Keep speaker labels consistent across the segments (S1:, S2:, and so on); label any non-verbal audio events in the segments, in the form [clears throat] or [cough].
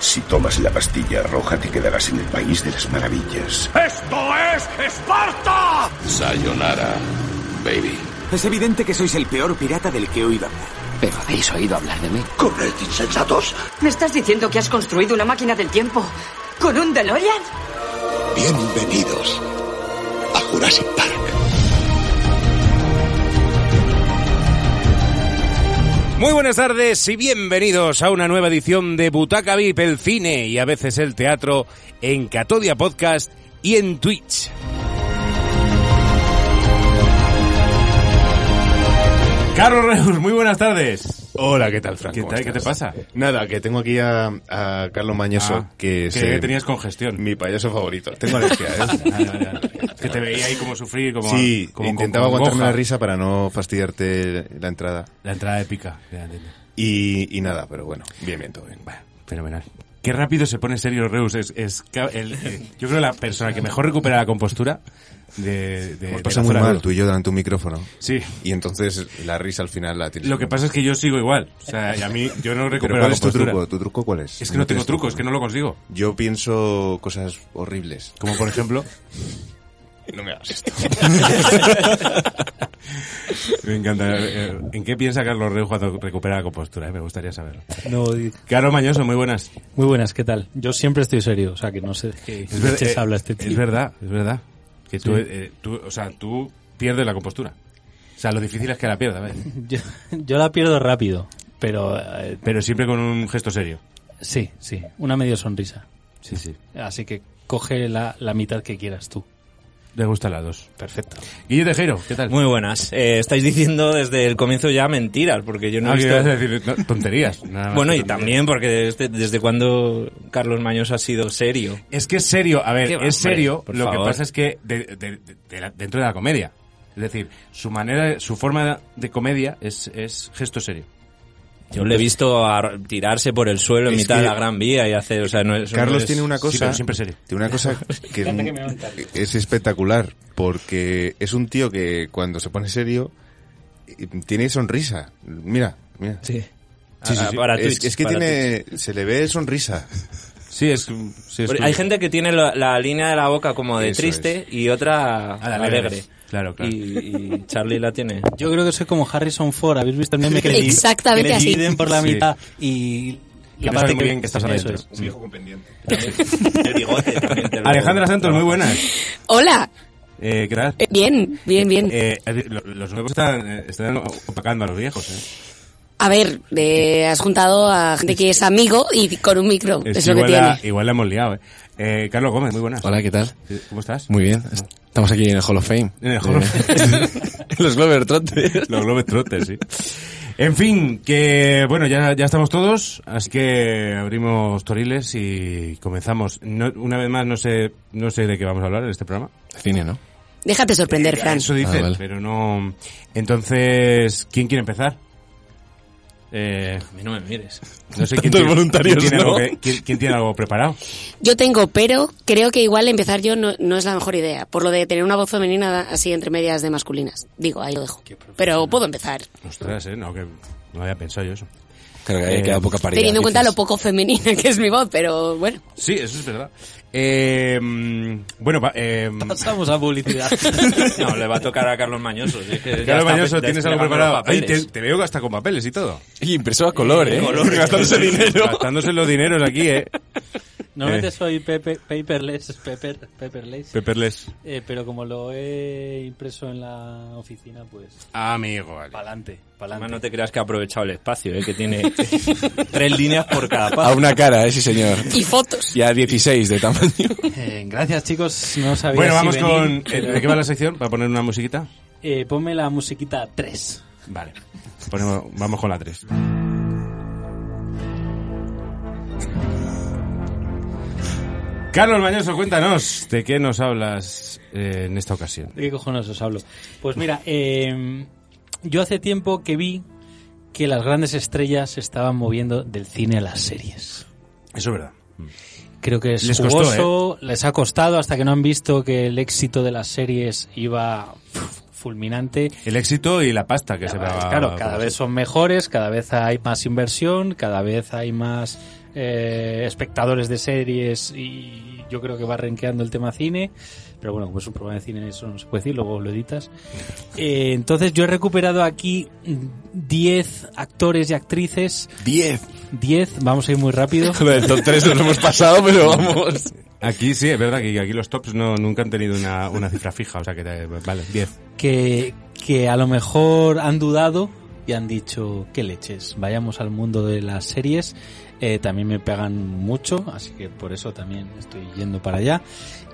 S1: Si tomas la pastilla roja te quedarás en el país de las maravillas.
S2: ¡Esto es Esparta!
S3: Sayonara, baby.
S4: Es evidente que sois el peor pirata del que he oído hablar.
S5: ¿Pero habéis oído hablar de mí?
S6: ¡Corred, insensatos!
S7: ¿Me estás diciendo que has construido una máquina del tiempo con un DeLorean?
S6: Bienvenidos a Jurassic Park.
S8: Muy buenas tardes y bienvenidos a una nueva edición de Butaca VIP, el cine y a veces el teatro en Catodia Podcast y en Twitch. Carlos Reus, muy buenas tardes.
S9: Hola, ¿qué tal, Franco?
S8: ¿Qué tal? ¿Qué te pasa?
S9: Nada, que tengo aquí a, a Carlos Mañoso,
S8: Ah,
S9: que es eh,
S8: tenías congestión. Ah,
S9: mi payaso favorito. Tengo alergia,
S8: [laughs]
S9: ¿eh?
S8: Vale, vale, vale. Que te veía ahí como sufrir, como...
S9: sí,
S8: como-
S9: intentaba
S8: como
S9: aguantarme
S8: congoja.
S9: la risa para no fastidiarte la entrada.
S8: La entrada épica. Ya, ya, ya.
S9: Y, y nada, pero bueno, bien, bien, todo bien.
S8: Bueno, fenomenal. Qué rápido se pone serio Reus. Es, es ca- el- eh, yo creo la persona que mejor recupera la compostura de... de
S9: Hemos pasado
S8: de la
S9: Pues muy
S8: zona
S9: mal
S8: Reus.
S9: tú y yo delante de un micrófono.
S8: Sí.
S9: Y entonces la risa al final la tienes.
S8: Lo que pasa es que yo sigo igual. O sea, y a mí yo no
S9: Pero
S8: recupero
S9: ¿cuál
S8: la
S9: es tu
S8: compostura.
S9: truco? ¿Tu truco cuál es?
S8: Es que no, tengo
S9: tienes
S8: truco, es que no lo consigo.
S9: Yo pienso cosas horribles.
S8: Como por ejemplo...
S9: No me hagas esto.
S8: Me encanta. eh, ¿En qué piensa Carlos Reus cuando recupera la compostura? eh? Me gustaría saberlo.
S10: No, y-
S8: Caro Mañoso, muy buenas.
S10: muy buenas, ¿qué tal? Yo siempre estoy serio, o sea que no sé de qué
S8: Es, ver-
S10: leches
S8: eh,
S10: habla este tío.
S8: es verdad, es verdad. Que tú,
S10: Sí.
S8: eh, tú- o sea, tú pierdes la compostura. O sea, lo difícil es que la pierdas, ¿ves?
S10: [laughs] Yo, yo la pierdo rápido, pero eh,
S8: Pero siempre con un gesto serio.
S10: sí, sí, una medio sonrisa.
S8: Sí, sí.
S10: Así que coge la, la mitad que quieras tú.
S8: Le gustan las dos. Perfecto. Guille Tejero, ¿qué tal?
S11: Muy buenas. Eh, estáis diciendo desde el comienzo ya mentiras, porque yo no
S8: Ah,
S11: he
S8: que
S11: visto...
S8: ibas a decir no,
S11: [laughs]
S8: tonterías. nada más
S11: Bueno,
S8: que
S11: y
S8: tonterías.
S11: también porque desde, desde cuando Carlos Maños ha sido serio.
S8: Es que es serio, a ver,
S11: Qué va,
S8: es serio.
S11: hombre, por
S8: lo que
S11: favor.
S8: pasa es que de- de- de- de la- dentro de la comedia. Es decir, su manera, su forma de comedia es, es gesto serio.
S11: Yo le he visto a- tirarse por el suelo en
S9: Es
S11: mitad
S9: que-
S11: de la Gran Vía y hacer... O sea, no es- no
S9: Carlos
S11: es-
S9: tiene una
S8: sí,
S9: cosa.
S8: pero siempre serio.
S9: Tiene una
S3: [laughs]
S9: cosa que, es, es espectacular. Porque es un tío que cuando se pone serio eh, tiene sonrisa. Mira, mira.
S11: Sí.
S8: Sí, sí,
S11: Ah,
S8: sí.
S11: Para
S9: es,
S11: Twitch,
S9: es que
S11: para Twitch.
S9: tiene. Se le ve sonrisa.
S8: Sí, es. sí, es
S11: Porque
S8: tu-
S11: Hay gente que tiene la, la línea de la boca como de
S9: Eso
S11: triste y otra
S8: Ah, de
S11: alegre.
S8: alegres. Claro, claro.
S11: Y, y Charlie la tiene.
S10: Yo creo que soy como Harrison Ford, ¿habéis visto
S8: [laughs]
S10: el meme que le,
S12: Exactamente
S10: que le
S12: así.
S10: dividen por la
S8: Sí.
S10: mitad y
S8: Que no sabe muy bien que estás
S10: eso
S8: adentro.
S10: es.
S9: Un viejo con pendiente.
S11: El bigote también. te lo-
S8: Alejandra Santos, muy
S11: [laughs]
S8: buenas.
S12: [laughs] Hola.
S8: Eh, ¿Qué tal?
S12: Eh, Bien, bien, bien.
S8: Eh, lo- los nuevos están, eh, están opacando a los viejos, ¿eh?
S12: A ver, eh, has juntado a gente que es amigo y con un micro. Es, lo que
S8: igual, la,
S12: tiene.
S8: igual la hemos liado, ¿eh? Eh, Carlos Gómez, muy buenas.
S3: Hola, ¿qué tal?
S8: Eh, ¿Cómo estás? Eh,
S3: Muy bien. Estamos aquí en el Hall of [laughs] Fame.
S8: En el Hall of Fame.
S3: Eh, Los Globetrotters.
S8: Los Globetrotters, sí. En fin, que bueno, ya, ya estamos todos, así que abrimos toriles y comenzamos. No- una vez más, no sé, no sé de qué vamos a hablar en este programa.
S3: Cine, ¿no?
S12: Déjate sorprender,
S8: Eh,
S12: Fran.
S8: Eso dice,
S3: Ah, vale.
S8: pero no. Entonces, ¿quién quiere empezar? Eh,
S11: A mí no me mires.
S8: no
S3: [laughs]
S8: sé quién
S3: Tantos
S8: tiene,
S3: voluntarios,
S8: quién tiene
S3: ¿no?
S8: algo que- quién- quién tiene algo preparado.
S12: Yo tengo, pero creo que igual empezar yo no, no es la mejor idea. Por lo de tener una voz femenina así entre medias de masculinas. Digo, ahí lo dejo. Pero puedo empezar.
S8: Ostras, eh, no, que no había pensado yo eso.
S3: Claro que ahí
S8: Eh,
S3: queda poca paridad.
S12: Teniendo en cuenta lo
S3: dices.
S12: poco femenina que es mi voz, pero bueno.
S8: Sí, eso es verdad. Eh, mm, bueno, va, eh,
S10: [laughs] Pasamos
S8: [laughs]
S10: a publicidad.
S11: No, le va a tocar a Carlos Mañoso. si es que ya
S8: Carlos
S11: está
S8: Mañoso,
S11: pe-
S8: ¿tienes algo
S11: desplegando
S8: preparado?
S11: los
S8: Ay, te,
S11: papeles.
S8: te veo hasta con papeles y todo.
S3: [laughs] Y empezó a color, ¿eh? gastándose dinero.
S8: Gastándose los dineros aquí, ¿eh?
S10: Normalmente soy pepe- paperless, paper- paperless,
S8: Pepperles.
S10: eh, pero como lo he impreso en la oficina, pues
S8: Amigo, vale.
S10: pa'lante, pa'lante.
S11: Además, no te creas que ha aprovechado el espacio, ¿eh? que tiene [laughs] tres líneas por cada
S3: A
S11: página.
S3: una cara, ¿eh? Sí, señor.
S12: Y fotos.
S3: Y a 16 de tamaño.
S10: Eh, gracias chicos, no sabía
S8: Bueno,
S10: si
S8: vamos
S10: venir,
S8: con... eh,
S10: pero-
S8: ¿De qué va la sección? ¿Para poner una musiquita?
S10: [laughs] Eh, ponme la musiquita 3.
S8: Vale. Ponemos- vamos con la 3. Carlos Mañoso, cuéntanos, ¿de qué nos hablas eh, en esta ocasión?
S10: ¿De qué cojones os hablo? Pues mira, eh, yo hace tiempo que vi que las grandes estrellas se estaban moviendo del cine a las series.
S8: Eso es verdad.
S10: Creo que es
S8: Les costó, ¿eh?
S10: jugoso, les ha costado hasta que no han visto que el éxito de las series iba pf, fulminante.
S8: El éxito y la pasta que se paga.
S10: Claro, cada vez son mejores, cada vez hay más inversión, cada vez hay más eh, espectadores de series y yo creo que va renqueando el tema cine. Pero bueno, como es un programa de cine, eso no se puede decir, luego lo
S8: [laughs]
S10: editas. Eh, entonces yo he recuperado aquí 10 actores y actrices.
S3: 10.
S10: 10, vamos a ir muy rápido.
S3: Lo del top tres nos lo hemos pasado, pero vamos.
S8: Aquí sí, es verdad que aquí los tops no, nunca han tenido una, una cifra fija, o sea que eh, vale, 10.
S10: que, que a lo mejor han dudado y han dicho, qué leches, vayamos al mundo de las series. Eh, también me pegan mucho, así que por eso también estoy yendo para allá.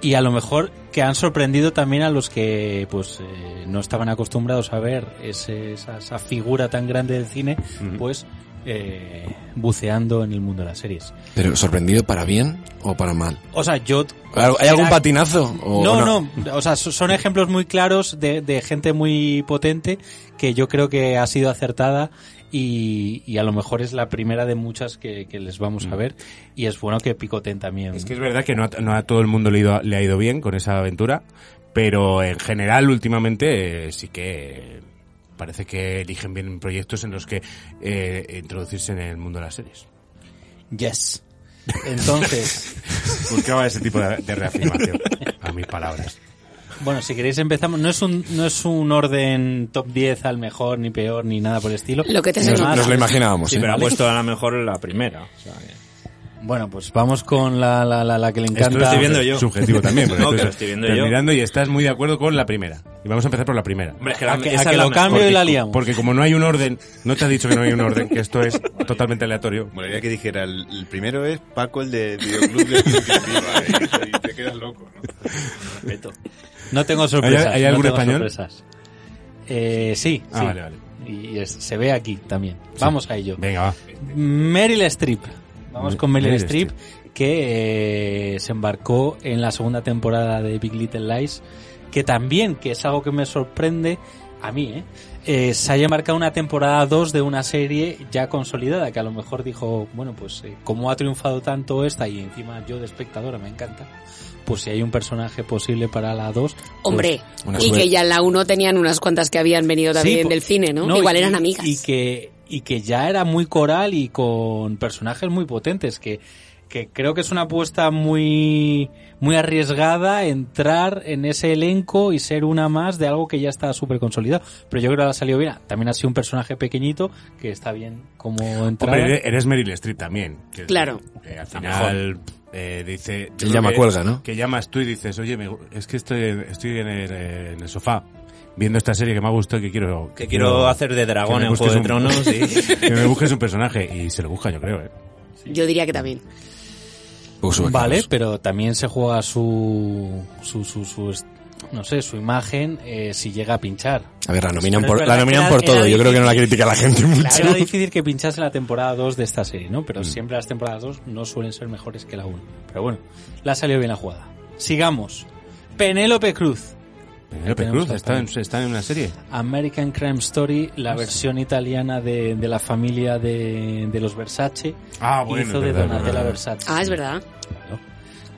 S10: Y a lo mejor que han sorprendido también a los que pues eh, no estaban acostumbrados a ver ese- esa, esa figura tan grande del cine,
S3: Ujú.
S10: pues eh, buceando en el mundo de las series.
S3: Pero sorprendido para bien o para mal.
S10: O sea, yo...
S3: ¿Hay algún
S10: Era-
S3: patinazo? O
S10: no, no, o sea, so- son ejemplos muy claros de, de gente muy potente que yo creo que ha sido acertada y, y a lo mejor es la primera de muchas que, que les vamos a ver y es bueno que picoten también.
S8: Mm. Es que es verdad que no a, no a todo el mundo le, ha ido- le ha ido bien con esa aventura, pero en general últimamente eh, sí que parece que eligen bien proyectos en los que eh, introducirse en el mundo de las series.
S10: Yes.
S8: [laughs]
S10: Entonces,
S8: Buscaba ese tipo de, de reafirmación a mis palabras.
S10: bueno, si queréis empezamos, no es un no es un orden top 10 al mejor ni peor ni nada por el estilo.
S11: Nos-
S10: Nada.
S11: nos lo imaginábamos.
S8: ¿eh?
S11: Sí, pero ha
S10: Vale.
S11: puesto a la mejor la primera. o sea que-
S10: Bueno, pues vamos con la, la, la, la que le encanta.
S11: Esto lo estoy viendo yo.
S8: Subjetivo también, porque
S11: [laughs] No,
S8: tú
S11: que lo
S8: estás-
S11: estoy viendo
S8: estás
S11: yo.
S8: mirando y estás muy de acuerdo con la primera. Y vamos a empezar por la primera.
S11: Hombre, es que la-
S10: A que- a
S11: esa
S10: que
S11: es la
S10: lo
S11: mejor.
S10: cambio y la liamos.
S8: Porque como no hay un orden, no te ha dicho que no hay un orden, que esto es totalmente aleatorio.
S9: Bueno, ya que dijera, el, el primero es Paco, el de Videoclub de
S8: [laughs]
S9: Viva, eh, y te quedas loco, ¿no?
S11: Respeto.
S10: No tengo sorpresas.
S8: ¿Hay- hay
S10: no
S8: algún
S10: tengo
S8: español?
S10: sorpresas. Eh, sí,
S8: Ah,
S10: sí.
S8: vale, vale.
S10: Y es- se ve aquí también. Vamos a ello.
S8: Venga, va.
S10: Meryl Streep. Vamos con Meryl,
S8: Meryl
S10: Streep, que eh, se embarcó en la segunda temporada de Big Little Lies, que también, que es algo que me sorprende a mí, ¿eh? Eh, se haya marcado una temporada 2 de una serie ya consolidada, que a lo mejor dijo, bueno, pues eh, como ha triunfado tanto esta y encima yo de espectadora me encanta, pues si hay un personaje posible para la 2... pues-
S12: Hombre, y que ya en la 1 tenían unas cuantas que habían venido también
S10: Sí, po-
S12: del cine, ¿no?
S10: no,
S12: Que Igual
S10: y-
S12: eran amigas.
S10: Y que, y que ya era muy coral y con personajes muy potentes, que, que creo que es una apuesta muy, muy arriesgada entrar en ese elenco y ser una más de algo que ya está súper consolidado. Pero yo creo que ha salido bien. También ha sido un personaje pequeñito que está bien como entrar.
S8: Hombre, eres- eres Meryl Streep también. que-
S10: Claro.
S8: que al
S10: mejor.
S8: final eh, dice... yo
S3: El
S8: creo
S3: llama
S8: que-
S3: cuelga, ¿no?
S8: Que llamas tú y dices, oye, me- es que estoy, estoy en, el, eh, en el sofá viendo esta serie que me ha gustado y que quiero...
S11: Que quiero hacer de dragón
S8: que me
S11: en Juego de
S8: busques un-
S11: Tronos
S8: [laughs]
S11: y-
S8: que me busques un personaje. Y se lo busca, yo creo, ¿eh?
S12: Yo diría que también.
S10: Vale, pero también se juega su, su, su, su est- no sé, su imagen eh, si llega a pinchar.
S3: A ver, la nominan
S10: Pero es
S3: por, la
S10: verdad
S3: nominan
S10: que
S3: por
S10: era-
S3: todo.
S10: era
S3: Yo creo que no la critica la gente mucho.
S10: Claro,
S8: [laughs]
S10: era difícil que pinchase la temporada 2 de esta serie, ¿no?
S8: Mm.
S10: Pero siempre las temporadas 2 no suelen ser mejores que la 1. Pero bueno, la ha salido bien la jugada. Sigamos. Penélope Cruz.
S8: Penélope
S10: Tenemos
S8: Eh, Cruz
S10: que
S8: está en, está en una serie.
S10: American Crime Story, la
S8: Ah, sí.
S10: versión italiana de, de la familia de, de los Versace.
S8: Ah, bueno,
S10: Hizo
S8: es
S10: de
S8: verdad, es
S10: Donatella
S8: verdad.
S10: Versace.
S12: Ah, es verdad.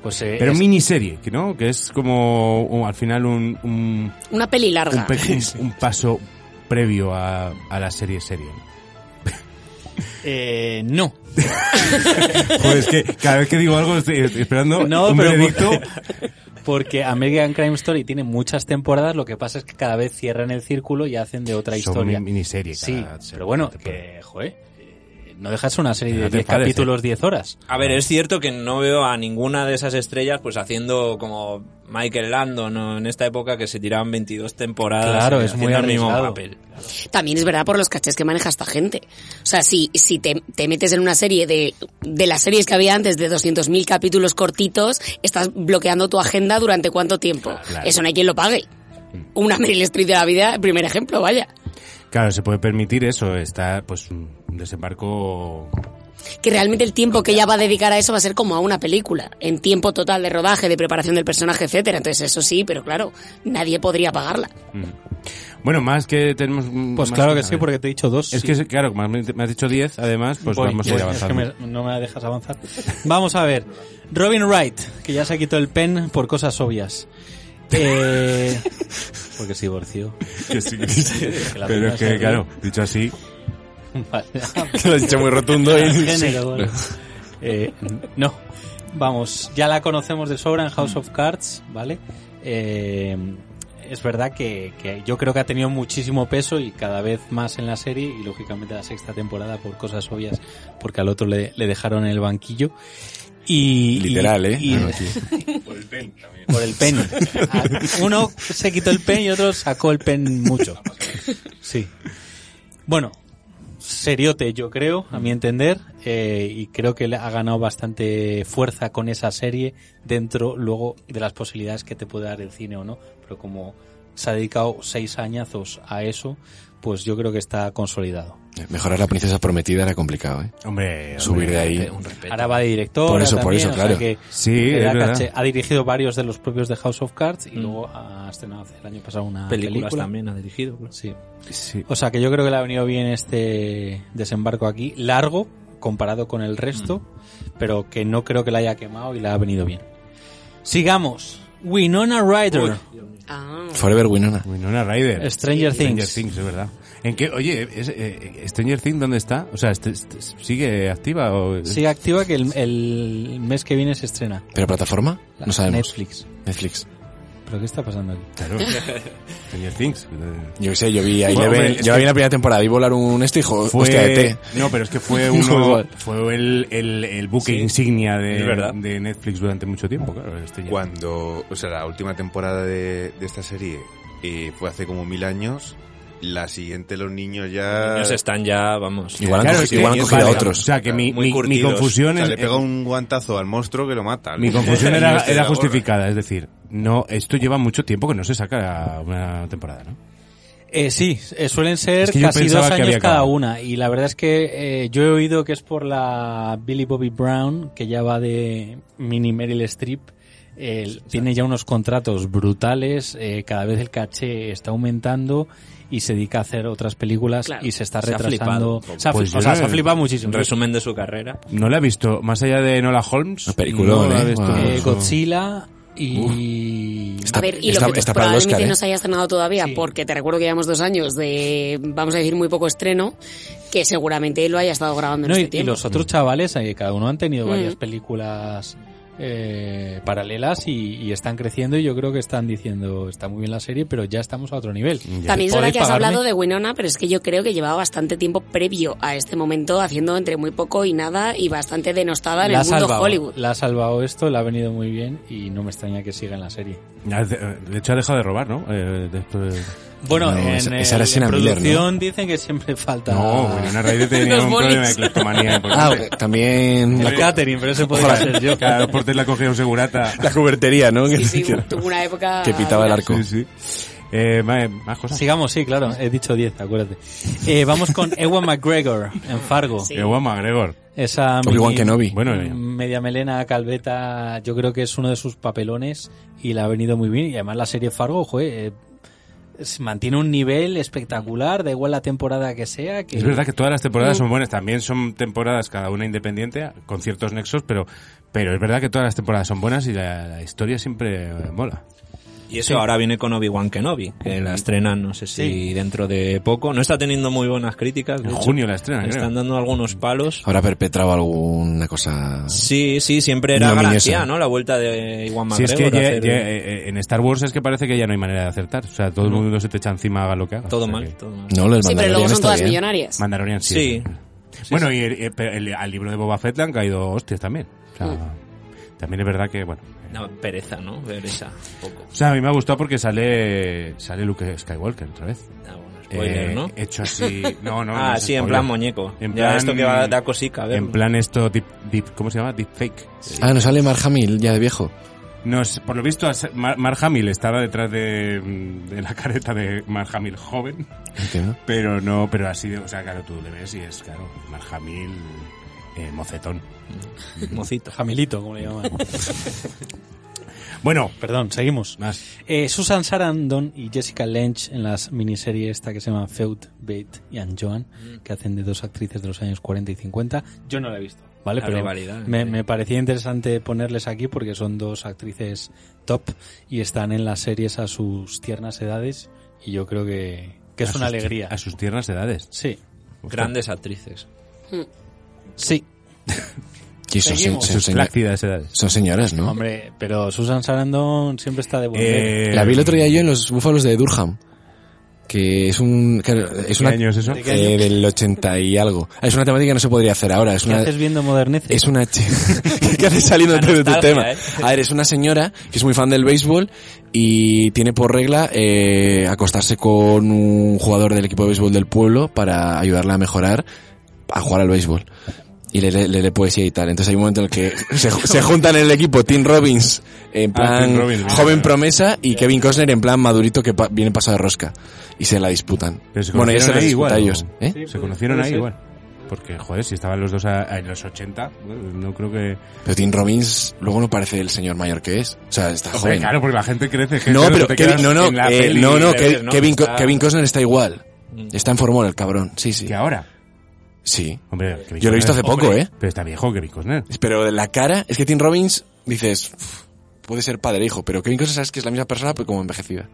S10: Pues, eh,
S8: Pero
S10: es-
S8: miniserie, que ¿no? Que es como un- al final un... un
S12: Una peli larga.
S8: un, pe- un paso previo a, a la serie serie.
S10: eh, no.
S8: Pues es que cada vez que digo algo estoy, estoy esperando
S10: No,
S8: un
S10: pero
S8: veredicto.
S10: Porque American Crime Story tiene muchas temporadas, lo que pasa es que cada vez cierran el círculo y hacen de otra
S8: Son
S10: historia.
S8: min- miniserie cada
S10: Sí,
S8: semana,
S10: pero bueno, que, joder, eh, no eh. dejas una serie
S8: No
S10: de
S8: te
S10: 10
S8: parece.
S10: capítulos, 10 horas.
S11: A ver, es cierto que no veo a ninguna de esas estrellas pues haciendo como Michael Landon ¿no? en esta época que se tiraban 22 temporadas
S10: Claro,
S11: eh,
S10: es muy
S11: haciendo el mismo
S10: arriesgado.
S11: papel.
S12: También es verdad por los cachés que maneja esta gente. O sea, si, si te, te metes en una serie de, de las series que había antes de 200.000 capítulos cortitos, estás bloqueando tu agenda durante cuánto tiempo.
S8: claro.
S12: Eso no hay quien lo pague.
S10: Mm.
S12: Una Meryl Streep de la vida, primer ejemplo, vaya.
S8: Claro, se puede permitir eso, está pues un un desembarco
S12: Que realmente el tiempo que ella va a dedicar a eso va a ser como a una película, en tiempo total de rodaje, de preparación del personaje, etcétera. Entonces eso sí, pero claro, nadie podría pagarla.
S8: Bueno, más que tenemos
S10: Pues claro que sí, porque te he dicho dos.
S8: Es
S10: sí.
S8: que claro, como me me has dicho 10, además, pues
S10: Voy,
S8: vamos a
S10: voy,
S8: ir
S10: es
S8: avanzando.
S10: que me- no me la dejas avanzar. Vamos a ver. Robin Wright, que ya se quitó el pen por cosas [laughs] obvias. Eh, porque se divorció.
S8: [laughs] Que sí, que
S10: Que [laughs]
S8: sí.
S10: la
S8: Pero
S10: pena
S8: es
S10: se
S8: que
S10: ríe.
S8: claro, dicho así,
S10: [laughs] Vale.
S3: Lo he dicho muy rotundo y-
S10: Transgénero, bueno. Eh, no, vamos, ya la conocemos de sobra en House of Cards, ¿vale? Eh, es verdad que, que yo creo que ha tenido muchísimo peso y cada vez más en la serie y lógicamente la sexta temporada por cosas obvias, porque al otro le, le dejaron en el banquillo. Y,
S3: Literal,
S10: y-
S3: ¿eh?
S10: y-
S3: Ah, no, sí.
S10: [laughs] por el pen Por el pen. [laughs] Uno se quitó el pen y otro sacó el pen mucho. Sí. Bueno, seriote yo creo, a mi entender, eh, y creo que le ha ganado bastante fuerza con esa serie dentro luego de las posibilidades que te puede dar el cine o no, pero como se ha dedicado seis añazos a eso, pues yo creo que está consolidado.
S3: Mejorar la princesa prometida era complicado, ¿eh?
S8: Hombre,
S3: Subir de ahí.
S10: Ahora va de director.
S3: Por eso, por eso, claro. Sí, es verdad. Mm.
S10: ha dirigido varios de los propios de House of Cards y luego ha estrenado el año pasado una
S11: Películas
S10: película.
S11: también ha dirigido. claro.
S10: Sí. O sea que yo creo que le ha venido bien este desembarco aquí, largo comparado con el resto, pero que no creo que la haya quemado y le ha venido bien. Sigamos. Winona Ryder. Ah.
S3: Forever Winona.
S8: Winona Ryder.
S10: Stranger Things.
S8: Stranger Things, es verdad. ¿En qué, oye, es- eh, ¿Stranger Things dónde está? O sea, este- este- ¿sigue activa? O,
S10: Sigue activa que el, el mes que viene se estrena.
S3: ¿Pero plataforma? No sabemos.
S10: Netflix.
S3: Netflix.
S10: ¿Pero qué está pasando aquí?
S8: Claro. Stranger Things. eh,
S3: Yo qué sé, yo vi ahí
S8: Bueno,
S3: Eleven,
S8: hombre, es
S3: yo la
S8: que-
S3: vi en la primera temporada, vi volar un este hijo,
S8: Fue,
S3: hostia, ET.
S8: no, pero es que
S3: [laughs]
S8: fue uno,
S3: Igual.
S8: fue el, el, el buque insignia
S11: es
S8: de,
S11: verdad.
S8: de Netflix durante mucho tiempo, claro. Stranger
S9: Cuando, o sea, la última temporada de, de esta serie eh, fue hace como mil años, la siguiente los niños ya...
S11: Ellos están ya, vamos.
S3: Igual han
S8: Claro,
S3: cogido,
S8: es que-
S3: igual han cogido a
S8: vale,
S3: otros.
S8: O sea, que mi,
S11: Muy
S8: mi- mi
S11: curtidos.
S9: O
S8: confusión
S9: sea,
S8: es-
S9: le pega un guantazo al monstruo que lo mata. [laughs]
S8: Mi confusión era,
S9: Y
S8: era
S9: se
S8: justificada, es decir, no, esto lleva mucho tiempo que no se saca una temporada, ¿no?
S10: Eh, sí, eh, suelen ser
S8: Es que yo
S10: casi dos
S8: pensaba que
S10: años
S8: había
S10: cada
S8: acabado.
S10: una. Y la verdad es que eh, yo he oído que es por la Billy Bobby Brown, que ya va de mini Meryl Streep. Eh, tiene ya unos contratos brutales, eh, cada vez el caché está aumentando y se dedica a hacer otras películas
S12: Claro.
S10: y se está
S11: Se ha
S10: retrasando.
S11: flipado.
S10: Se ha, fli-
S8: Pues
S10: o
S8: yo
S10: sea,
S8: no-
S10: se ha flipado muchísimo.
S11: Un resumen de su carrera.
S8: No la he visto, más allá de Nola Holmes.
S3: Una peliculón,
S8: no la he
S3: ¿eh?
S8: visto.
S3: Wow.
S10: Eh,
S8: Eso.
S10: Godzilla y...
S3: Está-
S12: A ver, y
S3: está-
S12: lo que
S3: está para el
S12: probablemente
S3: Oscar, ¿eh?
S12: no se haya estrenado todavía,
S10: Sí.
S12: porque te recuerdo que llevamos dos años de, vamos a decir, muy poco estreno, que seguramente lo haya estado grabando en
S10: No, y,
S12: este
S10: y
S12: tiempo.
S10: los otros chavales, eh, cada uno han tenido
S12: Mm.
S10: varias películas eh, paralelas y, y están creciendo y yo creo que están diciendo, está muy bien la serie, pero ya estamos a otro nivel.
S12: También es verdad
S10: ¿Podéis
S12: que has
S10: pagarme?
S12: hablado de Winona, pero es que yo creo que llevaba bastante tiempo previo a este momento haciendo entre muy poco y nada y bastante denostada en
S10: La ha
S12: el mundo
S10: salvado,
S3: [laughs]
S12: Hollywood.
S10: La ha salvado esto, la ha venido muy bien y no me extraña que siga en la serie.
S8: Ah, De de hecho, ha dejado de robar, ¿no? Eh, después de-
S10: Bueno,
S3: No,
S10: en,
S3: esa-
S10: el-
S3: esa era Sienna
S10: en
S3: Miller,
S10: producción dicen que siempre [laughs] falta
S8: No, Winona Ryder tenía
S12: Ah. [laughs] Los
S8: un
S12: bolis.
S8: problema de cleptomanía
S3: [laughs] Ah,
S8: importante.
S3: también
S10: el
S3: la,
S10: catering, pero eso podría ser yo.
S8: Cada dos por tres la cogía un segurata.
S3: la cubertería, ¿no?
S12: Sí,
S3: Que-
S12: sí,
S3: que-
S12: tuvo una época...
S3: que pitaba el arco.
S8: Sí, sí. Eh, más, más cosas.
S10: [laughs] Sigamos, sí, claro, he dicho 10, acuérdate. Eh, vamos con Ewan McGregor en Fargo.
S12: Sí.
S8: Eh, Guama, Gregor.
S10: Esa
S3: Obi-Wan
S10: mini-
S3: Kenobi.
S8: Bueno, eh,
S10: Mm, Media melena, calveta, yo creo que es uno de sus papelones y le ha venido muy bien. Y además la serie Fargo, joe, eh, se mantiene un nivel espectacular, da igual la temporada que sea. Que
S8: Es verdad que todas las temporadas son buenas, también son temporadas cada una independiente, con ciertos nexos, pero, pero es verdad que todas las temporadas son buenas y la, la historia siempre eh, mola.
S11: Y eso ahora viene con Obi-Wan Kenobi, que la estrenan, no sé si
S10: Sí.
S11: dentro de poco. No está teniendo muy buenas críticas. de
S8: En
S11: hecho.
S8: junio la estrenan,
S11: Le
S8: creo.
S11: Están dando algunos palos.
S3: Habrá perpetrado alguna cosa.
S11: Sí, sí, siempre era
S3: Ignominiosa.
S11: garantía, ¿no? La vuelta de Iwan
S8: Si
S11: McGregor.
S8: es que ya-
S11: a hacer-
S8: ya, eh, eh, en Star Wars es que parece que ya no hay manera de acertar, o sea, todo el mundo se te echa encima haga lo que haga. O
S11: Todo
S8: sea
S11: mal,
S8: que-
S11: todo mal.
S3: No, lo del
S12: Sí, pero
S3: Mandalorian
S12: luego son
S3: está
S12: todas
S3: bien.
S12: millonarias.
S8: Mandalorian sí.
S11: Sí.
S8: sí. Bueno, y el- eh, pero el- al libro de Boba Fett le han caído hostias también. O sea, también es verdad que, bueno. eh,
S11: Una pereza, ¿no? Ver esa. un poco.
S8: O sea, a mí me ha gustado porque sale, sale Luke Skywalker otra vez.
S11: Ah, bueno, spoiler,
S8: Eh,
S11: ¿no?
S8: Hecho así. No,
S11: [laughs]
S8: no. no
S11: ah,
S8: es
S11: sí, en
S8: spoiler.
S11: plan muñeco.
S8: En
S11: ya
S8: plan-
S11: esto que va a dar cosica, a ver.
S8: En plan esto, deep, deep- ¿cómo se llama? Deepfake. fake.
S3: Ah, no sale Mark Hamill ya de viejo.
S8: por lo visto, as- Mar, Mark Hamill estaba detrás de, mm, de la careta de Mark Hamill joven,
S3: Entiendo.
S8: pero no, pero así de, o sea, claro, tú le ves y es, claro, Mark Hamill eh, mocetón.
S11: Mocito.
S10: Jamilito, como le
S8: [laughs]
S10: llaman.
S8: Bueno,
S10: Perdón, seguimos.
S8: más.
S10: Eh, Susan Sarandon y Jessica Lange en las miniseries esta que se llama Feud, Bate y Anne Joan, que hacen de dos actrices de los años 40 y 50. Mm. Yo no la he visto, ¿vale?
S11: La
S10: Pero
S11: rivalidad,
S10: me,
S11: eh.
S10: me parecía interesante ponerles aquí porque son dos actrices top y están en las series a sus tiernas edades y yo creo que, que
S8: A
S10: es una
S8: sus ti-
S10: alegría.
S8: A sus tiernas edades.
S10: Sí,
S11: Grandes actrices.
S10: sí.
S3: Pues Sí, son,
S10: Seguimos.
S3: se- son señor- son señoras, ¿no?
S10: Hombre, pero Susan Sarandon siempre está de volver.
S3: La vi el otro
S10: eh,
S3: día yo en los Búfalos de Durham. Que es un. claro, es
S10: ¿Qué
S3: una,
S10: año es eso? ¿De qué
S3: Eh,
S10: año?
S3: del 80 y algo. Es una temática que no se podría hacer ahora. Es
S10: ¿Qué
S3: una,
S10: haces viendo Modernice?
S3: Es una che- [laughs] ¿Qué haces saliéndote de tu
S10: nostalgia,
S3: tema?
S10: ¿eh?
S3: A ver, es una señora que es muy fan del béisbol y tiene por regla eh, acostarse con un jugador del equipo de béisbol del pueblo para ayudarla a mejorar a jugar al béisbol. Y le, le- le lee poesía y tal. Entonces hay un momento en el que se, se juntan en el equipo Tim Robbins en
S8: Ah,
S3: plan
S8: Tim Robbins, bien,
S3: joven
S8: bien.
S3: promesa y Kevin Costner en plan madurito que pa- viene pasado de rosca. Y se la disputan.
S8: se
S3: Bueno, ya se
S8: conocieron
S3: la
S8: ahí
S3: disputa
S8: igual,
S3: ellos.
S8: ¿no?
S3: ¿eh?
S8: se conocieron
S3: puede
S8: ahí
S3: ser.
S8: igual. Porque, joder, si estaban los dos a- a- en los 80, bueno, no creo que...
S3: Pero Tim Robbins luego no parece el señor mayor que es. O sea, está
S8: Hombre,
S3: joven.
S8: claro, porque la gente crece. gente,
S3: No, pero
S8: te
S3: Kevin,
S8: quedas
S3: no, no,
S8: en la
S3: eh,
S8: peli
S3: no, no,
S8: de
S3: Ke-
S8: ver, ¿no?
S3: Kevin, Co-
S8: Está-
S3: Kevin Costner está igual. Está en formol el cabrón, sí, sí. ¿Que
S8: ahora?
S3: Sí.
S8: Hombre, Kevin
S3: Yo lo he visto hace
S8: Costner.
S3: poco,
S8: Hombre,
S3: ¿eh?
S8: Pero está viejo Kevin Costner.
S3: Pero la cara, es que Tim Robbins, dices, "Uf, puede ser padre e hijo, pero Kevin Costner sabes que es la misma persona, pero como envejecida.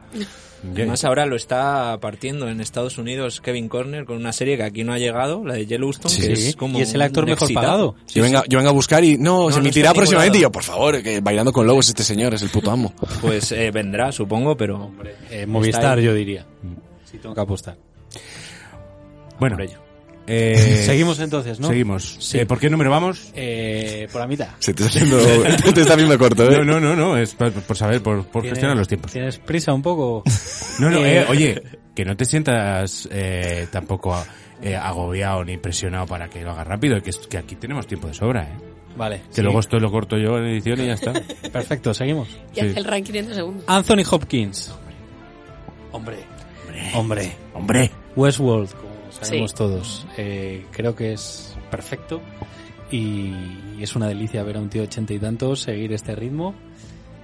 S11: Además ahora lo está partiendo en Estados Unidos Kevin Corner con una serie que aquí no ha llegado, la de Yellowstone,
S3: Sí.
S11: que es como
S10: Y es el actor
S11: un
S10: mejor
S11: exitazo.
S10: pagado.
S3: yo, venga, yo venga a buscar y no,
S11: No,
S3: se
S11: no
S3: emitirá
S11: está en ningún
S3: próximamente. Y
S11: lado.
S3: yo, por favor, que bailando con lobos este señor es el puto amo.
S10: [laughs]
S11: Pues eh, vendrá, supongo, pero...
S10: Eh, Movistar, yo diría. Si tengo que apostar.
S8: Bueno,
S10: Por ello.
S8: eh,
S10: [laughs] Seguimos entonces, ¿no?
S8: Seguimos.
S10: Sí.
S8: Eh, ¿Por qué número vamos?
S10: Eh, por la mitad.
S3: [laughs] Se te está haciendo, te está haciendo corto, ¿eh?
S8: No, no, no, no, es por, por saber, por, por
S10: Tienes-
S8: gestionar los tiempos.
S10: ¿Tienes prisa un poco?
S8: No, no,
S10: Eh,
S8: eh, oye, que no te sientas eh, tampoco eh, agobiado ni presionado para que lo hagas rápido, que, es- que aquí tenemos tiempo de sobra, ¿eh?
S10: Vale.
S8: Que
S10: sí.
S8: luego esto lo corto yo en edición y ya
S10: [laughs]
S8: está.
S10: Perfecto, seguimos.
S12: Y hace el ranking en dos segundos.
S10: Anthony Hopkins. Hombre. Hombre.
S8: Hombre.
S10: Westworld, como sabemos
S12: Sí.
S10: todos. Eh, creo que es perfecto. Y es una delicia ver a un tío de ochenta y tantos seguir este ritmo.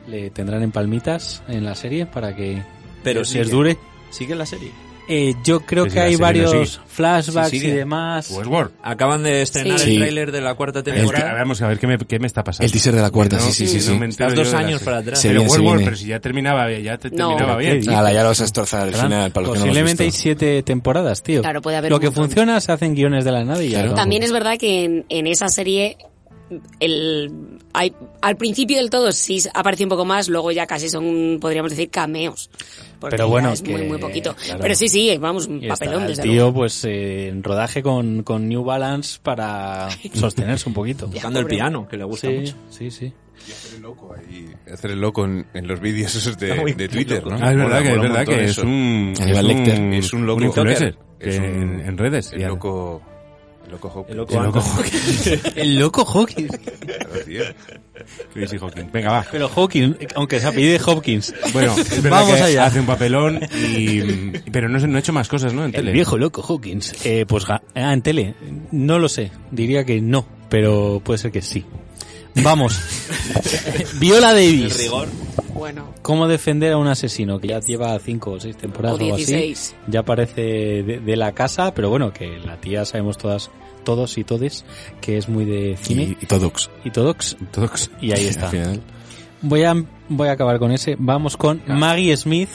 S10: Le tendrán en palmitas en la serie para que
S11: Pero
S10: les
S11: sigue.
S10: dure.
S11: Sigue la serie.
S10: Eh, yo creo
S11: Sí, sí,
S10: que
S11: la
S10: hay
S11: serie no sigue.
S10: varios flashbacks
S11: Sí,
S10: y
S11: sigue.
S8: Pues
S10: demás.
S11: Acaban de estrenar
S10: Sí.
S11: el
S10: Sí.
S11: tráiler de la cuarta
S8: El te-
S11: temporada.
S8: vamos a ver qué me, qué me está pasando.
S3: El teaser de la cuarta,
S8: Que no-
S3: sí, sí, sí,
S8: que
S3: sí.
S8: no me entero
S11: Estás
S8: yo
S11: dos
S8: de la
S11: años
S8: serie.
S11: para atrás.
S3: Se
S8: Pero
S3: viene, se
S8: Westworld,
S3: viene.
S8: pero si ya terminaba, ya te
S12: No.
S8: terminaba
S12: ¿Pero qué
S8: bien.
S3: dices? Ala, ya lo vas a destrozar al final, para los que no lo hemos
S10: Posiblemente hay
S3: visto.
S10: siete temporadas, tío.
S12: Claro, puede haber
S10: Lo
S12: un
S10: que
S12: montón.
S10: funciona se hacen guiones de la nada y ya.
S3: Claro.
S10: lo-
S12: También es verdad que en, en esa serie el, hay- al principio del todo sí aparece un poco más, luego ya casi son, podríamos decir, cameos. Porque
S10: Pero bueno,
S12: ya es muy,
S10: que-
S12: muy poquito.
S10: claro.
S12: Pero sí, sí, vamos, un
S10: Y está
S12: papelón
S10: el
S12: desde
S10: tío,
S12: luego.
S10: pues, eh, en rodaje con, con New Balance para sostenerse un poquito.
S11: Tocando el piano, que le gusta
S10: Sí,
S11: mucho.
S10: Sí, sí.
S9: Hacer el loco en, en los vídeos esos de,
S11: Está muy-
S9: de
S11: muy
S9: Twitter,
S11: loco.
S9: ¿no?
S8: Ah, es verdad
S9: Mola,
S8: que, es
S9: mola
S8: verdad
S9: montón
S8: que es
S9: eso.
S8: un, es
S3: Aníbal Lecter.
S8: un,
S9: Es un loco.
S8: un influencer
S9: Es
S8: que
S9: un-
S8: en, en redes.
S9: El
S8: ya.
S9: loco... El loco Hopkins.
S11: El loco Anthony.
S10: [laughs] El loco Hawkins.
S9: Claro, tío.
S8: Crazy Hawking. Venga, va.
S10: Pero Hawkins, aunque se apellide Hopkins.
S8: Bueno, es verdad
S10: Vamos
S8: que
S10: allá.
S8: hace un papelón y... Pero no, se- no ha hecho más cosas, ¿no? En
S10: El
S8: tele.
S10: viejo loco Hawkins. Eh, pues ga- ah, en tele. No lo sé. Diría que no, pero puede ser que sí. Vamos. Viola
S11: El
S10: Davis.
S11: rigor.
S12: Bueno,
S10: ¿Cómo defender a un asesino que ya lleva cinco o seis temporadas
S12: O
S10: o, algo así?
S12: 16.
S10: Ya parece de, de la casa, pero bueno, que la tía sabemos todas, todos y todes, que es muy de
S3: Y,
S10: cine
S3: y todos.
S10: y, todos.
S8: Todos.
S10: Y ahí
S3: Al
S10: está.
S3: final.
S10: Voy a, voy a acabar con ese. Vamos con Maggie Smith.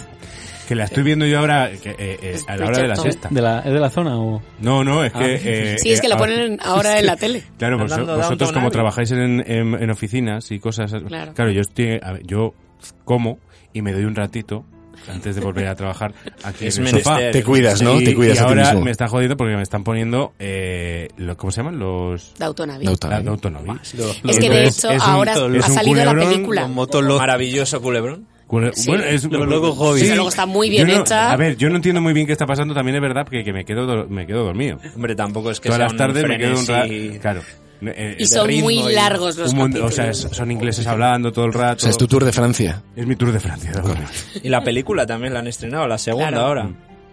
S8: Que la estoy viendo yo ahora que, eh, eh, a la hora de la
S12: Preceptor.
S8: siesta.
S10: De la, ¿Es de la zona o...?
S8: No, no, es que...
S10: Ah.
S8: eh,
S12: sí, es que
S8: eh,
S12: la
S8: ah,
S12: ponen ahora en la tele.
S8: Claro, vos-
S11: Andando
S8: vosotros
S11: Downton
S8: como
S11: Abbey.
S8: trabajáis en, en- en oficinas y cosas...
S12: Claro.
S8: yo, estoy, a ver, yo como y me doy un ratito antes de volver a trabajar aquí
S11: Es
S8: en el sofá.
S11: menester.
S3: Te cuidas, ¿no?
S8: Y-
S3: te
S8: y
S3: cuidas a ti
S8: ahora
S3: mismo.
S8: me están jodiendo porque me están poniendo... Eh, lo- ¿Cómo se llaman? Los...
S12: Dautonavi.
S3: No, tal.
S8: La autonomía.
S12: Es que de hecho ah, ahora ha salido la película.
S11: Maravilloso culebrón.
S8: Bueno,
S12: Sí.
S8: bueno, es
S10: Los locos hobbies.
S12: Desde luego está muy bien
S8: Yo no-
S12: hecha.
S8: A ver, yo no entiendo muy bien qué está pasando, también es verdad que, que me quedo do- me quedo dormido.
S11: Hombre, tampoco es que
S8: Todas
S11: sea
S8: las
S11: un
S8: tardes me quedo un rato,
S11: frenesí.
S8: claro. Eh,
S12: Y
S8: eh,
S12: son
S8: ritmo
S12: muy
S8: y-
S12: largos los
S8: un mon- O sea,
S12: capítulos.
S8: es- son ingleses hablando todo el rato.
S3: O sea, es tu tour de Francia.
S8: Es mi tour de Francia. de verdad.
S11: Y la película también la han estrenado, la segunda
S12: Claro.
S11: ahora.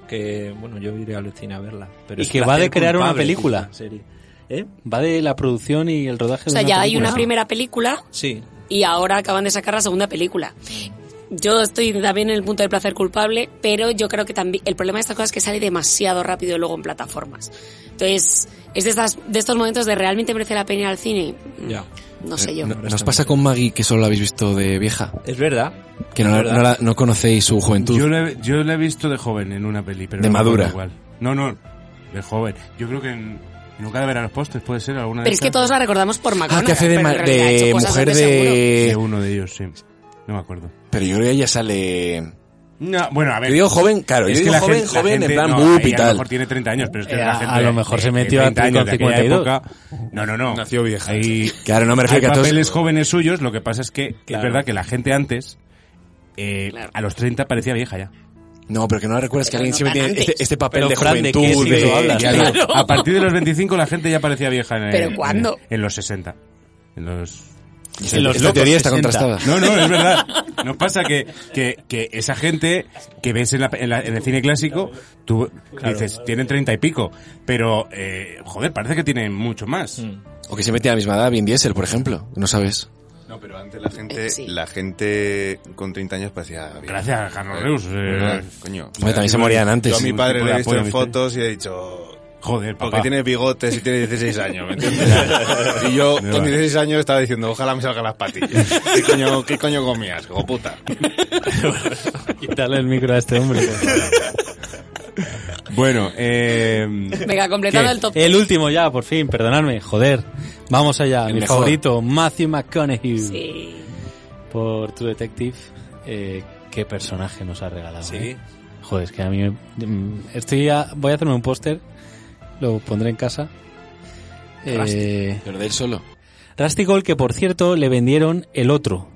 S11: Que, bueno, yo iré al cine a verla. Pero
S10: Mm. Y
S11: es
S10: que va
S11: placer
S10: de crear una
S11: culpable,
S10: película.
S11: quizá, serie. ¿Eh?
S10: Va de la producción y el rodaje
S12: O sea,
S10: de
S12: ya hay una
S10: película.
S12: primera película
S11: Sí.
S12: y ahora acaban de sacar la segunda película. Yo estoy también en el punto del placer culpable, pero yo creo que también el problema de estas cosas es que sale demasiado rápido luego en plataformas. Entonces, es de, estas, de estos momentos de realmente merece la pena ir al cine. Mm,
S11: Ya.
S12: No sé yo.
S3: Eh, No- ¿Nos pasa con Maggie que solo la habéis visto de vieja?
S11: Es verdad.
S3: Que no, la-
S11: ¿Verdad?
S3: no la- no conocéis su juventud.
S8: Yo la, he- yo la he visto de joven en una peli, pero
S3: De
S8: no me acuerdo
S3: madura.
S8: Igual. No, no, de joven. Yo creo que en, Nunca de verán los postres, puede ser alguna
S12: Pero
S8: de
S12: es que
S8: esas.
S12: todos la recordamos por
S3: Ah,
S12: Macron.
S3: que hace de, ma- de mujer de...
S8: De uno de ellos, sí. No me acuerdo.
S3: Pero yo creo que ella sale...
S8: No, bueno, a ver.
S3: Yo digo joven, claro, yo digo joven,
S8: la
S3: joven, en plan
S8: no,
S3: bup
S8: ella
S3: y
S8: A
S3: tal.
S8: lo mejor tiene 30 años, pero es que
S10: Eh,
S8: la
S10: a-
S8: gente
S10: a lo
S8: de-
S10: mejor se
S8: de
S10: metió a
S8: 30 años
S10: con
S8: de aquella
S10: 52.
S8: época. No, no, no. Nació vieja.
S3: Claro, no me refiero
S8: hay
S3: que a todos-
S8: papeles jóvenes suyos, lo que pasa es que
S3: Claro.
S8: es verdad que la gente antes, eh, a los 30 parecía vieja ya.
S3: No, pero que no recuerdas que alguien siempre tiene este, este papel
S8: Pero,
S3: de
S8: Fran, ¿de qué
S3: juventud,
S8: siglo
S3: de...
S8: hablas,
S3: ya
S8: tío?
S3: no.
S8: A partir de los 25 la gente ya parecía vieja en, el-
S12: ¿Pero
S8: en-
S12: cuándo?
S8: En, los 60. En los...
S3: Y esa- En los esta locos teoría está 60. contrastada.
S8: No, no, es verdad. Nos pasa que, que, que esa gente que ves en, la- en la- en el cine clásico, tú dices, tienen 30 y pico, pero, eh, joder, parece que tienen mucho más.
S9: Mm.
S3: O que siempre tiene la misma edad, Vin Diesel, por ejemplo. No sabes.
S9: No, pero antes la gente, la gente con 30 años parecía...
S8: Gracias a Carlos Reus, eh.
S9: ¿verdad? coño.
S3: Hombre, también se morían antes.
S9: Yo a mi padre
S3: Tipo
S9: le
S3: de
S9: he visto
S3: apoyo,
S9: en
S3: ¿viste?
S9: fotos y he dicho...
S8: Joder,
S9: Porque
S8: papá.
S9: tiene bigotes y tiene 16 años, ¿me [laughs] entiendes? y yo
S8: Me
S9: con
S8: vale.
S9: 16 años estaba diciendo, ojalá me salgan las patillas. ¿Qué coño, qué coño comías, hijo puta?
S10: [laughs] Quítale el micro a este
S12: [laughs]
S10: hombre. por favor.
S8: Bueno, eh...
S12: Venga, completado
S10: ¿Qué?
S12: el
S3: Eh,
S12: top.
S10: El último ya, por fin, perdonadme, joder. Vamos allá,
S3: El
S10: mi
S3: mejor.
S10: favorito, Matthew McConaughey.
S12: Sí.
S10: Por True Detective, eh, qué personaje nos ha regalado.
S11: Sí.
S10: eh? Joder, es que a mí me- mm, estoy a- voy a hacerme un póster, lo pondré en casa. Eh,
S3: Pero de él solo. [laughs]
S10: Rusty Gold, que por cierto le vendieron el otro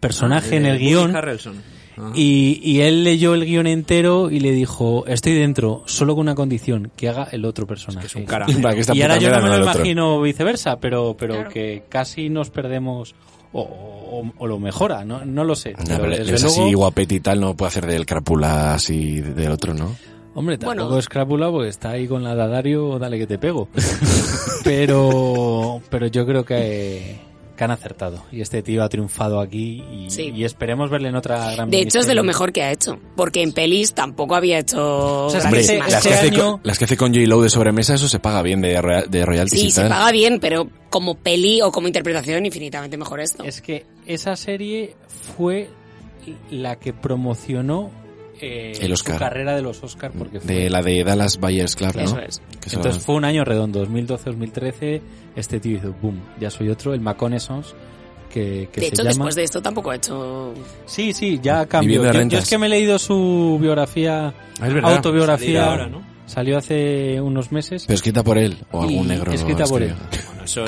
S10: personaje en el
S11: Eh, Woody
S10: guión.
S11: Harrelson. Ajá.
S10: Y, y él leyó el guión entero y le dijo, estoy dentro, solo con una condición, que haga el otro personaje.
S11: es un caramelo.
S3: Para que esta
S10: y ahora
S3: puta
S10: yo no
S3: mierda
S10: me lo
S3: haga el otro.
S10: imagino viceversa, pero, pero
S12: Claro.
S10: que casi nos perdemos o, o- o lo mejora, no, no lo sé.
S3: No,
S10: pero
S3: pero le-
S10: desde
S3: le ves
S10: luego,
S3: así guapete y tal, no puede hacer del crápula así de- del otro, ¿no?
S10: Hombre, tampoco
S12: Bueno.
S10: es crápula porque está ahí con la de Dario, dale que te pego. [laughs] pero, pero yo creo que, que han acertado. Y este tío ha triunfado aquí y,
S12: Sí.
S10: y esperemos verle en otra gran
S12: De hecho, es de lo
S10: miniserie.
S12: mejor que ha hecho. Porque en pelis tampoco había hecho.
S10: O sea, es que
S3: Hombre,
S10: ese-
S12: grandísimas
S3: las, que
S10: ese
S3: hace
S10: Este año-
S3: con, las que hace con J-Lo de sobremesa, eso se paga bien de, roya- de royalties
S12: Sí,
S3: y
S12: se
S3: tal.
S12: paga bien, pero como peli o como interpretación, infinitamente mejor esto.
S10: Es que esa serie fue la que promocionó eh,
S3: El Oscar.
S10: su carrera de los Oscar porque fue-
S3: De la de Dallas Buyers Club, ¿no?
S12: Eso es.
S3: Que se la-
S10: entonces fue un año redondo 2012-2013 este tío hizo boom ya soy otro el Maconesons que, que
S12: de
S10: se
S12: hecho,
S10: llama
S12: después de esto tampoco ha hecho.
S10: sí sí ya cambió
S3: Viviendo de
S10: yo, yo
S3: rentas.
S10: es que me he leído su biografía
S8: Ah, es verdad.
S10: autobiografía
S11: Salió ahora, ¿no?
S10: salió hace unos meses
S3: Pero escrita por él o algún
S10: Y
S3: negro.
S10: escrita por él.
S11: Bueno, eso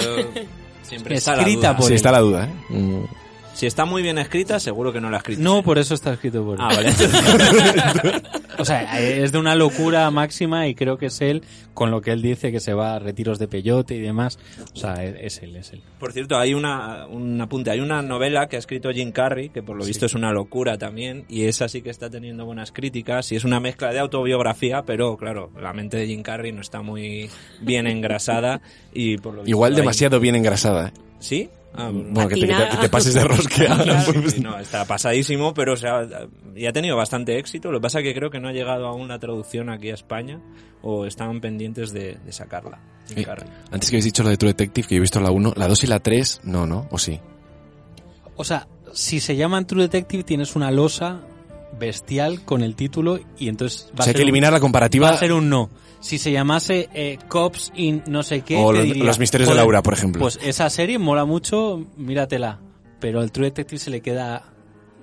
S11: siempre está la
S10: escrita
S11: duda.
S10: por
S3: Sí,
S10: él.
S3: está la duda, ¿eh? Mm.
S11: Si está muy bien escrita, seguro que no la ha escrito.
S10: no por eso está escrito por él
S11: Ah,
S10: [laughs]
S11: vale.
S10: O sea, es de una locura máxima y creo que es él con lo que él dice que se va a retiros de peyote y demás. O sea, es es él, es él.
S11: Por cierto, hay una, un apunte, hay una novela que ha escrito Jim Carrey, que por lo visto es una locura también, y esa sí que está teniendo buenas críticas, y es una mezcla de autobiografía, pero claro, la mente de Jim Carrey no está muy bien engrasada, y por lo visto
S3: Igual
S11: hay-
S3: demasiado bien engrasada, ¿eh?
S11: ¿Sí? Ah,
S3: Bueno, que te, que te-
S12: Patinada.
S3: que te pases de rosqueada.
S11: Sí, sí, no, está pasadísimo, pero o sea, y ha tenido bastante éxito. Lo que pasa es que creo que no ha llegado aún la traducción aquí a España o estaban pendientes de, de sacarla. Jim
S3: Eh,
S11: Carrey.
S3: Antes que habéis dicho lo de True Detective, que yo he visto la 1, la 2 y la 3, no, ¿no? ¿O sí?
S10: O sea, si se llaman True Detective tienes una losa bestial con el título y entonces
S3: O
S10: va
S3: sea, hay
S10: a ser
S3: que
S10: un-
S3: eliminar la
S10: va
S3: comparativa
S10: a ser un no. Si se llamase eh, Cops in no sé qué
S3: o
S10: te
S3: los,
S10: diría,
S3: los misterios de
S10: "Joder,
S3: Laura, por ejemplo.
S10: Pues esa serie mola mucho, míratela, pero el True Detective se le queda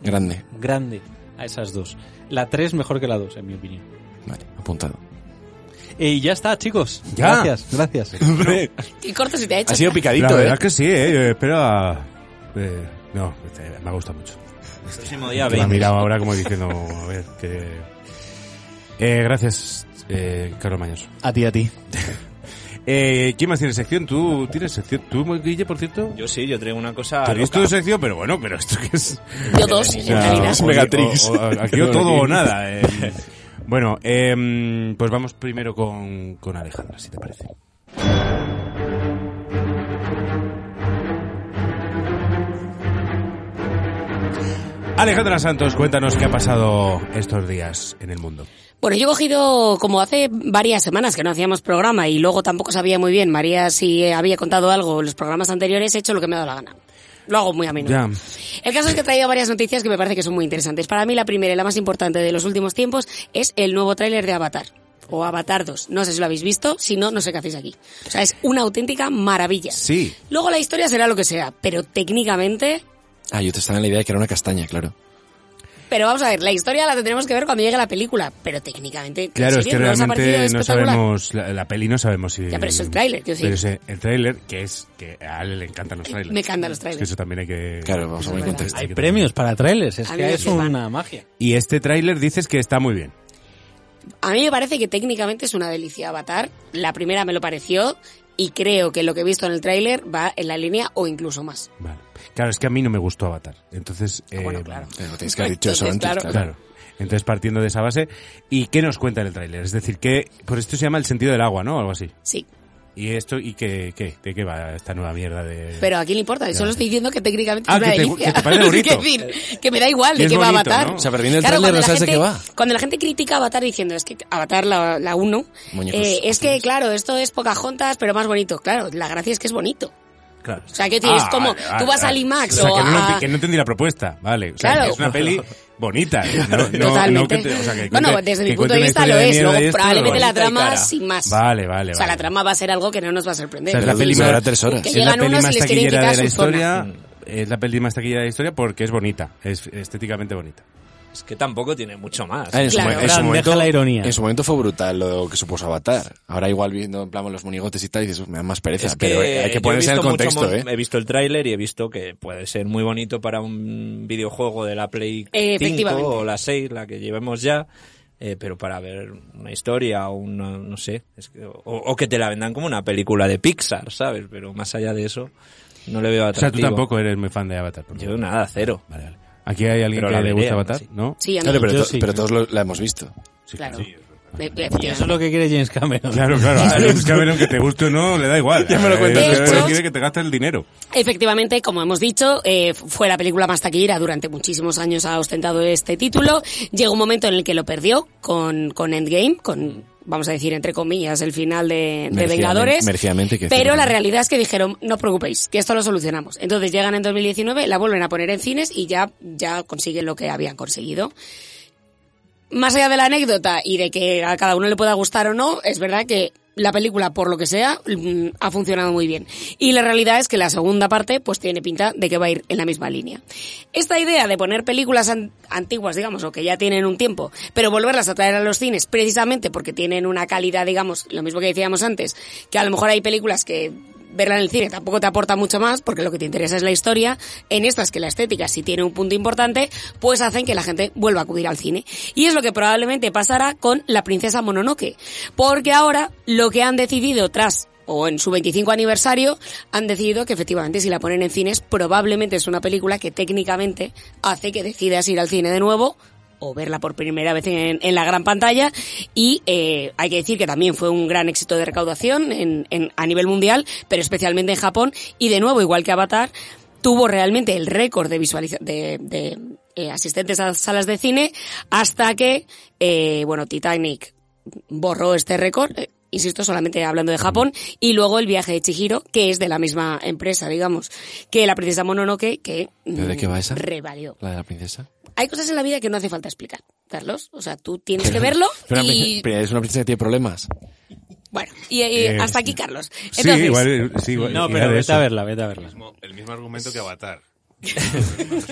S3: Grande.
S10: grande a esas dos. La 3 mejor que la 2 en mi opinión.
S3: Vale,
S10: [laughs]
S3: apuntado.
S10: Eh, Y ya está, chicos.
S8: Ya.
S10: Gracias, gracias.
S3: [laughs]
S12: ¿Qué corto se te ha hecho?
S3: Ha sido
S8: La
S3: picadito,
S8: verdad
S3: ¿eh?
S8: que sí, eh. Yo espero a... eh, no, este, me ha gustado mucho.
S10: Este.
S11: El próximo día
S8: Me ha
S11: 20.
S8: mirado ahora como diciendo, a ver, que... Eh, gracias, eh, Carlos Mañoso.
S10: A ti, a ti.
S8: [laughs] Eh, ¿Quién más tiene sección? ¿Tú tienes sección? ¿Tú, Guille, por cierto?
S11: Yo sí, yo traigo una cosa.
S8: ¿Tenéis
S11: loca.
S8: tu sección? Pero bueno, pero esto que es...
S12: Yo dos, en
S8: Ya,
S12: realidad.
S8: o- o- o- [laughs] Aquí o todo o nada. eh. Bueno, em, pues vamos primero con, con Alejandra, si te parece. Alejandra Santos, cuéntanos qué ha pasado estos días en el mundo.
S12: Bueno, yo he cogido, como hace varias semanas que no hacíamos programa y luego tampoco sabía muy bien, María, si había contado algo en los programas anteriores, he hecho lo que me ha dado la gana. Lo hago muy a menudo.
S8: Ya,
S12: El caso es que he traído varias noticias que me parece que son muy interesantes. Para mí la primera y la más importante de los últimos tiempos es el nuevo tráiler de Avatar. o Avatar 2. No sé si lo habéis visto, si no, no sé qué hacéis aquí. O sea, es una auténtica maravilla.
S9: Sí.
S12: Luego la historia será lo que sea, pero técnicamente...
S3: Ah, yo te estaba en la idea de que era una castaña, claro.
S12: Pero vamos a ver, la historia la tendremos que ver cuando llegue la película, pero técnicamente...
S8: Claro,
S12: ¿en
S8: es que
S12: serio? ¿No os ha
S8: realmente
S12: parecido
S8: no
S12: espectacular?
S8: sabemos, la, la peli no sabemos si...
S12: Ya, pero es el tráiler, quiero decir.
S8: Pero es el- el tráiler, que es, que a Ale le encantan los trailers.
S12: Me encantan los
S8: Es
S12: trailers.
S8: que eso también hay que...
S3: Claro, vamos a poner en contexto.
S8: Hay que-
S10: Premios para trailers, es
S12: A mí
S10: que
S12: me
S10: es
S12: flipan.
S10: una magia.
S8: Y este tráiler dices que está muy bien.
S12: A mí me parece que técnicamente es una delicia Avatar. La primera me lo pareció y creo que lo que he visto en el tráiler va en la línea o incluso más.
S8: Claro, es que a mí no me gustó Avatar. Entonces...
S12: Ah,
S8: eh,
S3: Pero tienes que haber dicho eso
S12: Entonces,
S3: antes, claro.
S8: Claro. Entonces, partiendo de esa base, ¿y qué nos cuenta en el tráiler? Es decir, que por esto se llama el sentido del agua, ¿no? Algo así.
S12: Sí.
S8: ¿Y esto y qué, qué? ¿De qué va esta nueva mierda de...?
S12: Pero a quién le importa, yo
S8: Ya.
S12: solo estoy diciendo que técnicamente
S8: Ah,
S12: [laughs] es una
S8: que te-
S12: delicia.
S8: que te parece bonito.
S12: Quiero decir, que me da igual
S8: Que
S12: de
S8: es
S12: qué va
S8: bonito,
S12: Avatar.
S8: ¿no? O sea, pero viendo el
S3: tráiler
S12: cuando
S3: no
S12: la
S3: sabes de
S12: gente-
S3: qué va.
S12: Cuando la gente critica Avatar diciendo, es que Avatar la, la 1,
S3: Muñecos.
S12: eh, es que claro, esto es Pocahontas, pero más bonito. Claro, la gracia es que es bonito.
S8: Claro.
S12: O sea, que tienes
S8: Ah,
S12: como,
S8: vale, vale,
S12: tú vas
S8: vale.
S12: al IMAX
S8: O sea,
S12: o
S8: que, no,
S12: a...
S8: que no entendí la propuesta, vale. O sea,
S12: Claro.
S8: que es una
S12: [laughs]
S8: peli bonita. ¿eh? No, no- no
S12: Totalmente.
S8: que te- o sea, que
S12: bueno,
S8: cuente-
S12: desde
S8: que
S12: mi punto
S8: cuente
S12: de
S8: una
S12: vista
S8: historia
S12: lo
S8: de
S12: es.
S8: mierda
S12: Luego
S8: y esto,
S12: probablemente la
S8: bonita y
S12: trama
S8: cara.
S12: sin más.
S8: Vale, vale,
S12: O sea, la
S8: vale.
S12: trama va a ser algo que no nos va a
S8: O
S12: sorprender.
S8: sea, es la peli
S3: me
S8: más,
S3: durará tres horas.
S12: Que
S8: es la
S12: llegan
S8: peli
S12: unos
S8: más
S12: y les quieren
S8: taquillera
S12: quitar
S8: de la
S12: su
S8: historia.
S12: zona.
S8: Mm. Es la peli más taquillera de la historia porque es bonita, es estéticamente bonita.
S11: Es que tampoco tiene mucho más.
S3: Ah, en, su,
S12: Claro.
S3: mo- en su
S10: Fran,
S3: momento,
S10: deja la ironía.
S3: en su momento fue brutal lo que supuso Avatar. Ahora igual viendo en plan los monigotes y tal, dices, "Uf, me dan más pereza.
S11: Es
S3: pero eh, hay
S11: yo
S3: que
S11: he
S3: ponerse en el
S11: visto mucho
S3: contexto,
S11: mon-
S3: ¿eh?
S11: He visto el tráiler y he visto que puede ser muy bonito para un videojuego de la Play
S12: Eh,
S11: 5
S12: efectivamente.
S11: o la 6, la que llevemos ya. eh, pero para ver una historia o una, no sé, es que- o, o que te la vendan como una película de Pixar, ¿sabes? Pero más allá de eso, no le veo
S8: O sea,
S11: atractivo.
S8: tú tampoco eres muy fan de Avatar. por
S11: Yo
S8: favor.
S11: nada, cero.
S8: Vale, vale. Aquí hay alguien
S11: Pero
S8: que
S11: la
S8: le
S11: veré,
S8: gusta
S11: aún
S8: Avatar,
S11: así.
S8: ¿no?
S12: Sí, a mí.
S3: Claro, pero,
S10: Yo
S3: to-
S10: sí.
S3: pero todos lo- la hemos visto.
S12: Claro.
S10: Y eso es lo que quiere James Cameron.
S8: Claro, claro. A James Cameron que te guste o no, le da igual. Ya
S3: me lo cuentas
S12: después.
S8: quiere que te gastes el dinero.
S12: Efectivamente, como hemos dicho, eh, fue la película más taquillera durante muchísimos años ha ostentado este título. Llegó un momento en el que lo perdió con, con Endgame, con, vamos a decir, entre comillas, el final de, de
S3: Merecidamente-
S12: Vengadores.
S3: merecidamente hay que
S12: pero
S3: decirlo
S12: la
S3: también.
S12: realidad es que dijeron, no os preocupéis, que esto lo solucionamos. Entonces llegan en 2019, la vuelven a poner en cines y ya, ya consiguen lo que habían conseguido. Más allá de la anécdota y de que a cada uno le pueda gustar o no, es verdad que la película, por lo que sea, mm, ha funcionado muy bien. Y la realidad es que la segunda parte, pues tiene pinta de que va a ir en la misma línea. Esta idea de poner películas an- antiguas, digamos, o que ya tienen un tiempo, pero volverlas a traer a los cines precisamente porque tienen una calidad, digamos, lo mismo que decíamos antes, que a lo mejor hay películas que verla en el cine tampoco te aporta mucho más porque lo que te interesa es la historia, en estas que la estética sí tiene un punto importante, pues hacen que la gente vuelva a acudir al cine. Y es lo que probablemente pasará con La princesa Mononoke, porque ahora lo que han decidido tras o en su 25 aniversario han decidido que efectivamente si la ponen en cines probablemente es una película que técnicamente hace que decidas ir al cine de nuevo o verla por primera vez en, en la gran pantalla y eh, hay que decir que también fue un gran éxito de recaudación en- en- a nivel mundial, pero especialmente en Japón y de nuevo, igual que Avatar, tuvo realmente el récord de visualiza- de, de, eh, asistentes a salas de cine hasta que, eh, bueno, Titanic borró este récord, eh, insisto, solamente hablando de Japón, y luego el viaje de Chihiro, que es de la misma empresa, digamos, que la princesa Mononoke, que mm,
S3: ¿Pero de qué va esa?
S12: revalidó
S3: La de la princesa.
S12: hay cosas en la vida que no hace falta explicar, Carlos. O sea, tú tienes que verlo
S3: Pero una
S12: y...
S3: princesa- pero es una princesa que tiene problemas.
S12: Bueno, y, y
S8: Eh,
S12: hasta aquí, Carlos.
S8: Sí,
S12: Entonces,
S8: igual, sí, igual-
S10: No,
S8: y
S10: pero
S8: de
S10: vete
S8: eso.
S10: a verla, vete a verla.
S9: El mismo argumento que [laughs] Avatar.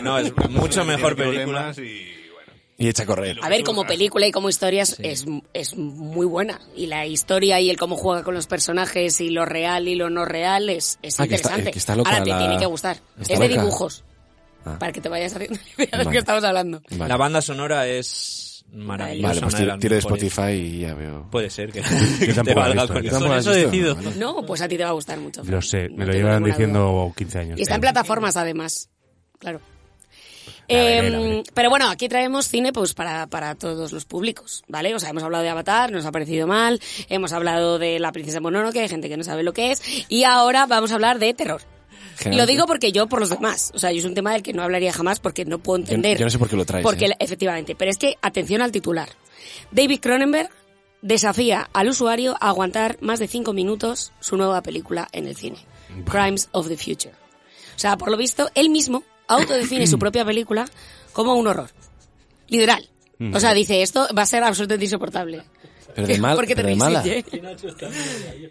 S11: No, es mucho mejor película.
S9: Problemas y, bueno.
S3: Y echa a correr.
S12: a ver, como película y como historia es, es, es muy buena. Y la historia y el cómo juega con los personajes y lo real y lo no real es, es
S3: Ah, que está-
S12: interesante.
S3: que está loca
S12: Ahora te
S3: la-
S12: tiene que gustar.
S3: Está
S12: es de
S3: loca.
S12: dibujos.
S3: Ah.
S12: Para que te vayas haciendo [laughs] idea de lo
S3: Vale.
S12: que estamos hablando.
S3: Vale.
S11: La banda sonora es maravillosa.
S3: Vale, pues
S11: una
S3: tiro,
S11: las
S3: tiro de
S11: mejores.
S3: Spotify y ya veo.
S11: Puede
S3: [laughs]
S11: ser que,
S8: Yo
S11: que te
S8: tampoco la he
S11: valga
S8: visto,
S11: con
S8: yo
S11: eso.
S3: tampoco la he
S10: eso
S3: visto.
S10: decido.
S3: Vale.
S12: No, pues a ti te va a gustar mucho.
S8: Lo sé, me
S12: No
S8: lo
S12: tengo
S8: llevan
S12: ninguna duda.
S8: diciendo 15 años. Eh,
S12: Y está en plataformas además. Claro.
S8: La veré,
S12: Em,
S8: la veré.
S12: pero bueno, aquí traemos cine pues para, para todos los públicos, ¿vale? O sea, hemos hablado de Avatar, nos ha parecido mal, hemos hablado de la princesa Mononoke, hay gente que no sabe lo que es, y ahora vamos a hablar de terror.
S3: Generalmente-
S12: Lo digo porque yo por los demás, o sea, yo es un tema del que no hablaría jamás porque no puedo entender.
S3: Yo- yo no sé por qué lo traes,
S12: Porque
S3: ¿eh?
S12: la- efectivamente, pero es que atención al titular. David Cronenberg desafía al usuario a aguantar más de cinco minutos su nueva película en el cine, Crimes of the Future. O sea, por lo visto, él mismo autodefine
S3: [clears throat]
S12: su propia película como un horror. Literal. O sea, dice, esto va a ser absolutamente insoportable.
S3: Pero de
S12: [laughs]
S3: mal,
S12: Porque
S3: pero de
S12: tenéis
S3: mala.
S12: sille.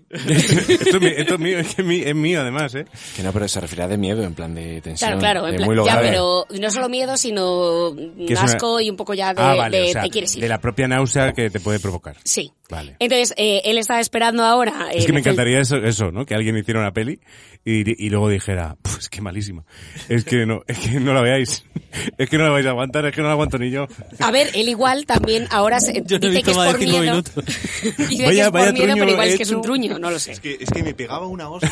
S8: [laughs] esto, es mi- esto es mío, es que es mi- es mío además, ¿eh?
S3: Que no, pero se refiere a de miedo, en plan de tensión.
S12: Claro, claro, en plan, ya, pero no solo miedo, sino
S8: Que es una-
S12: asco y un poco ya de,
S8: Ah, vale,
S12: de
S8: o sea,
S12: te quieres ir.
S8: de la propia náusea que te puede provocar.
S12: Sí.
S8: Vale.
S12: Entonces, eh, él estaba esperando ahora.
S8: Es
S12: eh,
S8: que me
S12: en el-
S8: encantaría eso, eso, ¿no? Que alguien hiciera una peli y, y luego dijera, pues que malísima. Es que no, es que no la veáis. [laughs] Es que no la vais a aguantar, es que no la aguanto ni yo.
S12: A ver, él igual también ahora
S10: [laughs]
S12: se, dice que es por miedo. [laughs] Dice que
S8: Vaya-
S12: es por
S8: vaya
S12: miedo,
S8: truño
S12: pero igual
S8: he
S12: es que es
S8: hecho.
S12: un truño, no lo sé.
S9: Es que me pegaba una hostia.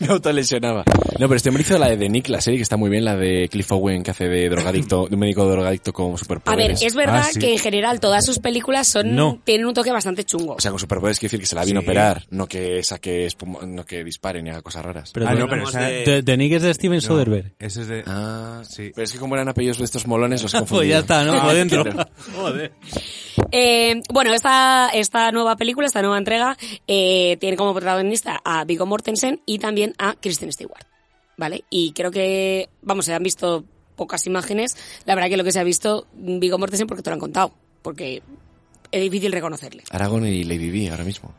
S3: Me autolesionaba. No, pero este hombre hizo la de The Nick, la serie que está muy bien, la de Cliff Owen, que hace de drogadicto, de un médico drogadicto con
S12: A
S8: Pues
S3: superpoderes.
S12: ver, es verdad
S8: Ah,
S12: que en general todas sus películas son
S3: No.
S12: tienen un toque bastante chungo.
S3: O sea, con superpoderes quiere decir que se la vino a
S8: Sí.
S3: operar, no que saque espuma, no que dispare ni haga cosas raras.
S10: Pero Ah, no, pero esa- de- de Nick es de Steven No, Soderbergh.
S8: Ese es de...
S3: Ah, sí. Pero es que como eran apellidos de estos molones, los confundí. Ah,
S10: Pues ya está, ¿no? Por dentro.
S3: Joder.
S12: Eh, bueno, esta, esta nueva película, esta nueva entrega, eh, tiene como protagonista a Viggo Mortensen y también a Kristen Stewart. ¿Vale? Y creo que, vamos, se han visto pocas imágenes. La verdad que lo que se ha visto, Viggo Mortensen, porque te lo han contado. Porque es difícil reconocerle.
S3: Aragón y Lady D ahora mismo.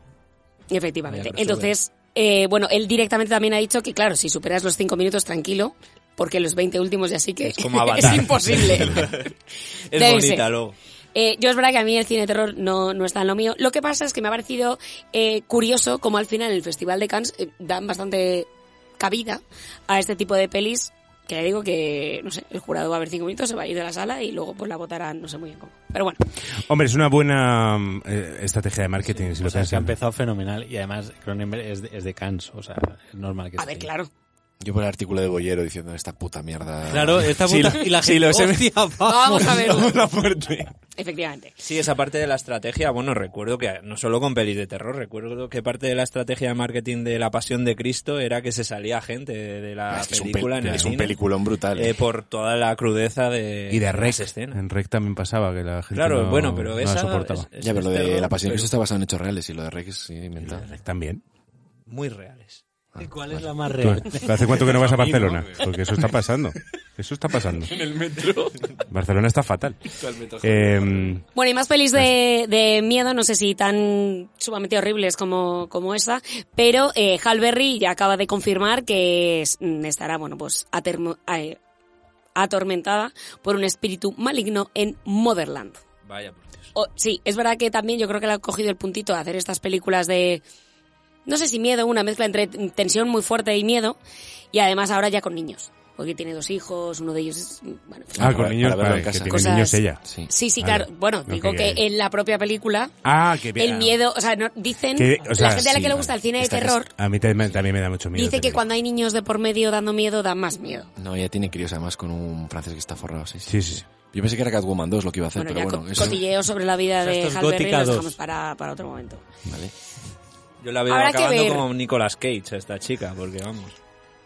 S12: Efectivamente.
S3: Vaya crossover.
S12: Entonces, eh, bueno, él directamente también ha dicho que, claro, si superas los cinco minutos, tranquilo, porque los 20 últimos ya sí [laughs] que es,
S11: Como Avatar.
S12: imposible.
S11: [laughs] es
S12: Debe
S11: bonita
S12: ser.
S11: luego.
S12: Eh, yo es verdad que a mí el cine de terror no, no está en lo mío. Lo que pasa es que me ha parecido eh, curioso como al final en el Festival de Cannes eh, dan bastante cabida a este tipo de pelis que le digo que, no sé, el jurado va a ver cinco minutos, se va a ir de la sala y luego pues la votarán, no sé muy bien cómo. Pero bueno,
S8: Hombre, es una buena mm, eh, estrategia de marketing, si lo
S10: O sea, es que
S8: piensas.
S10: ha empezado fenomenal y además Cronenberg es de, es de Cannes, o sea, es normal que
S12: a ver, claro.
S3: Yo por el artículo de Bollero diciendo esta puta mierda.
S10: Claro, esta puta- y la
S3: sí,
S10: [laughs] gente,
S3: lo sé.
S10: "Hostia,
S12: [laughs]
S10: vamos".
S12: Vamos a ver.
S8: La fuerte.
S12: Efectivamente.
S11: Sí, esa parte de la estrategia, bueno, recuerdo que no solo con pelis de terror, recuerdo que parte de la estrategia de marketing de La Pasión de Cristo era que se salía gente de, de la
S8: Ah,
S3: Ah, Es que es un,
S11: película
S3: pel-
S11: en el
S3: es un
S11: cine,
S3: peliculón brutal.
S11: eh, por toda la crudeza de
S8: Y de Rec.
S11: las escenas.
S8: En Rec también pasaba que la gente
S11: Claro,
S8: no-
S11: bueno, pero
S8: no
S11: esa
S8: la soportaba.
S11: es-
S3: ya, pero lo de
S11: terror,
S3: La Pasión de
S11: pero-
S3: Cristo está basado en hechos reales y lo de Rex sí, inventado.
S8: También.
S11: Muy reales.
S8: Ah,
S10: ¿Cuál es la más real?
S8: Tú, ¿Hace cuánto que no vas a Barcelona? Porque eso está pasando. Eso está pasando.
S3: el metro.
S8: Barcelona está fatal.
S3: Tú al metro.
S8: Eh,
S12: Bueno, y más pelis de, de miedo, no sé si tan sumamente horribles como, como esa, pero eh, Hal Berry ya acaba de confirmar que es- mm, estará, bueno, pues atermo- a- eh, atormentada por un espíritu maligno en Motherland.
S11: Vaya, por
S12: O- sí, es verdad que también yo creo que le ha cogido el puntito de hacer estas películas de, no sé si miedo, una mezcla entre t- tensión muy fuerte y miedo, y además ahora ya con niños, porque tiene dos hijos, uno de ellos es, mm, bueno, pues, en fin.
S8: ah, con niños,
S3: verlo en
S8: claro, que
S3: casa.
S8: tiene
S12: Cosas-
S8: niños ella.
S12: Sí, sí,
S8: Vale.
S12: claro. Bueno,
S8: No,
S12: digo que,
S8: que-
S12: en la propia película
S8: Ah, que bien.
S12: el miedo, o sea, no, dicen
S8: Que- o sea,
S12: la gente a la
S8: sí,
S12: que le
S8: vale.
S12: gusta el cine de
S8: Esta que
S12: terror
S8: es- A mí también, también me da mucho miedo.
S12: dice que
S8: también.
S12: cuando hay niños de por medio dando miedo da más miedo.
S3: No, ella tiene críos además con un francés que está forrado, sí.
S8: Sí, sí. sí.
S3: Yo pensé que era Catwoman 2 lo que iba a hacer,
S12: Bueno, ya
S3: pero bueno.
S12: co-
S3: eso-
S12: cotilleo sobre la vida
S10: O sea,
S12: de
S10: esto es
S12: Hal Berry
S10: Gótica
S12: lo
S10: 2.
S12: dejamos para, para otro momento.
S3: Vale.
S11: Yo la veo
S12: Habrá que
S11: acabando
S12: ver.
S11: como Nicolas Cage a esta chica, porque vamos,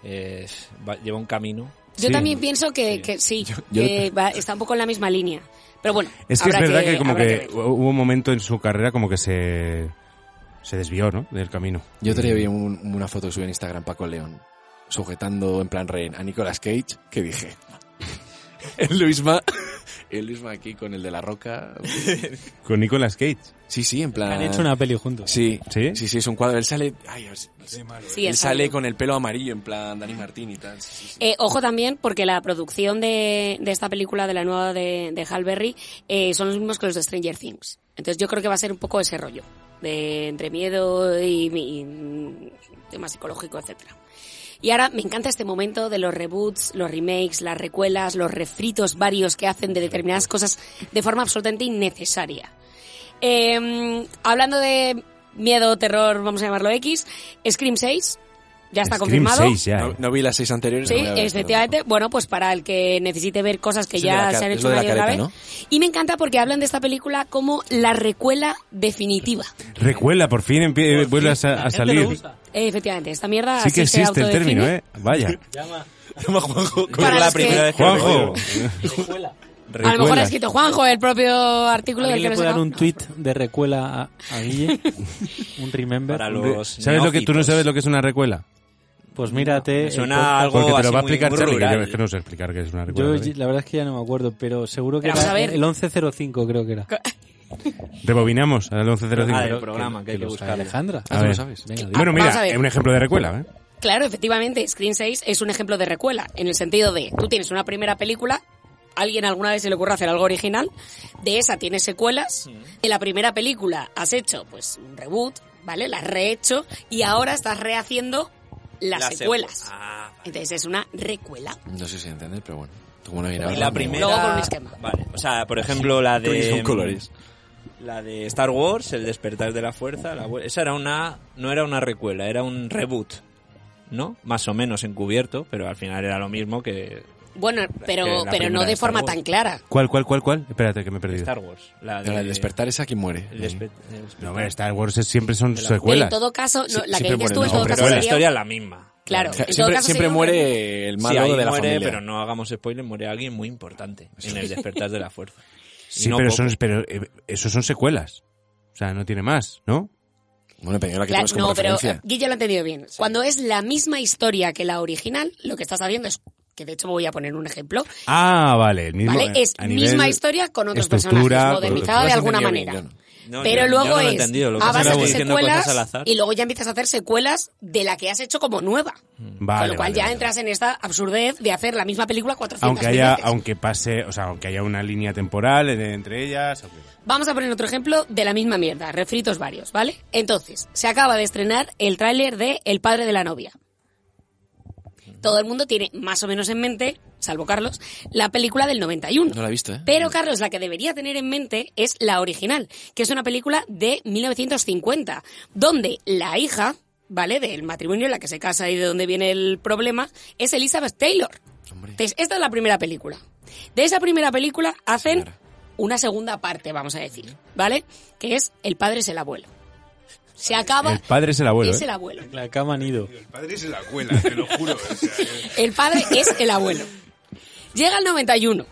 S11: eh, va- lleva un camino.
S12: Yo también pienso que que sí,
S8: yo-
S12: que va- está un poco en la misma línea. Pero bueno,
S8: Es que es
S12: habrá
S8: verdad que, como
S12: habrá
S8: que,
S12: ver.
S8: hubo un momento en su carrera como que se, se desvió, ¿no? Del camino.
S3: Yo otro día vi un- una foto que subió en Instagram Paco León, sujetando en plan rehén a Nicolas Cage, que dije. [laughs] El Luisma. [laughs] El Luisma aquí con el de la roca.
S8: Con Nicolas Cage.
S3: Sí, sí, en plan.
S10: Han hecho una peli juntos.
S3: Sí,
S8: sí,
S3: sí, es un cuadro. Él sale. Ay, es-
S12: Sí,
S3: él
S12: es
S3: sale
S12: algo.
S3: con el pelo amarillo, en plan Dani Martín y tal. sí, sí, sí.
S12: Eh, ojo también, porque la producción de, de esta película, de la nueva de, de Hal Berry, eh, son los mismos que los de Stranger Things. Entonces yo creo que va a ser un poco ese rollo, de entre miedo y, y tema psicológico, etcétera. Y ahora me encanta este momento de los reboots, los remakes, las recuelas, los refritos varios que hacen de determinadas cosas de forma absolutamente innecesaria. Eh, hablando de miedo, terror, vamos a llamarlo X, Scream 6 ya está
S8: Scream ¿eh?
S12: confirmado.
S8: 6 ya.
S3: No, no vi las seis anteriores.
S12: Sí,
S3: no voy a ver,
S12: efectivamente. Bueno, pues para el que necesite ver cosas que
S3: Es el de la
S12: ya
S3: ca-
S12: se han
S3: es
S12: hecho
S3: lo de
S12: una
S3: la
S12: y otra vez.
S3: careta,
S12: Y me encanta porque hablan de esta película como la recuela definitiva.
S8: Recuela, por fin Este empie- vuelve a, sa- a salir.
S12: Eh, efectivamente, esta mierda
S8: Sí que
S12: así se
S8: existe el
S12: autodefine.
S8: término, ¿eh? [laughs] Vaya.
S11: [laughs]
S3: perdón. Juanjo,
S12: Para
S11: Es la
S12: los que-
S11: primera vez que
S8: Juanjo.
S12: [laughs] A lo mejor ha
S8: Recuela.
S12: escrito Juanjo el propio artículo del
S10: ¿Alguien
S12: que me
S10: le puede dar
S12: sacó.
S10: un tweet de recuela a, a Guille? ¿Un remember?
S11: Para
S10: Un
S11: los
S10: re-
S8: ¿Sabes lo que tú no
S11: neófitos.
S8: sabes lo que es una recuela?
S10: Pues mírate. el
S11: Suena
S10: podcast.
S11: algo
S8: Porque te lo va a
S11: así muy-
S8: explicar
S11: muy
S8: Charlie, que
S11: rural.
S8: yo es que no sé explicar qué es una recuela.
S10: Yo
S8: ¿vale?
S10: la verdad es que ya no me acuerdo, pero seguro que
S12: Pero vamos
S10: era
S12: a ver.
S10: el 1105 creo que era.
S8: Rebobinamos al 11.05.
S11: Ah, del programa, que hay que
S8: lo Ah, sabe
S11: buscarlo.
S10: Alejandra,
S8: A
S10: tú
S8: ver.
S10: lo sabes. Venga, dilo.
S8: bueno,
S12: Vamos a
S8: mira,
S12: ver.
S8: es un ejemplo de recuela, ¿eh?
S12: Claro, efectivamente, Screen 6 es un ejemplo de recuela, en el sentido de, tú tienes una primera película, alguien alguna vez se le ocurre hacer algo original, de esa tienes secuelas, de la primera película has hecho pues un reboot, ¿vale? La has rehecho y ahora estás rehaciendo las
S11: La secu-
S12: secuelas.
S11: Ah,
S12: Entonces es una recuela.
S3: No sé si entender, pero bueno. Tú como no vienes
S11: Y
S3: hablando,
S11: la
S3: bueno.
S11: primera.
S12: Luego con un esquema.
S11: Vale, o sea, por ejemplo, la de.
S3: Son colores.
S11: La de Star Wars, El despertar de la fuerza. la vu- esa era una. No era una recuela, era un reboot. ¿No? Más o menos encubierto, pero al final era lo mismo que
S12: Bueno,
S11: Que
S12: pero,
S11: la
S12: pero
S11: primera
S12: no
S11: de
S12: de
S11: Star
S12: forma
S11: Wars.
S12: tan clara.
S8: ¿Cuál, cuál, cuál, cuál? Espérate, que me he perdido.
S11: Star Wars. La de.
S3: Pero el despertar es a quien muere.
S11: Eh, el despe- el despertar.
S8: No, hombre, Star Wars es- siempre son
S12: Pero en
S8: secuelas.
S12: todo caso, no, la que
S3: siempre
S12: dices tú
S3: mueren,
S12: en
S3: no,
S12: todo
S11: Pero
S12: caso
S11: la
S12: sería...
S11: historia es la misma.
S12: Claro, en todo
S3: Siempre,
S12: caso
S3: siempre
S12: sería un reboot.
S3: muere el
S11: Sí,
S3: malo
S11: ahí
S3: de la
S11: muere,
S3: familia.
S11: pero no hagamos spoiler, muere alguien muy importante en el despertar de la fuerza. Y
S8: Sí,
S11: no
S8: pero,
S11: poco.
S8: son, pero eh, esos son secuelas. O sea, no tiene más, ¿no?
S3: Bueno, pero la que
S12: Cla-
S3: tomas como
S12: no, pero
S3: referencia.
S12: Guilla lo ha entendido bien. Cuando es la misma historia que la original, lo que estás haciendo es que de hecho me voy a poner un ejemplo,
S8: Ah, vale. El mismo,
S12: ¿vale?
S8: eh,
S12: es
S8: a nivel
S12: misma historia con otros
S8: estructura,
S12: personajes,
S8: con-
S12: modernizada
S8: lo
S12: de
S8: has
S12: alguna
S3: entendido
S12: manera.
S3: bien,
S11: No,
S12: pero
S11: yo- yo
S12: luego
S11: no lo he
S12: es
S11: entendido, lo que
S12: a
S11: pasa es
S12: base
S11: que
S12: de
S11: estoy diciendo
S12: secuelas
S11: cosas al azar.
S12: y luego ya empiezas a hacer secuelas de la que has hecho como nueva.
S8: Vale,
S12: con lo cual
S8: vale,
S12: ya
S8: vale.
S12: entras en esta absurdez de hacer la misma película 400
S8: Aunque haya,
S12: veces.
S8: aunque pase, o sea, aunque haya una línea temporal en- entre ellas. aunque-
S12: Vamos a poner otro ejemplo de la misma mierda, refritos varios, ¿vale? Entonces, se acaba de estrenar el tráiler de El padre de la novia. Todo el mundo tiene más o menos en mente, salvo Carlos, la película del 91.
S3: No la he visto, ¿eh?
S12: Pero Carlos, la que debería tener en mente es la original, que es una película de 1950, donde la hija, ¿vale? Del matrimonio en la que se casa y de donde viene el problema, es Elizabeth Taylor.
S3: Hombre,
S12: Entonces, esta es la primera película. De esa primera película hacen
S3: Señora.
S12: una segunda parte, vamos a decir, ¿vale? Que es El padre es el abuelo. Se acaba...
S8: El padre es el abuelo.
S12: es
S8: ¿eh?
S12: el abuelo.
S10: La cama nido.
S9: El padre es la abuela, te lo juro. o sea,
S12: El padre es el abuelo. Llega el 91,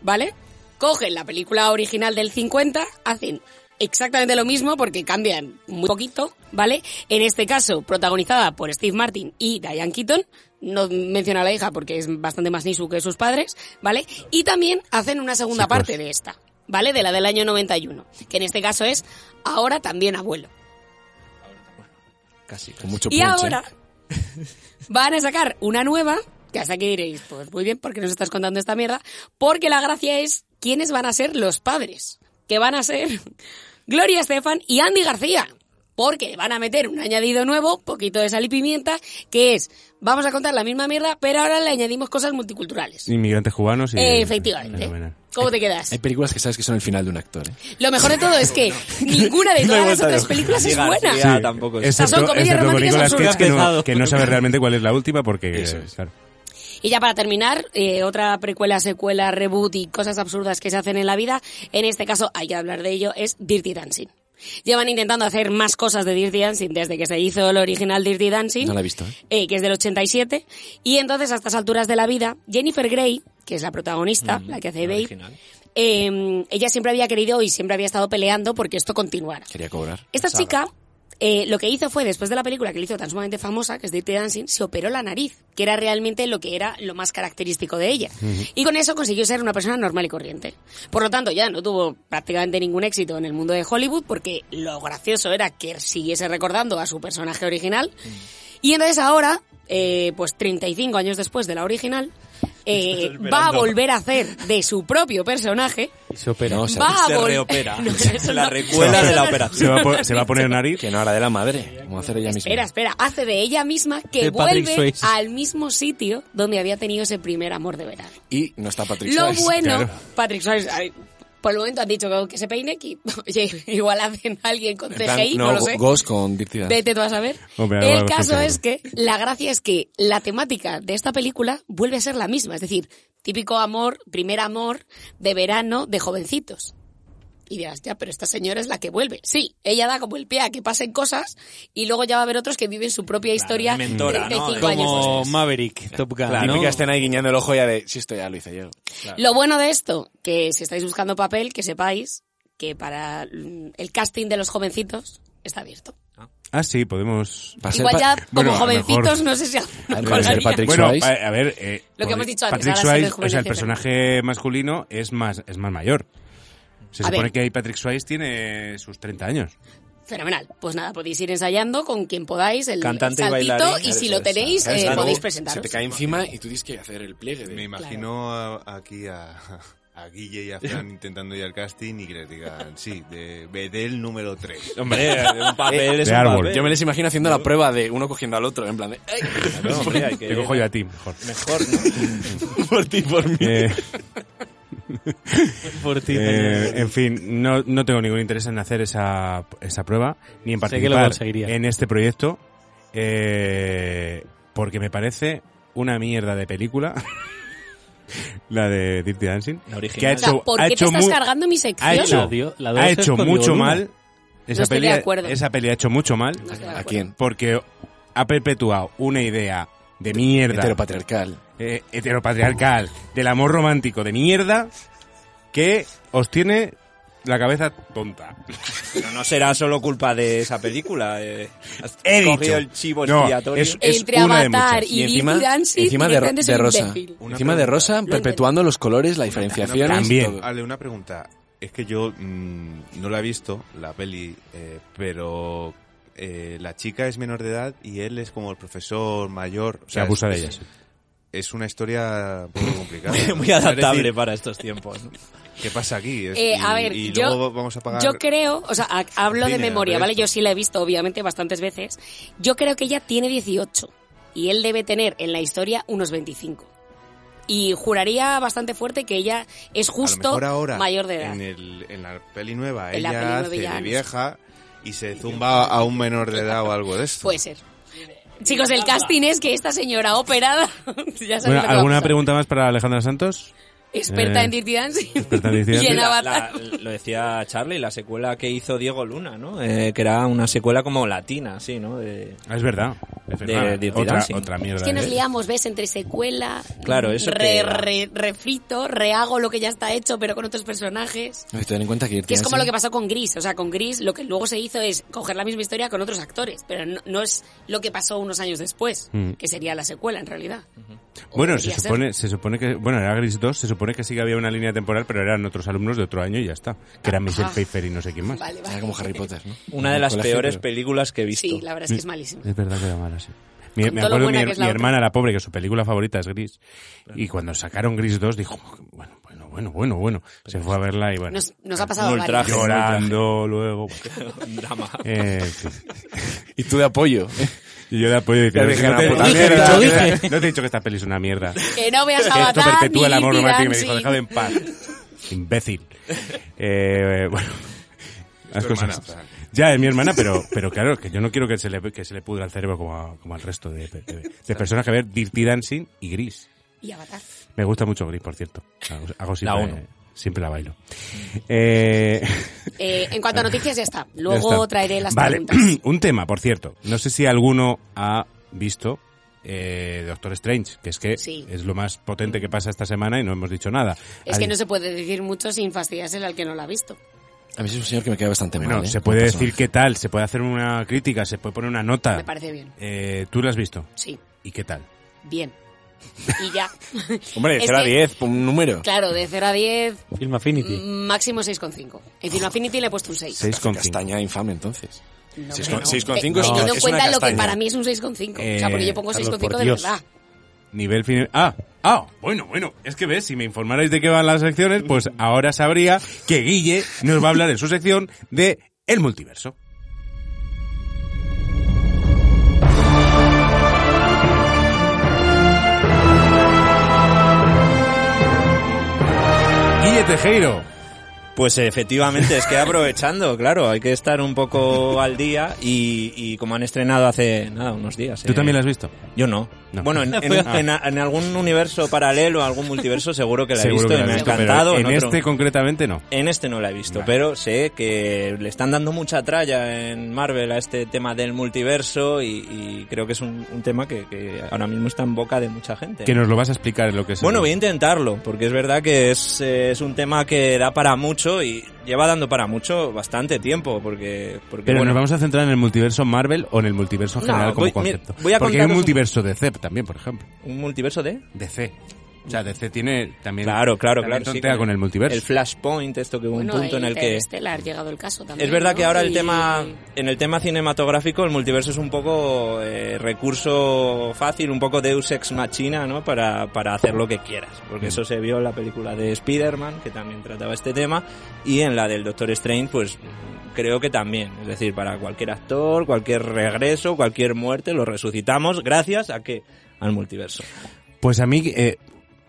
S12: ¿vale? Cogen la película original del 50, hacen exactamente lo mismo porque cambian muy poquito, ¿vale? En este caso, protagonizada por Steve Martin y Diane Keaton. No menciona a la hija porque es bastante más nisu que sus padres, ¿vale? Y también hacen una segunda
S8: Sí, pues.
S12: parte de esta, ¿vale? De la del año 91, que en este caso es ahora también abuelo.
S11: Casi.
S3: con mucho
S12: Y
S3: punch, ¿eh?
S12: ahora van a sacar una nueva, que hasta aquí diréis, pues muy bien, porque nos estás contando esta mierda, porque la gracia es quiénes van a ser los padres, que van a ser Gloria Estefan y Andy García, porque le van a meter un añadido nuevo, poquito de sal y pimienta, que es, vamos a contar la misma mierda, pero ahora le añadimos cosas multiculturales.
S8: Inmigrantes cubanos y...
S12: Efectivamente.
S8: Fenomenal.
S12: ¿Cómo te quedas?
S3: Hay películas que sabes que son el final de un actor, ¿eh?
S12: Lo mejor de todo es
S3: [laughs]
S12: que ninguna de
S3: No hay
S12: todas las
S3: vuelta de
S12: otras
S3: hoja.
S12: películas es
S11: Diga,
S12: buena.
S11: diga, Ah, tampoco es-
S12: Esas son
S8: Excepto,
S12: comedias
S8: excepto con
S12: románticas
S8: Nicolas Cage,
S12: absurdas.
S8: que no,
S10: Empezado.
S8: que no sabe realmente cuál es la última porque...
S3: Eso es.
S8: claro.
S12: Y ya para terminar, eh, otra precuela, secuela, reboot y cosas absurdas que se hacen en la vida, en este caso hay que hablar de ello, es Dirty Dancing. Llevan intentando hacer más cosas de Dirty Dancing desde que se hizo el original Dirty Dancing,
S3: No la he visto, ¿eh?
S12: eh, que es del 87, y entonces a estas alturas de la vida, Jennifer Grey, que es la protagonista, la que hace Babe,
S11: original.
S12: eh, ella siempre había querido y siempre había estado peleando porque esto continuara.
S3: Quería cobrar.
S12: Esta chica eh, lo que hizo fue, después de la película que le hizo tan sumamente famosa, que es Dirty Dancing, se operó la nariz, que era realmente lo que era lo más característico de ella. Y con eso consiguió ser una persona normal y corriente. Por lo tanto, ya no tuvo prácticamente ningún éxito en el mundo de Hollywood, porque lo gracioso era que siguiese recordando a su personaje original. Y entonces ahora, eh, pues 35 años después de la original, eh, va a volver a hacer de su propio personaje
S10: Y se opera.
S3: No, o sea,
S12: va a
S11: se
S12: vol- [laughs]
S11: reopera.
S12: No, eso
S11: La
S12: no.
S11: recuela
S12: Eso
S11: de la
S12: no.
S11: operación.
S8: Se va, a po- se va a
S12: [laughs]
S8: poner nariz.
S3: Que no, la de la madre. Como hacer ella misma.
S12: Espera, espera, hace de ella misma que
S10: De Patrick
S12: vuelve
S10: Swayze.
S12: al mismo sitio donde había tenido ese primer amor de verano.
S3: Y no está Patrick
S12: Lo
S3: Swayze,
S12: bueno,
S3: claro.
S12: Patrick Swayze, ay, por el momento han dicho que, que se peine, que [laughs] oye, igual hacen a alguien con
S3: En plan,
S12: CGI, no,
S3: no,
S12: lo sé.
S3: Ghost con Dirty Dancing.
S12: Vete tú a saber.
S8: Hombre, algo-
S12: el
S8: algo
S12: caso
S8: especial.
S12: es que la gracia es que la temática de esta película vuelve a ser la misma, es decir, típico amor, primer amor de verano de jovencitos. Y dirás, ya, pero esta señora es la que vuelve. Sí, ella da como el pie a que pasen cosas y luego ya va a haber otros que viven su propia historia
S11: mentora, ¿no?
S12: 35 años
S10: Como
S12: después.
S10: Maverick, Top Gun.
S3: La
S10: ¿no?
S3: típica estén ahí guiñando el ojo ya de, si esto ya lo hice yo.
S12: Lo bueno de esto, que si estáis buscando papel, que sepáis que para mm, el casting de los jovencitos está abierto.
S8: Ah, sí, podemos...
S3: Va a ser
S12: Igual
S3: pa-
S12: ya como
S8: bueno, a lo
S12: jovencitos
S8: mejor-
S12: no sé si
S3: Al
S12: colaría.
S3: parecer Patrick
S8: Bueno,
S3: Swayze.
S8: pa- a ver... eh,
S12: Lo que hemos dicho antes,
S8: Patrick
S12: ahora se
S8: Swayze, o sea, el
S12: rejuvenece,
S8: personaje masculino es más, es más mayor. Se
S12: A
S8: supone
S12: ver.
S8: que ahí Patrick Swayze tiene sus 30 años.
S12: Fenomenal. Pues nada, podéis ir ensayando con quien podáis, el
S8: Cantante y
S12: saltito,
S8: bailarín,
S12: y si
S8: eso
S12: lo
S8: es.
S12: tenéis,
S8: Claro,
S12: eh,
S8: claro.
S12: podéis
S8: Se
S3: Se
S12: presentaros.
S3: te cae encima y tú tienes que hacer el pliegue. De...
S9: Me imagino a- aquí a, a Guille y a Fran intentando ir al casting y que les digan, sí, de Bedel número 3.
S11: Hombre, un papel es
S8: De un árbol. papel.
S3: Yo me les imagino haciendo la prueba de uno cogiendo al otro, en plan de... "Ay".
S8: No, hombre, hay que- Te cojo yo a ti, mejor.
S11: Mejor,
S8: [laughs]
S11: ¿no?
S3: por ti, por mí.
S8: Eh,
S10: Por ti,
S8: Eh,
S10: señor.
S8: en fin, no, no tengo ningún interés en hacer esa, esa prueba, ni en
S10: Sé que lo
S8: participar
S10: conseguiría.
S8: en este proyecto, eh, porque me parece una mierda de película. [laughs] La de Dirty Dancing. Que ha
S12: O sea,
S8: hecho,
S12: ¿Por
S8: ha
S12: qué te
S8: hecho
S12: estás
S8: mu-
S12: cargando mi sección?
S8: ha hecho,
S10: la dos
S8: ha
S10: es
S8: hecho
S10: código
S8: mucho
S10: Luna.
S8: mal. Esa,
S12: estoy de
S8: peli,
S12: acuerdo.
S8: esa peli ha hecho mucho mal.
S12: estoy de ¿A acuerdo.
S3: quién?
S8: Porque ha perpetuado una idea de mierda.
S3: Heteropatriarcal.
S8: eh, heteropatriarcal. Del amor romántico de mierda. Que os tiene la cabeza tonta.
S11: Pero no será solo culpa de esa película. eh. Has
S8: He
S11: cogido
S8: dicho.
S11: el chivo
S8: No,
S11: expiatorio.
S8: es-
S12: Entre Avatar y, Dirty Dancing,
S3: encima de,
S12: directamente
S3: de
S12: soy un
S3: rosa.
S12: imbécil.
S3: Encima de rosa, perpetuando los colores, la diferenciación.
S8: También.
S9: Ale, una pregunta. Es que yo mm, no la he visto, la peli, eh, pero eh, la chica es menor de edad y él es como el profesor mayor. O sea,
S8: abusa
S9: es-
S8: de
S9: es-
S8: ellas.
S9: Es una historia un poco complicada.
S8: [laughs]
S9: ¿no?
S11: Muy
S9: Es
S11: adaptable
S9: decir,
S11: para estos tiempos. ¿no?
S9: ¿Qué pasa aquí? Es-
S12: Eh,
S9: y,
S12: a ver,
S9: y
S12: yo,
S9: luego vamos a pagar...
S12: yo creo, o sea, ha- hablo de
S9: dinero
S12: memoria,
S9: por
S12: ¿vale?
S9: esto.
S12: Yo sí la he visto, obviamente, bastantes veces. Yo creo que ella tiene 18 y él debe tener en la historia unos 25. Y juraría bastante fuerte que ella es
S9: a lo
S12: justo
S9: mejor ahora,
S12: mayor de edad.
S9: En, el- en la peli nueva,
S12: En la peli
S9: ella
S12: nueva
S9: hace
S12: ya, no
S9: de
S12: sé.
S9: vieja y se zumba a un menor de edad o algo de esto.
S12: Puede ser. Chicos, el casting es que esta señora operada, [laughs] ya
S8: Bueno,
S12: sabéis lo que va a
S8: ¿Alguna
S12: pasar.
S8: pregunta más para Alejandra Santos?
S12: Experta
S8: Eh,
S12: en Dirty Dancing.
S8: experta en Dirty
S12: [laughs] Y en
S8: Dancing.
S12: Avatar.
S11: La- lo decía Charlie, la secuela que hizo Diego Luna, ¿no? Eh, que era una secuela como latina, sí, ¿no? De-
S8: Ah, es verdad. Es
S11: De-
S8: verdad.
S11: Dirty
S8: otra,
S11: Dancing.
S8: otra mierda.
S12: Es que nos
S8: ¿eh?
S12: liamos, ¿ves? Entre secuela,
S11: Claro, eso
S12: re,
S11: que-
S12: re- refrito, rehago lo que ya está hecho, pero con otros personajes.
S3: Ay, Ten en cuenta que...
S12: Que es como lo que pasó con Gris. O sea, con Gris lo que luego se hizo es coger la misma historia con otros actores, pero no, no es lo que pasó unos años después,
S8: Mm.
S12: que sería la secuela en realidad.
S8: Bueno, se
S12: Podría ser.
S8: supone, se supone que... Bueno, era Gris 2, se supone que sí que había una línea temporal, pero eran otros alumnos de otro año y ya está. Que eran Michelle
S12: Ah.
S8: Pfeiffer y no sé quién más.
S12: Vale,
S3: Era
S12: vale.
S3: como Harry Potter, ¿no?
S11: Una de las
S3: Colegio,
S11: peores
S3: pero-
S11: películas que he visto.
S12: Sí, la verdad es que es malísimo.
S8: Es verdad que era mala, sí. Mi,
S12: Con
S8: me
S12: todo lo
S8: acuerdo mi,
S12: buena
S8: her-
S12: que es la
S8: mi
S12: otra.
S8: hermana, la pobre, que su película favorita es Gris. Y cuando sacaron Gris 2 dijo, bueno, bueno, bueno, bueno, bueno. Se fue a verla y bueno.
S12: Nos, nos ha pasado
S11: Un
S12: varias.
S11: ultraje.
S3: [laughs]
S8: llorando luego.
S11: Un drama.
S8: Eh, en fin.
S3: Y tú de apoyo.
S8: Y yo de apoyo diciendo,
S3: dije,
S8: "Si no,
S3: la
S8: te,
S3: puta
S8: no te he
S3: mierda".
S8: dicho
S3: Lo
S8: que-
S3: dije.
S8: no te he dicho que esta peli es una mierda.
S12: Que
S8: [laughs]
S12: no veas
S8: Esto
S12: Avatar ni
S8: perpetúa el amor
S12: Dirty
S8: romántico y me dijo,
S12: Dancing.
S8: dejad en paz. Imbécil. Eh, [laughs] bueno. Las
S9: Tu hermana,
S8: cosas.
S9: Fran.
S8: Ya, es mi hermana, pero, pero claro, que yo no quiero que se le, que se le pudra el cerebro como, a- como al resto de, de- de- de personas que ver Dirty Dancing y Gris.
S12: Y Avatar.
S8: Me gusta mucho Gris, por cierto. Hago, hago siempre,
S11: La uno.
S8: siempre la bailo. Eh, [laughs]
S12: Eh, en cuanto a noticias, ya está.
S8: ya
S12: Luego
S8: está.
S12: traeré las
S8: Vale,
S12: preguntas.
S8: [clears throat] un tema, por cierto. No sé si alguno ha visto eh, Doctor Strange, que es que
S12: Sí.
S8: es lo más potente que pasa esta semana y no hemos dicho nada.
S12: Es
S8: Al-
S12: que no se puede decir mucho sin fastidiárselo al que no lo ha visto.
S3: A mí es un señor que me queda bastante
S8: Bueno,
S3: mal, ¿eh?
S8: se puede
S3: Como
S8: decir qué tal, se puede hacer una crítica, se puede poner una nota.
S12: Me parece bien.
S8: Eh, ¿Tú lo has visto?
S12: Sí,
S8: ¿Y qué tal?
S12: bien. Y ya.
S3: personaje. Hombre,
S12: Es
S3: será
S12: que-
S3: 10, un número.
S12: Claro, de 0 a 10,
S10: Film
S12: Mm.
S10: Affinity.
S12: máximo 6,5. En Film Affinity le he puesto un 6.
S8: 6,5.
S3: Castaña infame, entonces.
S12: No,
S3: Seis
S12: hombre,
S3: con-
S12: no.
S3: seis con
S12: Te-
S3: cinco es-
S12: Teniendo en
S3: es una
S12: cuenta lo que
S3: castaña.
S12: para mí es un 6,5. o sea,
S8: Eh,
S12: porque yo pongo
S8: Carlos,
S12: 6,5
S8: por
S12: de
S8: Dios.
S12: verdad.
S8: Nivel final. Ah, ah, bueno, bueno. Es que ves, si me informarais de qué van las secciones, pues ahora sabría que Guille nos va a hablar en su sección de El Multiverso. Guille Tejero.
S11: Pues efectivamente, es que aprovechando, claro, hay que estar un poco al día y, y como han estrenado hace nada, unos días.
S8: ¿Tú
S11: eh,
S8: también lo has visto?
S11: Yo no.
S8: No. [laughs]
S11: Bueno, en, en- en- en algún universo paralelo, algún multiverso, seguro que la he
S8: Seguro que
S11: visto y
S8: lo
S11: me
S8: has
S11: ha
S8: visto, pero
S11: encantado.
S8: En,
S11: otro-
S8: este concretamente no.
S11: en este no la he visto,
S8: Vale.
S11: pero sé que le están dando mucha tralla en Marvel a este tema del multiverso y, y creo que es un, un tema que, que ahora mismo está en boca de mucha gente.
S8: Que nos lo vas a explicar en lo que es. el-
S11: Bueno, voy a intentarlo, porque es verdad que es, eh, es un tema que da para mucho y lleva dando para mucho bastante tiempo, porque... porque
S8: Pero
S11: bueno,
S8: nos vamos a centrar en el multiverso Marvel o en el multiverso
S11: No,
S8: general como
S11: voy-
S8: concepto.
S11: mira, voy a
S8: Porque hay un
S11: contaros un-
S8: multiverso de Zep también, por ejemplo.
S11: un multiverso de...
S8: DC. O sea, DC tiene también.
S11: Claro, claro,
S8: también
S11: claro. sí,
S8: tontea con el multiverso.
S11: El flashpoint, esto que hubo
S12: Bueno,
S11: un punto en el que.
S12: Estelar, llegado el caso también.
S11: Es verdad
S12: ¿no?
S11: que ahora el
S12: Y-
S11: tema, en el tema cinematográfico, el multiverso es un poco eh, recurso fácil, un poco Deus ex machina, ¿no? Para, para hacer lo que quieras. Porque eso se vio en la película de Spider-Man, que también trataba este tema, y en la del Doctor Strange, pues creo que también. Es decir, para cualquier actor, cualquier regreso, cualquier muerte, lo resucitamos gracias a que al multiverso.
S8: Pues a mí eh,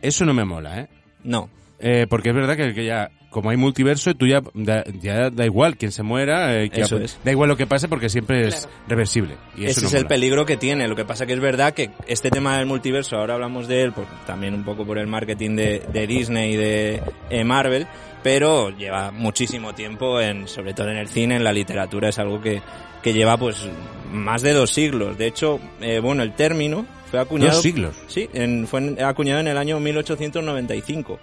S8: eso no me mola, ¿eh?
S11: No.
S8: Eh, porque es verdad que, que ya, como hay multiverso, tú ya da, ya da igual quien se muera, eh, que
S11: Eso
S8: ya-
S11: es.
S8: da igual lo que pase porque siempre es reversible. Y eso
S11: Ese
S8: no
S11: es el
S8: mola.
S11: peligro que tiene. Lo que pasa que es verdad que este tema del multiverso, ahora hablamos de él, por- también un poco por el marketing de, de Disney y de eh, Marvel, pero lleva muchísimo tiempo, en, sobre todo en el cine, en la literatura, es algo que, que lleva pues más de dos siglos. De hecho, eh, bueno, el término fue acuñado...
S8: Dos siglos.
S11: Sí, en- fue en- acuñado en el año 1895.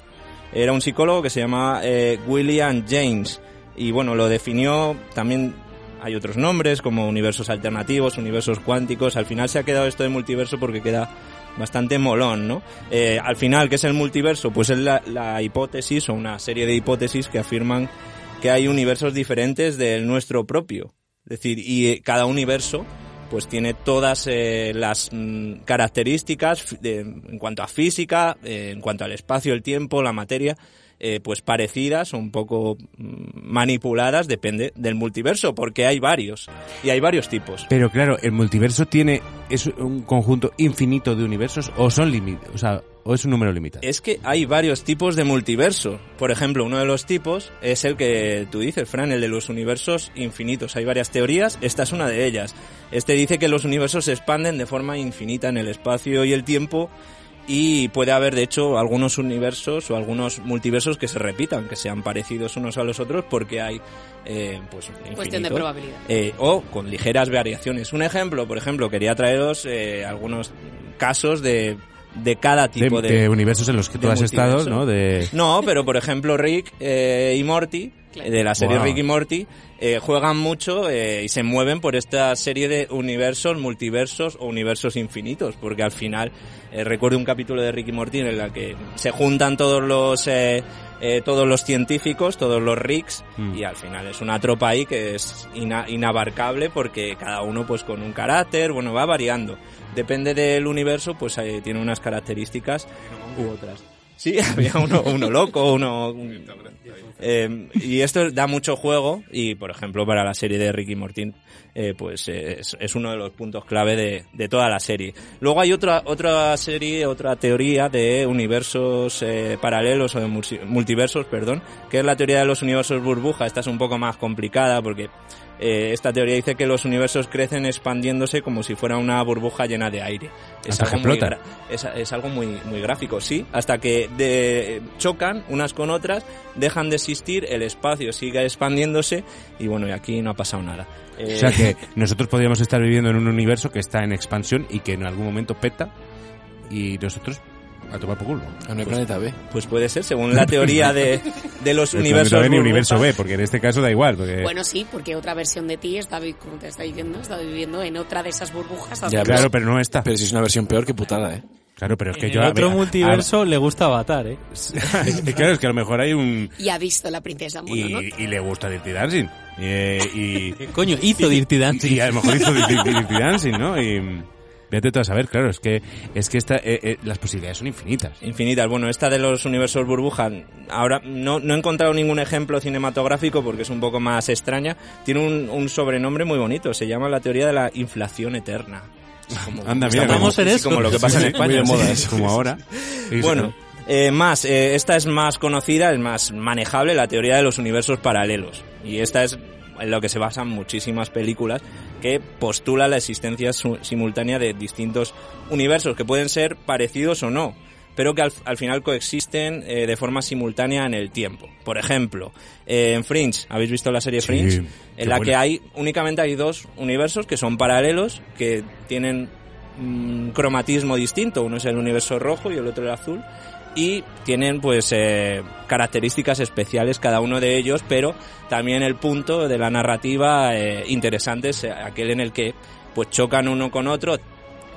S11: Era un psicólogo que se llamaba eh, William James y bueno, lo definió también hay otros nombres como universos alternativos, universos cuánticos. Al final se ha quedado esto de multiverso porque queda bastante molón, ¿no? Eh, al final, ¿qué es el multiverso? Pues es la, la hipótesis o una serie de hipótesis que afirman que hay universos diferentes del nuestro propio. Es decir, y eh, cada universo pues tiene todas eh, las mm, características fi- de- en cuanto a física, eh, en cuanto al espacio, el tiempo, la materia, eh, pues parecidas o un poco mm, manipuladas, depende del multiverso, porque hay varios y hay varios tipos.
S8: Pero claro, el multiverso tiene es un conjunto infinito de universos o son limi- o sea, o es un número limitado.
S11: Es que hay varios tipos de multiverso. Por ejemplo, uno de los tipos es el que tú dices, Fran, el de los universos infinitos. Hay varias teorías, esta es una de ellas. Este dice que los universos se expanden de forma infinita en el espacio y el tiempo y puede haber, de hecho, algunos universos o algunos multiversos que se repitan, que sean parecidos unos a los otros porque hay, eh, pues,
S12: Cuestión de
S11: infinitos.
S12: probabilidad.
S11: Eh, o con ligeras variaciones. Un ejemplo, por ejemplo, quería traeros eh, algunos casos de, de cada tipo
S8: de, de universos en los que
S11: de
S8: tú has estado,
S11: multiverso.
S8: ¿no? De
S11: No, pero por ejemplo Rick eh, y Morty, eh, de la serie
S8: Wow.
S11: Rick y Morty, eh, juegan mucho eh, y se mueven por esta serie de universos, multiversos o universos infinitos, porque al final eh, recuerdo un capítulo de Rick y Morty en la que se juntan todos los eh, eh, todos los científicos, todos los Ricks
S8: Mm.
S11: y al final es una tropa ahí que es ina- inabarcable porque cada uno pues con un carácter, bueno, va variando. Depende del universo, pues eh, tiene unas características u otras. Sí, [laughs] había uno, uno loco, uno... un- eh, y esto da mucho juego y, por ejemplo, para la serie de Ricky Mortín, eh, pues eh, es, es uno de los puntos clave de, de toda la serie. Luego hay otra, otra serie, otra teoría de universos eh, paralelos o de multi- multiversos, perdón, que es la teoría de los universos burbuja. Esta es un poco más complicada porque eh, esta teoría dice que los universos crecen expandiéndose como si fuera una burbuja llena de aire. Es
S8: Hasta
S11: algo,
S8: que
S11: muy,
S8: explota.
S11: gra- es, es algo muy, muy gráfico, sí. Hasta que de- chocan unas con otras, dejan de existir, el espacio sigue expandiéndose y bueno, y aquí no ha pasado nada.
S8: O
S11: Eh,
S8: sea que nosotros podríamos estar viviendo en un universo que está en expansión y que en algún momento peta y nosotros a tomar por culo.
S3: Ah, no hay planeta B.
S11: Pues puede ser, según la teoría de,
S8: [laughs]
S11: de los
S8: El planeta
S11: universos.
S8: B ni
S11: burbujas.
S8: universo B, porque en este caso da igual. Porque...
S12: Bueno, sí, porque otra versión de ti está, vi- como te está diciendo, está viviendo en otra de esas burbujas.
S3: Ya,
S8: claro, pero no está.
S3: Pero si es una versión peor, que putada, ¿eh?
S8: Claro, pero es que
S10: En
S8: yo...
S10: el otro
S8: a- a-
S10: multiverso le gusta Avatar, ¿eh?
S8: es- claro, es que [laughs] a lo mejor hay un...
S12: Y ha visto la princesa
S8: Y,
S12: Mononoke.
S8: y le gusta Dirty Dancing. Eh, y,
S10: Coño, hizo Dirty Dancing.
S8: y a lo mejor hizo Dirty, Dirty Dancing, ¿no? Y... mm, Vete tú a saber, claro, es que, es que esta, eh, eh, las posibilidades son infinitas.
S11: Infinitas. Bueno, esta de los universos burbuja, ahora no, no he encontrado ningún ejemplo cinematográfico porque es un poco más extraña. Tiene un, un sobrenombre muy bonito, se llama la teoría de la inflación eterna. Es como-
S8: Anda,
S11: está
S8: mira,
S11: como-
S10: vamos en
S11: sí,
S10: eso.
S11: como lo que pasa
S8: Sí,
S11: en
S8: sí, muy
S11: España.
S8: de moda
S11: sí.
S8: es como ahora. Y-
S11: [laughs] Bueno, eh, más, eh, esta es más conocida, es más manejable, la teoría de los universos paralelos. Y esta es en lo que se basan muchísimas películas que postula la existencia su- simultánea de distintos universos que pueden ser parecidos o no, pero que al, al final coexisten eh, de forma simultánea en el tiempo. Por ejemplo, eh, en Fringe, ¿habéis visto la serie
S8: Sí,
S11: Fringe?
S8: qué
S11: en la que
S8: buena.
S11: hay únicamente hay dos universos que son paralelos, que tienen un cromatismo distinto. Uno es el universo rojo y el otro el azul. Y tienen pues eh, características especiales cada uno de ellos, pero también el punto de la narrativa eh, interesante es aquel en el que pues chocan uno con otro,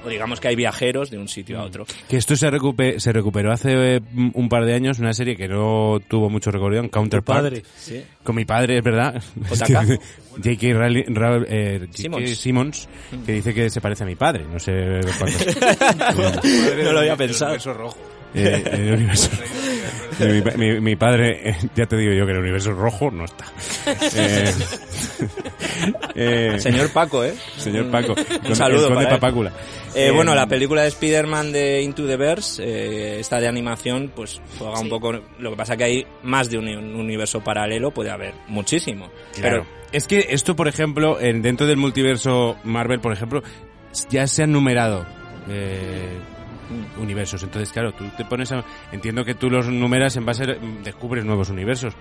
S11: o digamos que hay viajeros de un sitio
S8: Mm.
S11: a otro.
S8: Que esto se, recupe- se recuperó hace eh, un par de años, una serie que no tuvo mucho recorrido, en Counterpart.
S11: padre, sí.
S8: Con mi padre, [laughs] es verdad.
S11: Otaka.
S8: J.K. Rowling- Ra- eh, J.K.
S11: Simmons.
S8: Simmons. que dice que se parece a mi padre. No sé cuánto.
S11: [laughs] no lo había pensado.
S8: Eh, el universo- mi, pa- mi- mi padre, eh, ya te digo yo que el universo rojo no
S11: [laughs]
S8: está. Eh, [laughs] eh,
S11: Señor Paco, ¿eh?
S8: Señor Paco.
S11: Un saludo.
S8: El conde
S11: para él.
S8: Papácula.
S11: Eh,
S8: Eh,
S11: bueno, la película de Spider-Man de Into the Verse, eh, esta de animación, pues juega un poco. Lo que pasa que hay más de un uni- un universo paralelo, puede haber muchísimo.
S8: Claro.
S11: Pero
S8: es que esto, por ejemplo, en- dentro del multiverso Marvel, por ejemplo, ya se han numerado eh, universos. Entonces, claro, tú te pones a... Entiendo que tú los numeras en base... a- Descubres nuevos universos.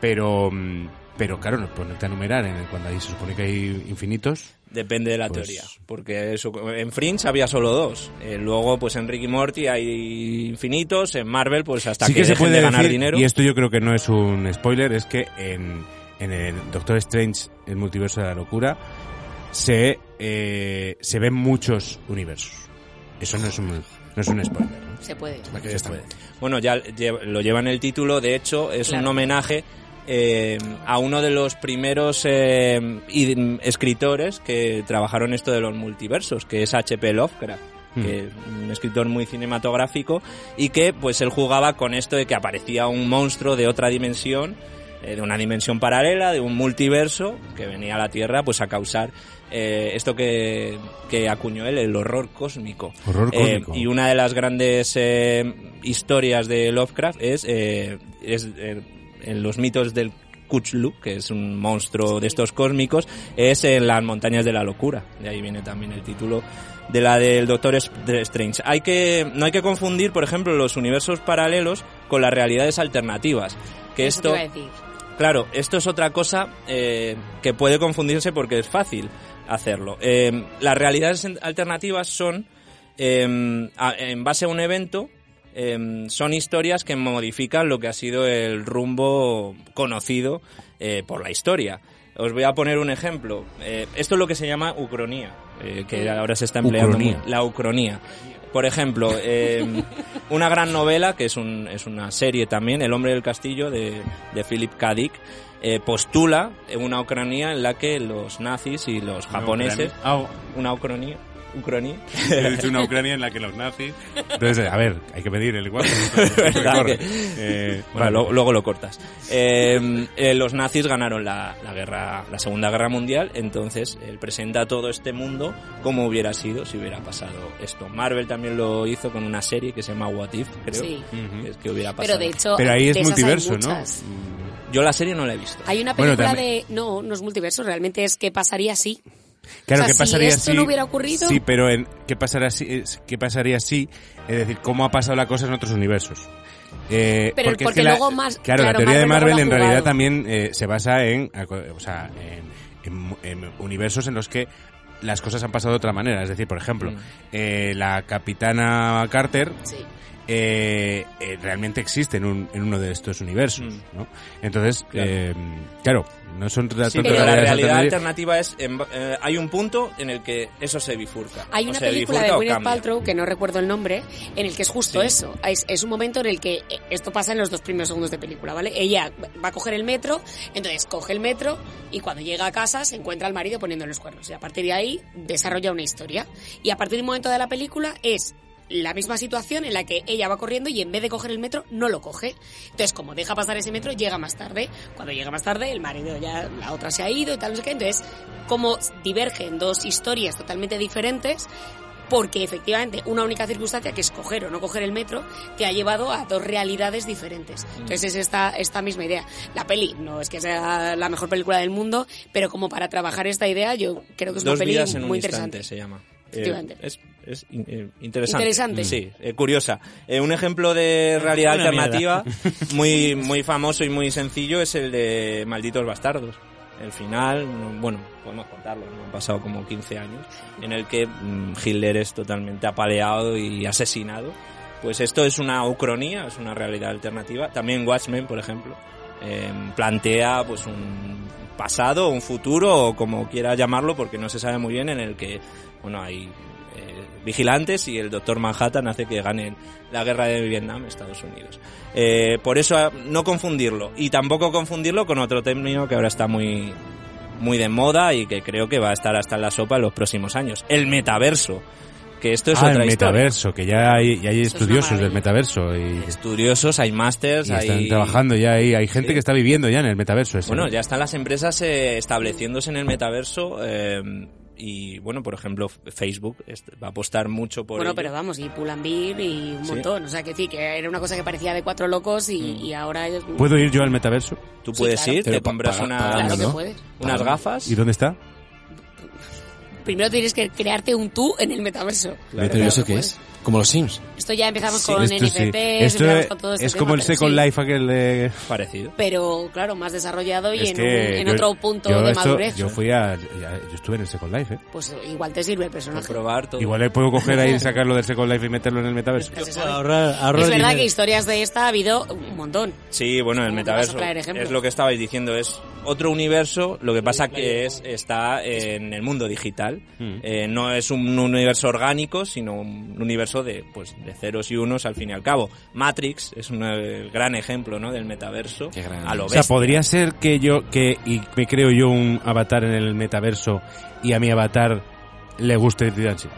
S8: Pero... mm, Pero claro, no ponerte a numerar en- cuando ahí se supone que hay infinitos.
S11: depende de la
S8: Pues-
S11: teoría. Porque eso, en Fringe había solo dos. Eh, luego, pues en Ricky Morty hay infinitos. En Marvel, pues hasta
S8: sí
S11: que,
S8: que, se
S11: dejen
S8: puede
S11: de ganar
S8: decir,
S11: dinero.
S8: y esto yo creo que no es un spoiler, es que en, en el Doctor Strange, el multiverso de la locura, se, eh, se ven muchos universos. Eso no es un, no es un spoiler. ¿no?
S12: Se puede.
S8: Ya está.
S11: Bueno, ya lle- lo lleva en el título, de hecho, es
S12: Claro.
S11: un homenaje eh, a uno de los primeros eh, id- escritores que trabajaron esto de los multiversos, que es H.P. Lovecraft.
S13: Hmm.
S11: que un escritor muy cinematográfico y que pues él jugaba con esto de que aparecía un monstruo de otra dimensión eh, de una dimensión paralela, de un multiverso que venía a la Tierra pues a causar eh, esto que, que acuñó él, el horror cósmico.
S8: Horror
S11: Eh,
S8: cósmico.
S11: y una de las grandes eh, historias de Lovecraft es, eh, es eh, en los mitos del Cthulhu, que es un monstruo de estos cósmicos, es en las montañas de la locura. De ahí viene también el título de la del Doctor Es- de Strange. Hay que, no hay que confundir, por ejemplo, los universos paralelos con las realidades alternativas. Que
S12: Eso
S11: esto,
S12: te iba a decir.
S11: Claro, esto es otra cosa eh, que puede confundirse porque es fácil hacerlo. Eh, las realidades en- alternativas son, eh, a- en base a un evento, eh, son historias que modifican lo que ha sido el rumbo conocido eh, por la historia. Os voy a poner un ejemplo. Eh, esto es lo que se llama ucronía, eh, que ahora se está empleando muy-
S8: Ucronía.
S11: la ucronía. Por ejemplo, eh, una gran novela, que es, un- es una serie también, El hombre del castillo, de, de Philip K. Dick, eh, postula una ucronía en la que los nazis y los japoneses...
S8: ucronía.
S11: Una ucronía. ucronía.
S8: [laughs] He dicho Ah, una Ucrania en la que los nazis... Entonces, eh, a ver, hay que pedir el
S11: [laughs]
S8: igual.
S11: ¿Verdad que-
S8: Eh,
S11: Bueno,
S8: vale.
S11: lo- luego lo cortas. Eh, eh, los nazis ganaron la, la guerra, la Segunda Guerra Mundial, entonces él presenta todo este mundo como hubiera sido si hubiera pasado esto. Marvel también lo hizo con una serie que se llama What If, creo,
S12: Sí.
S11: que, es que hubiera
S12: Pero
S11: pasado.
S12: de hecho, de esas hay muchas.
S11: Yo la serie no la he visto.
S12: Hay una
S11: Bueno,
S12: película
S11: también-
S12: de... No, no es multiverso, realmente es que pasaría así.
S8: Claro,
S12: O sea,
S8: ¿qué pasaría
S12: si esto
S8: si-
S12: no hubiera ocurrido?
S8: Sí, pero en, ¿qué, pasaría si, es- ¿qué pasaría si? Es decir, ¿cómo ha pasado la cosa en otros universos? Eh,
S12: Pero
S8: es
S12: porque
S8: que la-
S12: luego más-
S8: Claro, la
S12: claro,
S8: teoría de
S12: Marvel
S8: Marvel
S12: luego
S8: en
S12: la ha
S8: realidad
S12: jugado.
S8: también eh, se basa en, aco- o sea, en, en- en universos en los que las cosas han pasado de otra manera. Es decir, por ejemplo,
S12: Mm.
S11: Mm.
S8: eh, la capitana Carter eh, eh, realmente existe en, un- en uno de estos universos.
S12: Mm.
S8: ¿no? Entonces,
S11: Claro.
S8: eh, claro, no son
S11: Sí, pero la realidad alternativa es, en- eh, hay un punto en el que eso se bifurca.
S12: Hay
S11: O
S12: una
S11: se
S12: película de
S11: bifurca o
S12: Gwyneth
S11: cambia.
S12: Paltrow, que no recuerdo el nombre, en el que es justo eso. Es, es un momento en el que eh, esto pasa en los dos primeros segundos de película, ¿vale? Ella va a coger el metro, entonces coge el metro y cuando llega a casa se encuentra al marido poniendo los cuernos. Y a partir de ahí desarrolla una historia. Y a partir del momento de la película es la misma situación en la que ella va corriendo y en vez de coger el metro no lo coge. Entonces, como deja pasar ese metro, llega más tarde. Cuando llega más tarde, el marido ya, la otra se ha ido y tal, no sé qué. Entonces, como divergen dos historias totalmente diferentes, porque efectivamente una única circunstancia que es coger o no coger el metro te ha llevado a dos realidades
S11: Mm.
S12: diferentes. Entonces es esta, esta misma idea. La peli no es que sea la mejor película del mundo, pero como para trabajar esta idea yo creo que es
S11: Dos
S12: una peli
S11: vidas en un
S12: muy
S11: instante
S12: interesante.
S11: se llama. Eh,
S12: Efectivamente.
S11: es es in- eh, interesante.
S12: Interesante.
S11: Sí, eh, curiosa. Eh, un ejemplo de realidad
S10: Una
S11: alternativa muy, muy famoso y muy sencillo es el de Malditos Bastardos. El final, mm, bueno, podemos contarlo, ¿no? han pasado como 15 años, en el que mm, Hitler es totalmente apaleado y asesinado. Pues esto es una ucronía, es una realidad alternativa. También Watchmen, por ejemplo, eh, plantea pues un pasado, un futuro, o como quiera llamarlo, porque no se sabe muy bien, en el que bueno hay eh, vigilantes y el doctor Manhattan hace que ganen la guerra de Vietnam Estados Unidos. Eh, por eso ah, no confundirlo y tampoco confundirlo con otro término que ahora está muy muy de moda y que creo que va a estar hasta en la sopa en los próximos años, el metaverso. Que esto es
S8: ah,
S11: otra
S8: el
S11: historia.
S8: metaverso, que ya hay, ya hay
S11: Eso es una
S8: estudiosos del
S11: maravilla.
S8: metaverso y,
S11: Estudiosos, hay másters,
S8: y
S11: hay
S8: están trabajando ya ahí. Hay gente que está viviendo ya en el metaverso. ese,
S11: Bueno,
S8: ¿no?
S11: ya están las empresas eh, estableciéndose en el metaverso eh, y, bueno, por ejemplo, F- Facebook est- va a apostar mucho por
S12: bueno,
S11: ello.
S12: pero vamos, y Pull and Beer y un
S11: Sí.
S12: montón. O sea, que sí, que era una cosa que parecía de cuatro locos y,
S8: Mm.
S12: y ahora ellos...
S8: ¿Puedo ir yo al metaverso?
S11: Tú puedes
S12: claro.
S11: ir,
S8: Pero
S11: te
S8: pa-
S11: compras
S8: paga-
S11: unas,
S8: pagando,
S12: Claro que
S8: ¿no?
S12: puedes.
S11: unas gafas.
S8: ¿Y dónde está?
S12: Primero tienes que crearte un tú en el metaverso.
S3: ¿Pero eso qué es? Como los Sims.
S12: Esto ya empezamos
S3: Sí.
S12: con
S3: Esto
S12: NFTs,
S3: sí.
S8: Esto
S12: empezamos
S8: es,
S12: con todo este
S8: es
S12: tema,
S8: como el
S12: pero
S8: Second
S12: sí.
S8: Life aquel de...
S11: Parecido.
S12: Pero claro, más desarrollado y
S8: Es
S12: en,
S8: que
S12: un- en
S8: yo-
S12: otro punto
S8: yo
S12: de
S8: esto-
S12: madurez.
S8: Yo fui a, ya- yo estuve en el Second Life, ¿eh?
S12: Pues igual te sirve el personaje.
S8: Igual le puedo coger
S12: [laughs]
S8: ahí, sacarlo del Second Life y meterlo en el metaverso.
S11: ahorrar- ahorrar
S12: Pues es verdad
S11: dinero.
S12: que historias de esta ha habido un montón.
S11: Sí, bueno, el
S12: te vas a
S11: metaverso
S12: traer ejemplos?
S11: es lo que estabais diciendo, es otro universo, lo que pasa que es está en el mundo digital. Eh, no es un universo orgánico, sino un universo de pues de ceros y unos al fin y al cabo. Matrix es un eh, gran ejemplo, ¿no? del metaverso a lo
S8: O sea,
S11: bestia.
S8: podría ser que yo, que y me creo yo un avatar en el metaverso y a mi avatar le guste Dirty Dancing.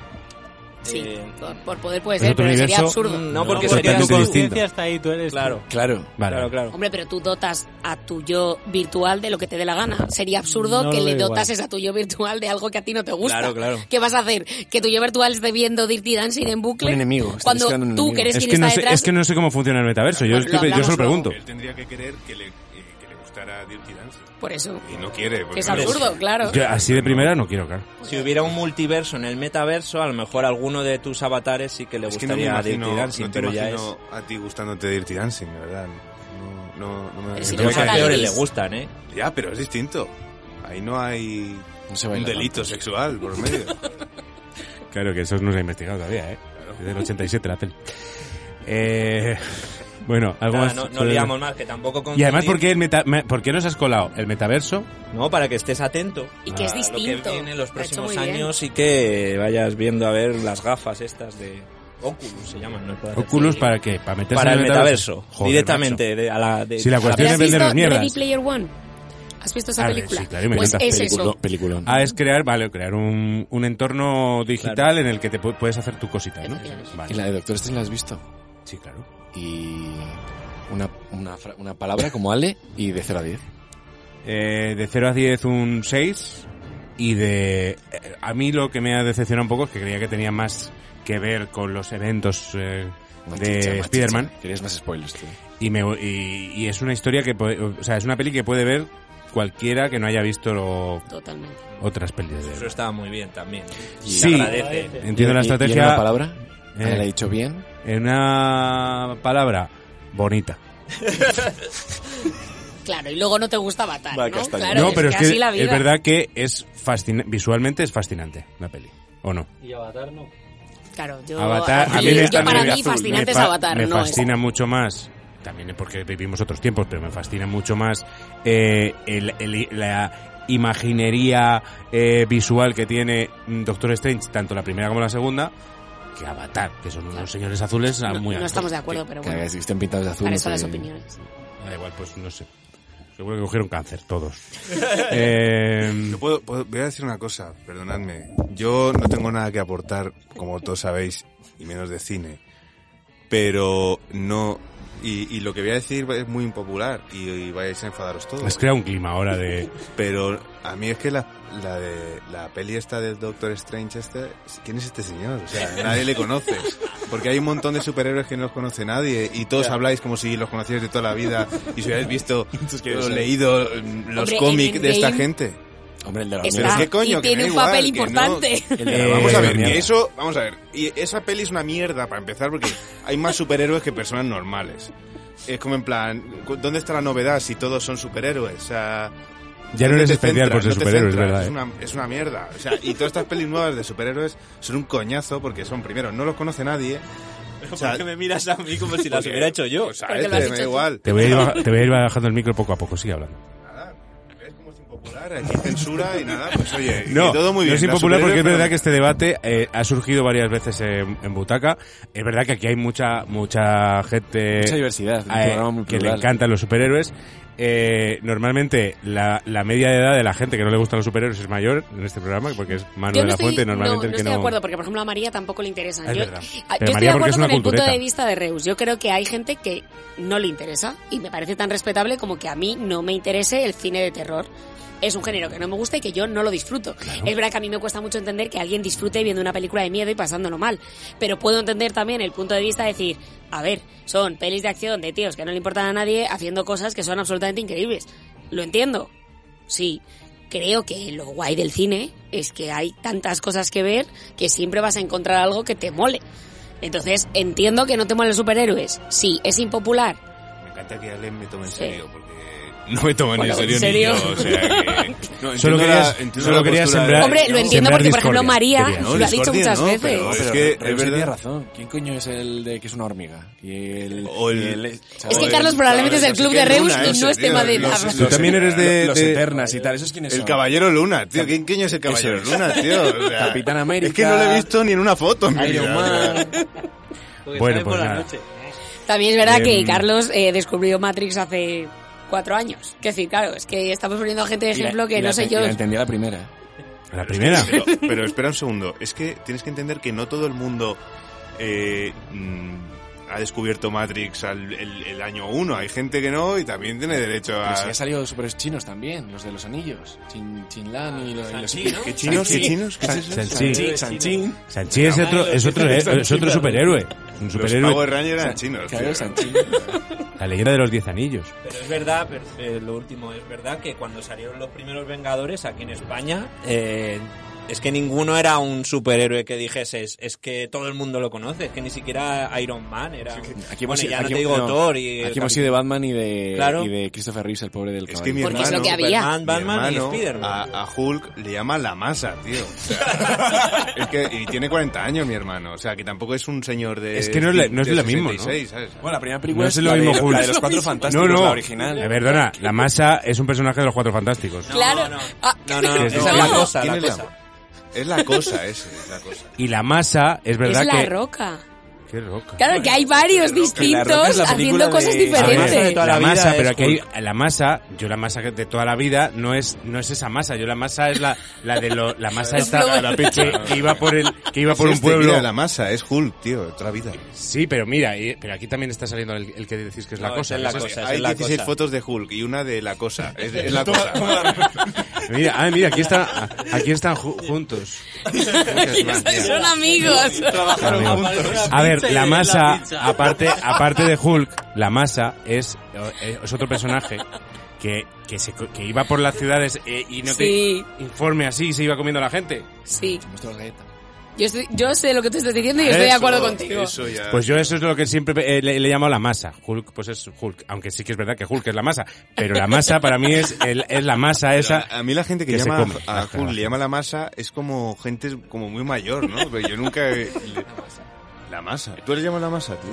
S12: Sí, por, por poder puede
S8: ¿es
S12: ser,
S8: otro
S12: pero sería
S8: universo?
S12: absurdo.
S8: Mm,
S11: No, porque
S8: Totalmente
S11: sería tu
S8: distinto.
S11: conciencia hasta ahí, tú eres claro.
S3: Claro.
S8: Vale.
S11: Claro, claro.
S12: Hombre, pero tú dotas a tu yo virtual de lo que te dé la gana. Sería absurdo
S11: No
S12: que
S11: lo
S12: le
S11: veo
S12: dotases a tu yo virtual de algo que a ti no te gusta.
S3: Claro, claro.
S12: ¿Qué vas a hacer? ¿Que tu yo virtual esté viendo Dirty Dancing en bucle?
S3: Un enemigo, estás
S12: Cuando
S3: creando un
S12: tú,
S3: enemigo.
S12: que eres
S8: Es
S12: quien
S8: que,
S12: está
S8: no sé,
S12: detrás,
S8: es que no sé cómo funciona el metaverso. Yo,
S12: Bueno,
S8: estoy-
S12: lo
S8: yo se lo
S12: hablamos luego.
S8: pregunto.
S9: Él tendría que querer que le, eh, que le gustara Dirty Dancing.
S12: Por eso.
S9: Y no quiere. porque
S12: que es
S9: no le
S12: absurdo,
S9: gusta.
S12: claro.
S8: Yo así de primera no quiero, claro.
S11: Si hubiera un multiverso en el metaverso, a lo mejor alguno de tus avatares sí que le
S9: Es que no me
S11: gustaría
S9: imagino,
S11: Dirty Dancing,
S9: no te
S11: pero ya es
S9: imagino a ti gustándote Dirty Dancing, la verdad. No, no, no me
S11: Pero
S9: no
S11: si le
S9: me
S11: gusta a
S9: cae.
S11: Loris. le gustan, ¿eh?
S9: Ya, pero es distinto. Ahí no hay un
S8: baila
S9: delito sexual por medio.
S8: [laughs] Claro que eso no se ha investigado todavía, ¿eh? Es del 87 la peli. Eh, bueno, algo
S11: Nada,
S8: más.
S11: no- no
S8: sobre-
S11: liamos más, que tampoco
S8: Y además,
S11: confundir-
S8: ¿por qué, el meta- me- ¿por qué nos has colado? ¿El metaverso?
S11: No, para que estés atento.
S12: Y que es distinto.
S11: Lo que viene en los
S12: Lo ha hecho
S11: próximos
S12: muy bien.
S11: años y que vayas viendo a ver las gafas estas de Oculus, se llaman, ¿no? Para-
S8: ¿Oculus para qué? ¿Para meterse
S11: Para
S8: en
S11: el metaverso.
S8: Joder,
S11: directamente
S8: macho.
S11: de- a la... De,
S8: Si la cuestión es
S12: ¿Has visto
S8: vendernos
S12: Ready
S8: mierdas.
S12: Player One? ¿Has visto esa
S8: Ah,
S12: película?
S8: sí, claro, y me
S12: pues
S8: encanta.
S12: es eso.
S3: Peliculón, peliculón.
S8: Ah, es crear, vale, crear un, un entorno digital en el que te pu- puedes hacer tu cosita, ¿no?
S3: ¿Y
S8: Vale.
S3: la de Doctor Strange la has visto?
S8: Sí, claro.
S3: Y una, una, fra- una palabra como Ale y de 0 a 10.
S8: Eh, de 0 a 10 un 6 y de... eh, A mí lo que me ha decepcionado un poco es que creía que tenía más que ver con los eventos eh,
S3: Más
S8: de
S3: chicha, más
S8: Spider-Man
S3: chicha. Querías más spoilers, tío.
S8: y, me, y, y es una historia que... puede- O sea, es una peli que puede ver cualquiera que no haya visto lo-
S12: Totalmente.
S8: otras pelis de...
S11: Eso está muy bien también. Y
S8: Sí,
S11: se agradece.
S8: entiendo la
S3: ¿Y- y- y en
S8: estrategia.
S3: una palabra?
S8: Eh.
S3: ¿Ale la he dicho bien?
S8: En una palabra, bonita.
S12: Claro, y luego no te gusta matar, ¿no? Claro,
S8: no, pero es que,
S12: así la vida.
S8: es verdad que es fascina- visualmente es fascinante la peli, ¿o no?
S10: Y Avatar no.
S12: Claro, yo,
S8: Avatar,
S12: a
S8: a
S12: mí-
S8: mí me-
S12: yo
S8: a mí
S12: para
S8: me-
S12: mí fascinante
S8: me
S12: es
S8: fa-
S12: Avatar,
S8: Me
S12: no es-
S8: fascina mucho más, también es porque vivimos otros tiempos, pero me fascina mucho más eh, el- el- la imaginería eh, visual que tiene mm, Doctor Strange, tanto la primera como la segunda, que Avatar, que son unos señores azules ah,
S12: No,
S8: muy
S12: no
S8: altos.
S12: estamos de acuerdo, pero
S3: Que
S12: bueno.
S3: si estén pintados de azul.
S12: Para
S3: no
S12: eso las
S3: te-
S12: opiniones.
S8: Da igual, pues no sé. Seguro que cogieron cáncer todos. [laughs] Eh,
S9: Yo puedo- puedo- voy a decir una cosa, perdonadme. Yo no tengo nada que aportar, como todos sabéis, y menos de cine. Pero no. Y, y lo que voy a decir es muy impopular y, y vais a enfadaros todos.
S8: Has creado un clima ahora de...
S9: Pero a mí es que la, la, de, la peli esta del Doctor Strange,
S3: Eh,
S9: este, ¿quién es este señor? O sea, nadie le conoce. Porque hay un montón de superhéroes que no los conoce nadie y todos habláis como si los conocierais de toda la vida y si hubierais visto o leído mm, los
S12: Hombre,
S9: cómics
S12: en
S9: de esta
S12: Endgame-
S9: gente.
S3: Hombre, el de la
S12: Está,
S9: Pero qué coño,
S12: y
S9: que
S12: tiene
S9: me
S12: un
S9: da igual,
S12: papel
S9: que no-
S12: importante.
S8: Eh,
S9: vamos a ver,
S8: mierda.
S9: que eso, vamos a ver, y esa peli es una mierda para empezar porque hay más superhéroes que personas normales. Es como en plan, cu- ¿dónde está la novedad si todos son superhéroes? O sea,
S8: Ya no
S9: te
S8: eres especial
S9: centras, no
S8: por ser
S9: te
S8: superhéroe, es
S9: centras,
S8: verdad.
S9: Es
S8: ¿eh?
S9: una, es una mierda. O sea, y todas estas pelis nuevas de superhéroes son un coñazo porque son, primero, no los conoce nadie. O sea,
S11: ¿Por qué me miras a mí como si las
S9: porque-
S11: hubiera hecho yo?
S9: pues a
S12: Porque
S9: este
S12: lo has
S9: me da
S12: hecho tú.
S9: igual.
S8: Te voy, a ir baja- te voy a ir bajando el micro poco a poco, sigue hablando.
S9: Nada, ¿ves cómo es impopular? impopular, aquí censura y nada, pues oye, y
S8: No,
S9: todo muy bien.
S8: no es
S9: La
S8: impopular porque es
S9: superhéroe,
S8: verdad que este debate eh, ha surgido varias veces en, en Butaca. Es verdad que aquí hay mucha mucha gente...
S3: Mucha diversidad, un programa muy
S8: que le
S3: plural.
S8: encantan los superhéroes. Eh, normalmente la, la media de edad de la gente que no le gustan los superhéroes es mayor en este programa porque es Manuel
S12: Yo
S8: de
S12: no
S8: la
S12: estoy,
S8: Fuente
S12: no,
S8: normalmente
S12: no
S8: el que
S12: estoy de
S8: no...
S12: acuerdo, porque por ejemplo a María tampoco le interesan.
S8: Es
S12: yo
S8: verdad.
S12: yo
S8: Pero
S12: estoy de
S8: María porque
S12: acuerdo
S8: es
S12: con
S8: una
S12: el punto
S8: cultureta.
S12: de vista de Reus. Yo creo que hay gente que no le interesa y me parece tan respetable como que a mí no me interese el cine de terror. Es un género que no me gusta y que yo no lo disfruto. Es verdad que a mí me cuesta mucho entender que alguien disfrute viendo una película de miedo y pasándolo mal. Pero puedo entender también el punto de vista de decir, a ver, son pelis de acción de tíos que no le importan a nadie haciendo cosas que son absolutamente increíbles. Lo entiendo, sí. Creo que lo guay del cine es que hay tantas cosas que ver que siempre vas a encontrar algo que te mole. Entonces, entiendo que no te molen los superhéroes. Sí, es impopular.
S9: Me encanta que alguien me tome en
S12: Sí.
S9: serio, porque no me toman
S12: Bueno,
S9: en serio,
S12: ¿en serio?
S9: ni yo, o sea
S12: [laughs]
S9: que... No,
S8: Solo
S9: entiendo
S8: querías-
S9: la- entiendo
S8: solo
S9: la
S8: querías
S9: postura de-
S8: sembrar-
S12: Hombre, lo entiendo
S8: sembrar
S12: porque, por ejemplo,
S8: discordia.
S12: María
S8: Quería, ¿no?
S12: lo ha dicho
S9: discordia,
S12: muchas
S9: no,
S12: veces.
S9: pero-
S3: Es
S9: Es
S3: que
S9: que,
S3: es
S9: es
S3: verdad.
S9: verdad.
S3: tiene razón. ¿Quién coño es el de que es una hormiga? Y el,
S9: O el-
S3: y el-
S12: Es que
S9: Joder,
S12: Carlos probablemente es del
S9: no sé
S12: club
S9: qué
S12: de Reus
S9: luna,
S12: y
S9: ese,
S12: no es
S9: tío,
S12: tema de
S9: los-
S12: nada.
S9: los-
S3: Tú también
S9: los-
S3: eres de-
S9: los
S3: de-
S9: Eternas y tal,
S3: ¿esos quiénes
S9: El
S3: son?
S9: Caballero Luna, tío. ¿Quién coño es el Caballero
S3: Eso es.
S9: Luna, tío? O sea,
S3: Capitán América.
S9: Es que no lo he visto ni en una foto, en mi
S3: Iron
S9: vida, o sea.
S3: Man.
S8: Bueno, pues nada.
S12: También es verdad que
S8: Em,
S12: Carlos eh, descubrió Matrix hace cuatro años. Que decir, claro, es que estamos poniendo a gente de
S3: Y la-
S12: ejemplo
S3: y
S12: que
S3: la-
S12: no sé
S3: y
S12: yo.
S3: La entendí a la primera.
S8: La primera.
S9: Pero, pero
S12: [laughs]
S9: espera un segundo. Es que tienes que entender que no todo el mundo eh, mm, ha descubierto Matrix al, el, el año 1. Hay gente que no y también tiene derecho a...
S3: Pero si han salido superhéroes chinos también, los de los anillos. Chin, Chin Lan y los, y los
S11: Shang-Chi, ¿no?
S3: ¿Qué
S9: chinos? ¿Qué chinos? ¿Qué
S3: Shang-
S8: chinos?
S3: Shang-Chi,
S8: Shang-Chi.
S3: Shang-Chi.
S8: Sanchi es otro, es otro, eh, es otro superhéroe. Un
S9: Los
S8: superhéroe.
S9: Power Rangers eran chinos.
S3: Claro,
S9: tío.
S3: Shang-Chi.
S8: La leyenda de los diez anillos.
S11: Pero es verdad, pero, eh, lo último, es verdad que cuando salieron los primeros Vengadores aquí en España, eh, es que ninguno era un superhéroe que dijese, es, es que todo el mundo lo conoce, es que ni siquiera Iron Man era... un-
S3: Aquí hemos
S11: bueno,
S3: ido-
S11: ya no
S3: aquí
S11: te digo
S3: hemos- no,
S11: Thor y...
S3: Aquí hemos ido de Batman y de,
S11: Claro.
S3: y de Christopher Reeves, el pobre del
S9: Es
S3: caballo.
S9: que mi
S12: Porque es lo
S9: hermano,
S12: que había.
S11: Superman, Batman
S9: mi hermano
S11: y Spiderman.
S3: ah,
S9: A, a Hulk le llama la masa, tío. O
S8: [laughs]
S9: sea, es que y tiene 40 años mi hermano. O sea, que tampoco es un señor de...
S8: Es que no es la- no es
S9: de
S8: lo mismo,
S9: 66, ¿sabes?
S3: Bueno, la primera película
S8: No
S3: es
S8: es lo
S3: la,
S8: mismo
S3: de,
S8: Hulk.
S3: la de los cuatro fantásticos,
S8: no, no.
S3: la original.
S8: Eh, perdona, la masa es un personaje de los cuatro fantásticos.
S11: No,
S12: Claro.
S11: no,
S12: Ah,
S11: no, no,
S8: ¿qué-
S11: esa es la
S12: no?
S11: cosa,
S9: ¿Quién
S11: la
S9: es la-
S11: cosa.
S9: Es la cosa, eso, es la cosa.
S8: Y la masa es verdad
S12: es la
S8: que.
S12: roca.
S8: Qué roca.
S12: Claro que hay varios
S3: Roca es
S12: distintos
S3: la película
S12: haciendo cosas
S8: A
S3: de-
S8: ver,
S11: Masa de
S12: diferentes.
S11: toda
S8: la
S11: la vida
S8: masa,
S11: es
S8: pero aquí
S11: Hulk.
S8: hay- la masa, yo la masa que- de toda la vida no es no es esa masa, yo la masa es la la de lo- la masa esta
S9: la
S8: que,
S9: pizza.
S8: que iba por el que iba
S9: Es
S8: por un
S9: este,
S8: pueblo.
S9: mira, la masa, es Hulk, tío, de toda la vida.
S8: Sí, pero mira, y- pero aquí también está saliendo el, el que decís que es la
S11: No,
S8: cosa.
S11: esa es la
S8: ¿no?
S11: cosa. Esa
S9: Hay
S11: es la
S9: 16
S11: cosa.
S9: fotos de Hulk y una de la cosa. Es,
S8: [laughs]
S9: es la cosa.
S8: Mira, ah, mira, aquí está, aquí están ju- juntos.
S12: Son amigos.
S8: A ver, la masa, aparte, aparte de Hulk, la masa es, eh, es otro personaje que, que, se, co- que iba por las ciudades eh, y no
S12: Sí.
S8: te informe así, se iba comiendo a la gente.
S12: Sí,
S3: Nuestro galleta.
S12: yo, estoy- yo sé lo que tú estás diciendo y estoy de acuerdo
S9: Eso-
S12: contigo.
S9: Eso ya.
S8: Pues yo eso es lo que siempre eh, le, le he llamado la masa. Hulk, pues es Hulk. Aunque sí que es verdad que Hulk es la masa. Pero la masa para mí es, el- es la masa
S9: Pero
S8: esa.
S9: a mí la gente que,
S8: que se
S9: llama
S8: come,
S9: a,
S8: las
S9: a Hulk
S8: cagadas.
S9: le llama la masa es como gente como muy mayor, ¿no? Pero yo nunca... eh, le- La masa. ¿Tú le llamas la masa, tío?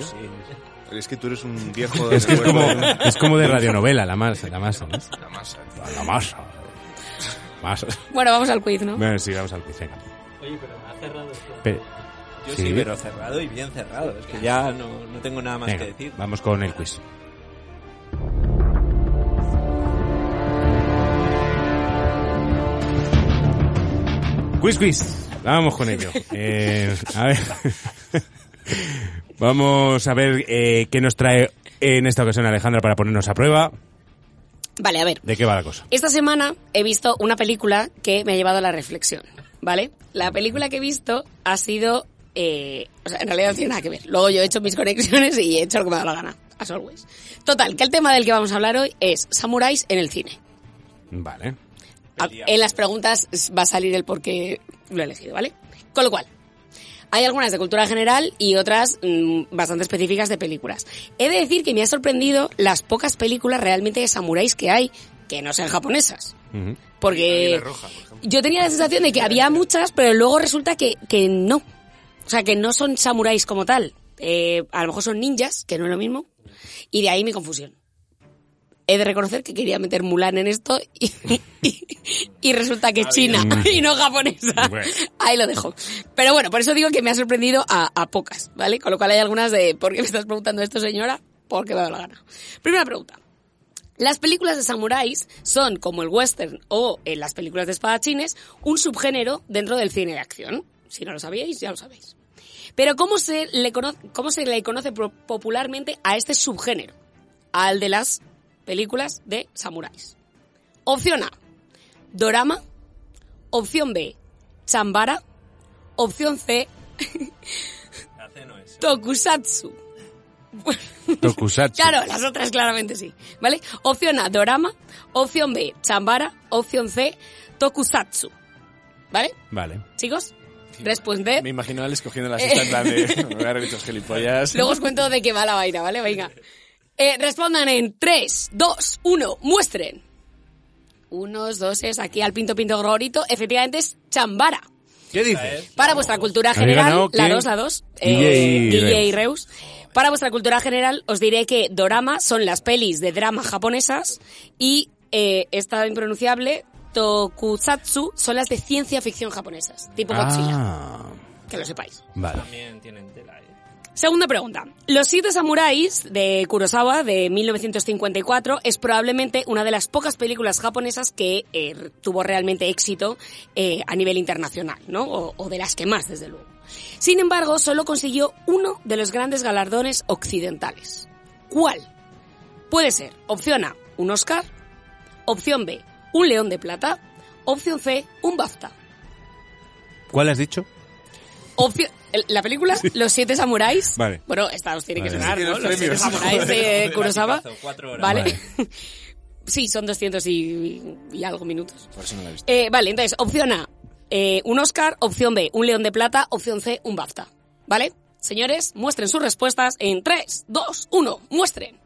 S9: Es que tú eres [laughs] un viejo...
S8: Es que es
S9: del
S8: como,
S9: cuerpo de-
S8: es como de radionovela, la masa, la masa, ¿no?
S9: La masa. tío.
S8: La masa. Masa.
S12: Bueno, vamos al quiz, ¿no?
S8: Bueno, sí, vamos al quiz, venga.
S10: Oye, pero ha cerrado esto.
S8: Pe-
S11: Yo sí, pero cerrado y bien cerrado, es que ya no, no tengo nada más
S8: Venga,
S11: que decir.
S8: Vamos con el quiz. Quiz, quiz. Vamos con
S12: [laughs]
S8: ello. Eh, a ver. [laughs] Vamos a ver eh, qué nos trae en esta ocasión Alejandra para ponernos a prueba.
S12: Vale, a ver.
S8: ¿De qué va la cosa?
S12: Esta semana he visto una película que me ha llevado a la reflexión, ¿vale? La película que he visto ha sido... eh, o sea, en realidad no tiene nada que ver. Luego yo he hecho mis conexiones y he hecho lo que me ha dado la gana. As always. Total, que el tema del que vamos a hablar hoy es samuráis en el cine.
S8: Vale.
S12: A- En las preguntas va a salir el por qué lo he elegido, ¿vale? Con lo cual, hay algunas de cultura general y otras mm, bastante específicas de películas. He de decir que me ha sorprendido las pocas películas realmente de samuráis que hay que no sean japonesas.
S8: Ujú.
S12: Porque yo tenía la sensación de que había muchas, pero luego resulta que, que no. O sea, que no son samuráis como tal. Eh, a lo mejor son ninjas, que no es lo mismo. Y de ahí mi confusión. he de reconocer que quería meter Mulan en esto y, [laughs] y- y resulta que es china [laughs] y no japonesa. Ahí lo dejo. Pero bueno, por eso digo que me ha sorprendido a, a pocas, ¿vale? Con lo cual hay algunas de, ¿por qué me estás preguntando esto, señora? Porque me da la gana. Primera pregunta. Las películas de samuráis son, como el western o eh, las películas de espadachines, un subgénero dentro del cine de acción. Si no lo sabíais, ya lo sabéis. Pero ¿cómo se le conoce, cómo se le conoce pro- popularmente a este subgénero? Al de las películas de samuráis. Opción A, dorama. Opción B, chambara. Opción C, tokusatsu.
S8: Tokusatsu.
S12: Claro, las otras claramente sí, ¿vale? Opción A, dorama. Opción B, chambara. Opción C, tokusatsu. ¿Vale?
S8: Vale.
S12: Chicos, responded.
S3: Me imagino a Alex cogiendo la cesta en plan de... [laughs] Me voy a haber dicho gilipollas.
S12: Luego os cuento de qué va la vaina, ¿vale? Venga. Eh, respondan en 3, 2, 1, muestren. Unos doses aquí al pinto pinto gororito. Efectivamente es chambara.
S8: ¿Qué dices?
S12: Para vuestra cultura
S8: Había
S12: general,
S8: ganado,
S12: la
S8: ¿quién?
S12: 2, la 2,
S8: DJ
S12: DJ Reus. Para vuestra cultura general, os diré que dorama son las pelis de drama japonesas y eh, esta impronunciable, tokusatsu, son las de ciencia ficción japonesas, tipo Godzilla,
S8: Ah,
S12: que lo sepáis.
S8: vale.
S11: También tienen tela. ¿eh?
S12: Segunda pregunta. Los siete samuráis de Kurosawa de 1954 es probablemente una de las pocas películas japonesas que eh, tuvo realmente éxito eh, a nivel internacional, ¿no? O, o de las que más, desde luego. Sin embargo, solo consiguió uno de los grandes galardones occidentales. ¿Cuál? Puede ser opción A, un Oscar, opción B, un León de Plata, opción C, un BAFTA.
S8: ¿Cuál has dicho?
S12: Opción- el- la película Los Siete Samuráis.
S8: Vale.
S12: Bueno, esta os tiene que
S8: Vale.
S12: sonar,
S8: Sí,
S12: ¿no?
S8: los
S12: Los Siete
S8: premios.
S12: Samuráis de
S11: Joder,
S12: Kurosawa.
S11: latigazo, cuatro horas.
S12: Vale.
S8: Vale.
S12: [laughs] sí, son 200 y, y algo minutos.
S3: Por eso no la he visto.
S12: Eh, vale, entonces, opción A, eh, un Oscar. Opción B, un León de Plata. Opción C, un BAFTA. ¿Vale? Señores, muestren sus respuestas en 3, 2, 1. Muestren.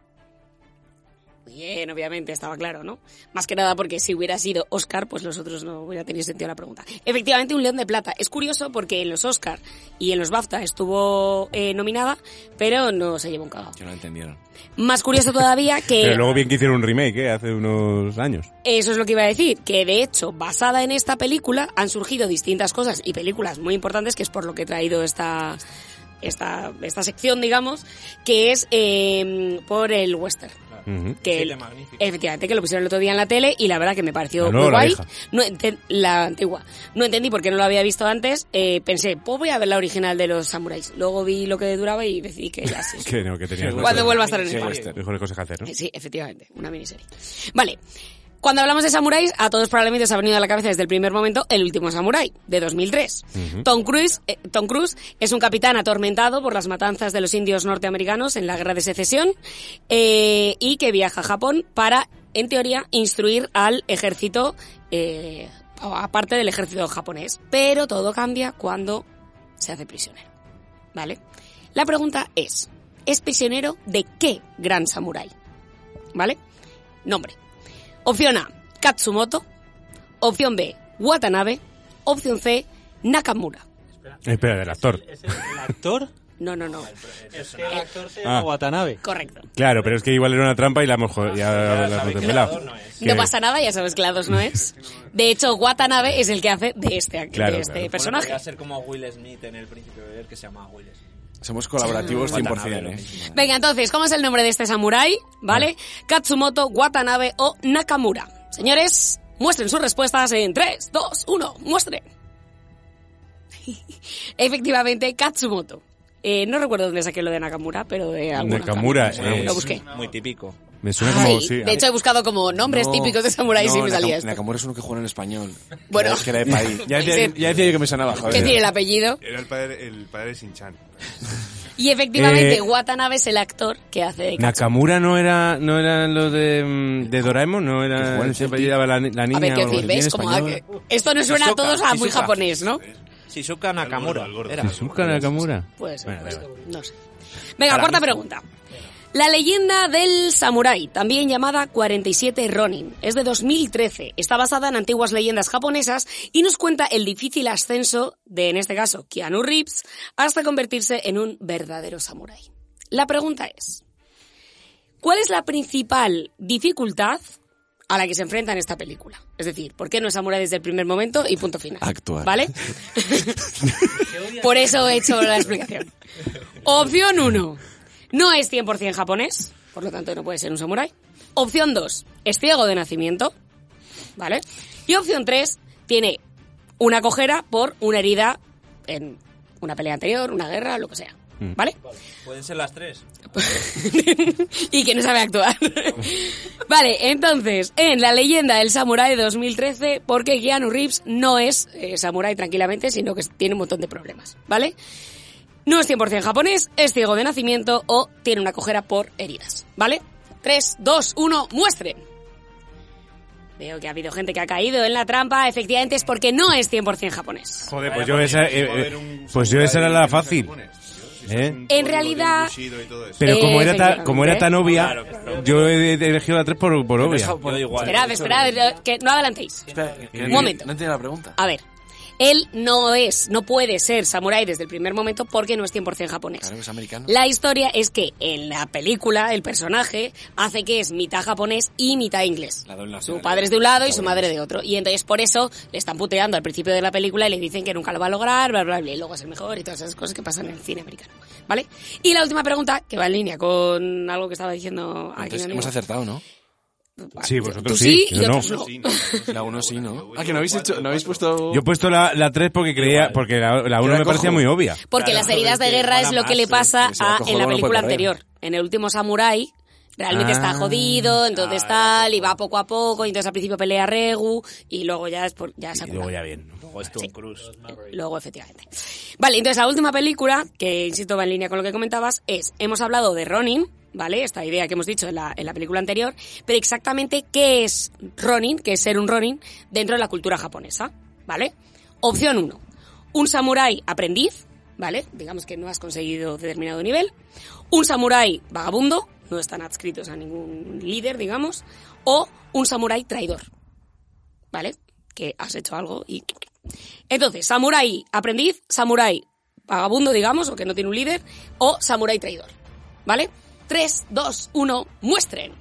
S12: Bien, obviamente, estaba claro, ¿no? Más que nada porque si hubiera sido Oscar, pues los otros no hubiera tenido sentido la pregunta. Efectivamente, un León de Plata. Es curioso porque en los Oscar y en los BAFTA estuvo eh, nominada, pero no se llevó un cagado.
S3: Que no lo entendieron.
S12: Más curioso todavía que...
S8: Pero luego bien que hicieron un remake, ¿eh? Hace unos años.
S12: Eso es lo que iba a decir, que de hecho, basada en esta película, han surgido distintas cosas y películas muy importantes, que es por lo que he traído esta, esta, esta sección, digamos, que es eh, por el western.
S8: Ujú.
S12: Que
S11: Siete
S12: el-
S11: magníficos.
S12: efectivamente, que lo pusieron el otro día en la tele y la verdad que me pareció
S8: La nueva
S12: muy
S8: o la
S12: guay.
S8: vieja?
S12: No enten- la antigua. No entendí por qué no lo había visto antes. eh, pensé, pues voy a ver la original de los samuráis. Luego vi lo que duraba y decidí que ya sí.
S8: Que no, que tenías
S12: Cuando vuelva a estar en
S3: Sí,
S12: España.
S3: western.
S8: Mejores cosas que hacer, ¿no?
S12: Eh, Sí, efectivamente, una miniserie. Vale. Cuando hablamos de samuráis, a todos probablemente os ha venido a la cabeza desde el primer momento El último samurái, de 2003. Tom, Cruise, eh, Tom Cruise es un capitán atormentado por las matanzas de los indios norteamericanos en la Guerra de Secesión eh, y que viaja a Japón para, en teoría, instruir al ejército, eh, aparte del ejército japonés. Pero todo cambia cuando se hace prisionero. ¿Vale? La pregunta es, ¿es prisionero de qué gran samurái? ¿Vale? Nombre. Opción A, Katsumoto. Opción B, Watanabe. Opción C, Nakamura.
S8: Eh, Espera, del actor.
S10: ¿Es el,
S8: [laughs]
S10: el actor?
S12: No, no, no.
S10: Es que el actor se
S8: Ah.
S10: llama Watanabe.
S12: Correcto.
S8: Claro, pero es que igual era una trampa y la hemos jodido.
S12: Ah,
S8: Ya la hemos desvelado. Que-
S12: No pasa nada, ya sabes que la dos no es. De hecho, Watanabe es el que hace de este, de
S8: Claro,
S12: este
S8: claro.
S11: Bueno,
S12: personaje.
S11: podría ser como Will Smith en el Príncipe de Bel que se llamaba Will Smith.
S3: Somos colaborativos 100%, ¿eh?
S12: Venga, entonces, ¿cómo es el nombre de este samurái? ¿Vale? Katsumoto, Watanabe o Nakamura. Señores, muestren sus respuestas en 3, 2, 1, muestren. [laughs] Efectivamente, Katsumoto. Eh, no recuerdo dónde saqué lo de Nakamura, pero eh, de alguna
S8: Nakamura,
S12: otra.
S8: eh,
S12: Lo busqué.
S11: Muy típico.
S8: Me suena como.
S12: Ay,
S8: sí, ah,
S12: de hecho, he buscado como nombres
S3: No,
S12: típicos de samuráis y
S3: no,
S12: me
S3: Nakam-
S12: salía esto.
S3: Nakamura es uno que juega en el español.
S12: Bueno.
S3: Que era de país. Ya
S12: Sí.
S3: decía, ya decía yo que me sonaba,
S12: ¿Qué
S3: joder.
S12: tiene el apellido?
S9: Era el padre, el padre de Sinchan.
S12: Y efectivamente,
S8: Eh,
S12: Watanabe es el actor que hace de Katsumoto.
S8: Nakamura no era no eran los de, mm, de Doraemon, no
S3: Que juega en
S8: era
S3: el
S8: siempre
S3: Celtic.
S8: llevaba la, ni- la niña
S12: A ver, ¿qué
S8: o algo
S12: decir?
S8: así.
S12: ¿Ves? Como a que- Esto nos
S8: pues
S12: suena a
S11: Shizuka,
S12: todos a muy
S11: Shizuka.
S12: japonés, ¿no?
S11: Shizuka Nakamura. Era.
S8: Shizuka Nakamura.
S12: Puede ser,
S8: Bueno,
S12: puede
S8: da
S12: ser, Pues, no sé. Venga, cuarta pregunta. La leyenda del samurái, también llamada 47 Ronin, es de 2013. Está basada en antiguas leyendas japonesas y nos cuenta el difícil ascenso de, en este caso, Keanu Reeves, hasta convertirse en un verdadero samurái. La pregunta es, ¿Cuál es la principal dificultad a la que se enfrenta en esta película? Es decir, ¿por qué no es Samurai desde el primer momento y punto final?
S3: Actuar.
S12: ¿Vale? [laughs] Por eso he hecho la explicación. Opción 1. No es 100% japonés, por lo tanto no puede ser un samurái. Opción 2. Es ciego de nacimiento, ¿vale? Y opción 3. Tiene una cojera por una herida en una pelea anterior, una guerra, lo que sea. ¿Vale?
S11: Pueden ser las tres.
S12: [laughs] y que no sabe actuar. vale, entonces, en La leyenda del samurái 2013, ¿por qué Keanu Reeves no es eh, samurái tranquilamente, sino que tiene un montón de problemas? ¿Vale? No es 100% japonés, es ciego de nacimiento o tiene una cojera por heridas. ¿Vale? 3, 2, 1, muestren. Veo que ha habido gente que ha caído en la trampa, efectivamente es porque no es 100% japonés.
S8: Joder, pues yo esa, eh, eh, pues yo esa era la fácil. ¿Eh?
S12: En realidad... Eh,
S8: Pero como era, ta-
S12: Efectivamente.
S8: como era tan obvia, yo he he elegido la 3 por, por obvia.
S12: Esperad, esperad, que no adelantéis. Un momento.
S3: No entiendo la pregunta.
S12: A ver, él no es, no puede ser samurái desde el primer momento porque no es 100% japonés.
S3: Claro, es americano.
S12: La historia es que en la película el personaje hace que es mitad japonés y mitad inglés. Su padre es de un lado y su madre de otro. Y entonces por eso le están puteando al principio de la película y le dicen que nunca lo va a lograr, bla, bla, bla, y luego es el mejor y todas esas cosas que pasan en el cine americano. ¿Vale? Y la última pregunta, que va en línea con algo que estaba diciendo aquí mi
S3: Entonces
S12: amigo.
S3: hemos acertado, ¿no?
S8: Sí, vosotros
S12: Tú
S8: sí,
S12: sí, y
S8: yo no.
S12: otros no.
S3: La uno sí, ¿no? Ah, que no habéis hecho, no habéis puesto...
S8: Yo he puesto la, la 3 porque creía, porque la, la 1 me
S3: cojo.
S8: parecía muy obvia.
S12: Porque las heridas de guerra es lo que le pasa
S3: se la
S12: a,
S3: cojo
S12: en la
S3: luego no puede
S12: película
S3: correr.
S12: anterior. En el último Samurai realmente
S3: Ah.
S12: está jodido, entonces tal, y va poco a poco, y entonces al principio pelea a Regu, y luego ya es por, ya es
S8: Y
S12: Samurai.
S8: luego ya bien.
S11: Luego es Tom Cruise.
S12: Luego, efectivamente. Vale, entonces la última película, que insisto va en línea con lo que comentabas, es, hemos hablado de Ronin, ¿vale? Esta idea que hemos dicho en la, en la película anterior, pero exactamente qué es Ronin, qué es ser un Ronin dentro de la cultura japonesa, ¿vale? Opción 1, un samurái aprendiz, ¿vale? Digamos que no has conseguido determinado nivel. Un samurái vagabundo, no están adscritos a ningún líder, digamos. O un samurái traidor, ¿vale? Que has hecho algo y entonces, samurái aprendiz, samurái vagabundo, digamos, o que no tiene un líder, o samurái traidor. ¿Vale? 3, 2, 1, muestren.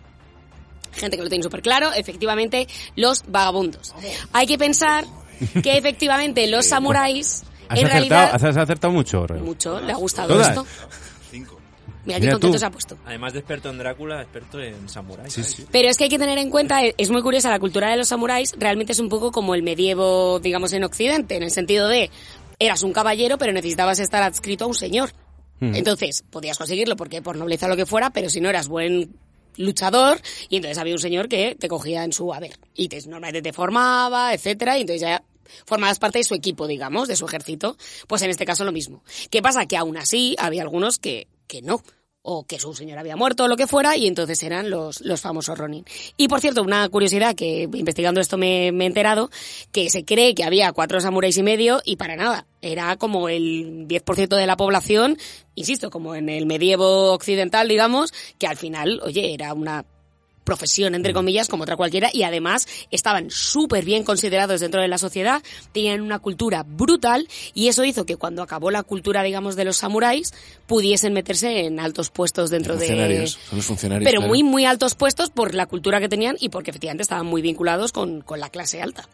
S12: Gente que lo tiene súper claro, efectivamente, los vagabundos. Hay que pensar que efectivamente los samuráis,
S8: Has
S12: en
S8: acertado,
S12: realidad,
S8: has acertado mucho, Rego.
S12: mucho, le ha gustado
S8: Todas.
S12: esto. Mira, qué
S8: Mira
S12: contento
S8: tú.
S12: se ha puesto.
S11: Además de experto en Drácula, experto en Samurai. Sí, sí.
S12: Pero es que hay que tener en cuenta, eh, es muy curiosa, la cultura de los samuráis realmente es un poco como el medievo, digamos, en Occidente, en el sentido de, eras un caballero, pero necesitabas estar adscrito a un señor.
S7: Hmm.
S12: Entonces, podías conseguirlo, porque por nobleza o lo que fuera, pero si no eras buen luchador, y entonces había un señor que te cogía en su haber, y te, normalmente te formaba, etcétera, y entonces ya formabas parte de su equipo, digamos, de su ejército. Pues en este caso lo mismo. ¿Qué pasa? Que aún así había algunos que, que no o que su señor había muerto o lo que fuera, y entonces eran los, los famosos Ronin. Y por cierto, una curiosidad que investigando esto me, me he enterado, que se cree que había cuatro samuráis y medio y para nada. Era como el 10% de la población, insisto, como en el medievo occidental, digamos, que al final, oye, era una profesión, entre comillas, como otra cualquiera, y además estaban súper bien considerados dentro de la sociedad, tenían una cultura brutal, y eso hizo que cuando acabó la cultura, digamos, de los samuráis, pudiesen meterse en altos puestos dentro de...
S3: Funcionarios. Son los funcionarios.
S12: Pero
S3: claro.
S12: muy, muy altos puestos por la cultura que tenían y porque efectivamente estaban muy vinculados con, con la clase alta.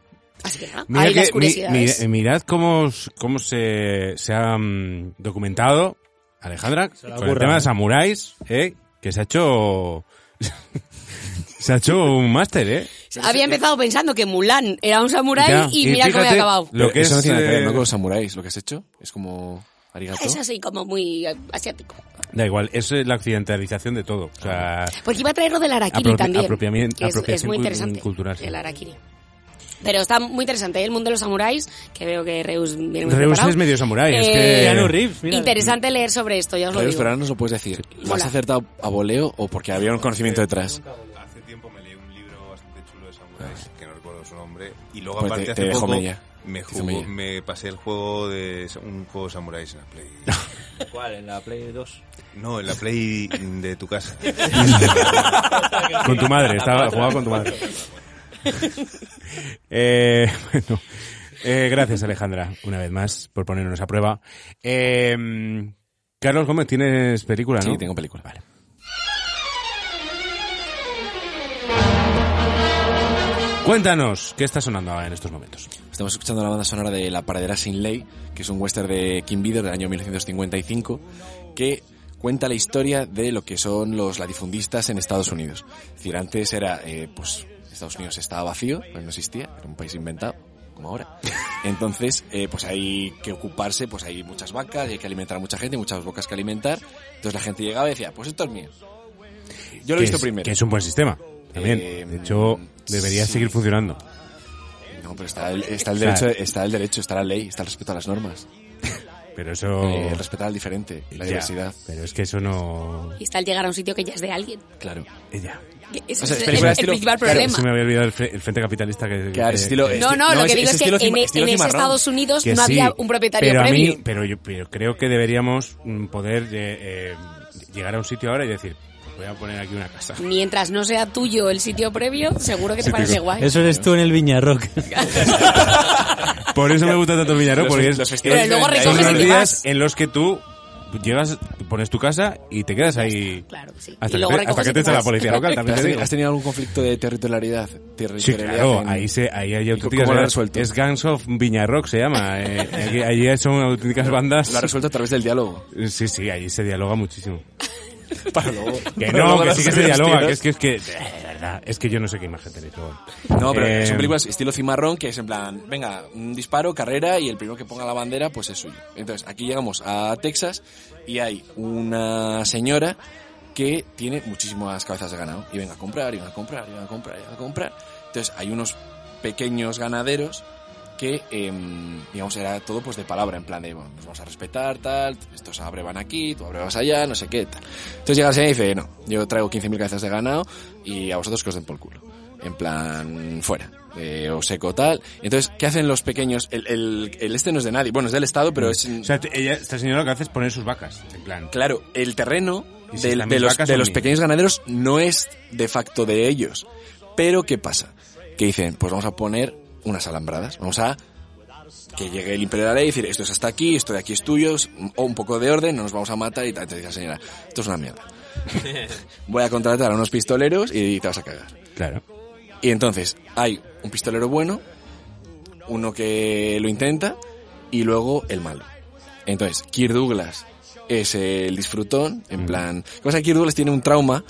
S12: Así que nada,
S8: Mira
S12: ahí
S8: que-
S12: las
S8: mi- em-
S12: curiosidades.
S8: mira- mirad cómo, os- cómo se, se ha mm, documentado, Alejandra,
S10: la
S8: con el
S10: ocurra,
S8: tema
S10: ¿eh?
S8: de samuráis, ¿eh? que se ha hecho... [laughs] se ha hecho un máster, ¿eh?
S12: Había empezado pensando que Mulan era un samurái
S8: Ya,
S12: y,
S8: y
S12: mira cómo
S8: fíjate
S12: había acabado.
S8: lo
S3: Pero
S8: que
S3: eso no
S8: es,
S3: tiene nada que ver,
S8: eh,
S3: ¿no? Con los samuráis, lo que has hecho. Es como... Arigato.
S12: Es así como muy eh, asiático.
S8: Da igual, es eh, la occidentalización de todo. O sea,
S12: Porque Pues iba a traer lo del harakiri
S8: Apropi-
S12: también.
S8: apropiamien-
S12: que es- es,
S8: apropiación
S12: muy
S8: cul-
S12: interesante.
S8: cultural, sí.
S12: El harakiri. Pero está muy interesante ¿eh? el mundo de los samuráis, que veo que Reus viene muy
S8: Reus
S12: preparado.
S8: es medio samurái, es
S12: Eh,
S8: que- Keanu
S10: Reeves, mira.
S12: Interesante leer sobre esto, ya os lo
S3: Pero
S12: digo.
S3: ahora nos lo puedes decir. ¿Lo has
S12: Mola.
S3: acertado a voleo o porque había un conocimiento detrás?
S9: Hace tiempo me leí un libro bastante chulo de samuráis, que no recuerdo su nombre, y luego
S3: Pues
S9: aparte
S3: te-
S9: hace
S3: te dejó
S9: poco
S3: mella.
S9: me
S3: Te hizo
S9: jugó-
S3: mella.
S9: me pasé el juego de un juego de samuráis en la Play. [laughs]
S11: ¿Cuál? ¿En la Play 2?
S9: No, en la Play de tu [laughs] casa.
S8: Con tu madre, estaba jugaba con tu madre. Eh, bueno, eh, gracias Alejandra, una vez más, por ponernos a prueba. Eh, Carlos Gómez, tienes película, ¿no?
S3: Sí, tengo película.
S8: Vale. Cuéntanos, ¿qué está sonando ahora en estos momentos?
S3: Estamos escuchando la banda sonora de La Paradera Sin Ley, que es un western de Kim Vidor del año 1955, que cuenta la historia de lo que son los latifundistas en Estados Unidos. Es decir, antes era, eh, pues, Estados Unidos estaba vacío, pues no existía, era un país inventado, como ahora. Entonces, eh, pues hay que ocuparse, pues hay muchas vacas, y hay que alimentar a mucha gente, muchas bocas que alimentar. Entonces la gente llegaba y decía, pues esto es mío. Yo lo he
S8: Que
S3: visto
S8: es-
S3: primero. Eh,
S8: Que es un buen sistema. También. de hecho, debería
S3: sí.
S8: seguir funcionando.
S3: No, pero está el, está el
S8: O sea,
S3: derecho, está el derecho, está la ley, está el respeto a las normas.
S8: Pero eso.
S3: Eh, el respeto al diferente, la
S8: Ya,
S3: diversidad.
S8: Pero es que eso no.
S12: Y está al llegar a un sitio que ya es de alguien.
S3: Claro.
S8: Ella.
S12: Que Ese
S3: O sea,
S12: es el,
S3: película
S12: el
S3: estilo-
S12: principal
S3: claro,
S12: problema.
S8: Se me había olvidado el, fre- el frente capitalista que.
S3: Claro,
S8: que-
S3: estilo-
S8: que-
S12: No, no, lo que digo es, que en, e- en ese Estados Unidos
S8: Que
S12: no
S8: sí,
S12: había un propietario
S8: pero
S12: previo.
S8: A mí, pero yo pero creo que deberíamos mm, poder eh, eh, llegar a un sitio ahora y decir, pues voy a poner aquí una
S12: [laughs]
S8: casa.
S12: Mientras no sea tuyo el sitio previo, seguro que te parece guay.
S10: Eso eres tú en el Viñarrock.
S8: Por eso me gusta tanto el Villarro,
S10: Los-
S8: porque es,
S10: los festivales
S8: es-
S10: Pero luego
S8: son
S10: recoges
S8: los
S10: y te
S8: días
S10: vas.
S8: en los que tú llegas, pones tu casa y te quedas ahí. Hasta, que, te, hasta que te echa la policía local, también
S3: ¿Has,
S8: te
S3: tenido-
S8: digo.
S3: has tenido algún conflicto de territorialidad?
S8: Sí,
S3: territorialidad
S8: claro,
S3: en-
S8: ahí, se, ahí hay
S3: ¿Y
S8: auténticas...
S3: cómo lo has
S8: bandas.
S3: resuelto?
S8: Es Gangs of Viñarrock, se llama.
S10: [laughs]
S8: eh, aquí- allí son auténticas bandas...
S3: Lo has resuelto a través del diálogo.
S8: Sí, sí, allí se dialoga muchísimo.
S3: [laughs] Para luego.
S8: Que
S3: para luego
S8: no, que
S3: las
S8: sí que se
S3: hostias.
S8: dialoga, que es que... Es que, de verdad, es que yo no sé qué imagen tenéis, pero bueno.
S3: No, pero
S8: Eh,
S3: son películas estilo cimarrón que es en plan, venga, un disparo, carrera y el primero que ponga la bandera pues es suyo. Entonces, aquí llegamos a Texas y hay una señora que tiene muchísimas cabezas de ganado y venga a comprar, y van a comprar, y van a comprar, y van a comprar. Entonces, hay unos pequeños ganaderos que, em, digamos, era todo pues de palabra, en plan de, bueno, nos vamos a respetar, tal, estos abrevan aquí, tú abrebas allá, no sé qué, tal. Entonces llega la señora y dice, no, yo traigo 15.000 cabezas de ganado y a vosotros que os den por culo. En plan, fuera. eh, o seco tal. Entonces, ¿qué hacen los pequeños? El, el, el este no es de nadie. Bueno, es del Estado, pero es...
S8: O sea, te-
S9: eh,
S8: ella, esta señora lo que hace es poner sus vacas, en plan...
S3: Claro, el terreno
S8: Y si
S3: del-
S8: están
S3: de,
S8: mis
S3: los,
S8: vacas
S3: de
S8: son
S3: los
S8: mías.
S3: pequeños ganaderos no es de facto de ellos. Pero, ¿qué pasa? Que dicen, pues vamos a poner unas alambradas. Vamos a que llegue el imperio de la ley y decir, esto es hasta aquí, esto de aquí es tuyo, es- o un poco de orden, no nos vamos a matar y tal. Te dice la señora, esto es una
S8: [laughs]
S3: mierda. Voy a contratar a unos pistoleros y te vas a cagar.
S8: Claro.
S3: Y entonces hay un pistolero bueno, uno que lo intenta y luego el malo. Entonces, Kirk Douglas es el disfrutón, en plan... Lo que pasa es que Kirk Douglas tiene un trauma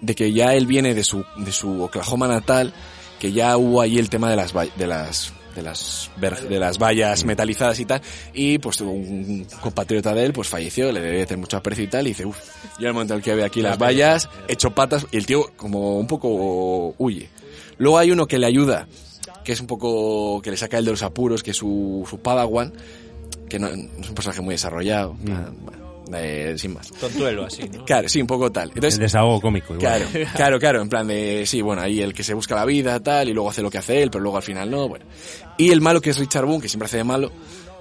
S3: de que ya él viene de su, de su Oklahoma natal, que ya hubo ahí el tema de las, va- de las, de las, ver- de las vallas metalizadas y tal, y pues tuvo un compatriota de él, pues falleció, le debe tener mucho aprecio y tal, y dice, uff, yo el momento en el que ve aquí las vallas, hecho patas, y el tío como un poco huye. Luego hay uno que le ayuda, que es un poco, que le saca el de los apuros, que es su, su padawan, que no, no es un personaje muy desarrollado, bueno, eh, sin más.
S11: Tontuelo, así, ¿no?
S3: Claro, sí, un poco tal. Entonces,
S8: el desahogo cómico, igual.
S3: Claro, [laughs] claro, claro, en plan de, sí, bueno, ahí el que se busca la vida, tal, y luego hace lo que hace él, pero luego al final no, bueno. Y el malo que es Richard Boone, que siempre hace de malo,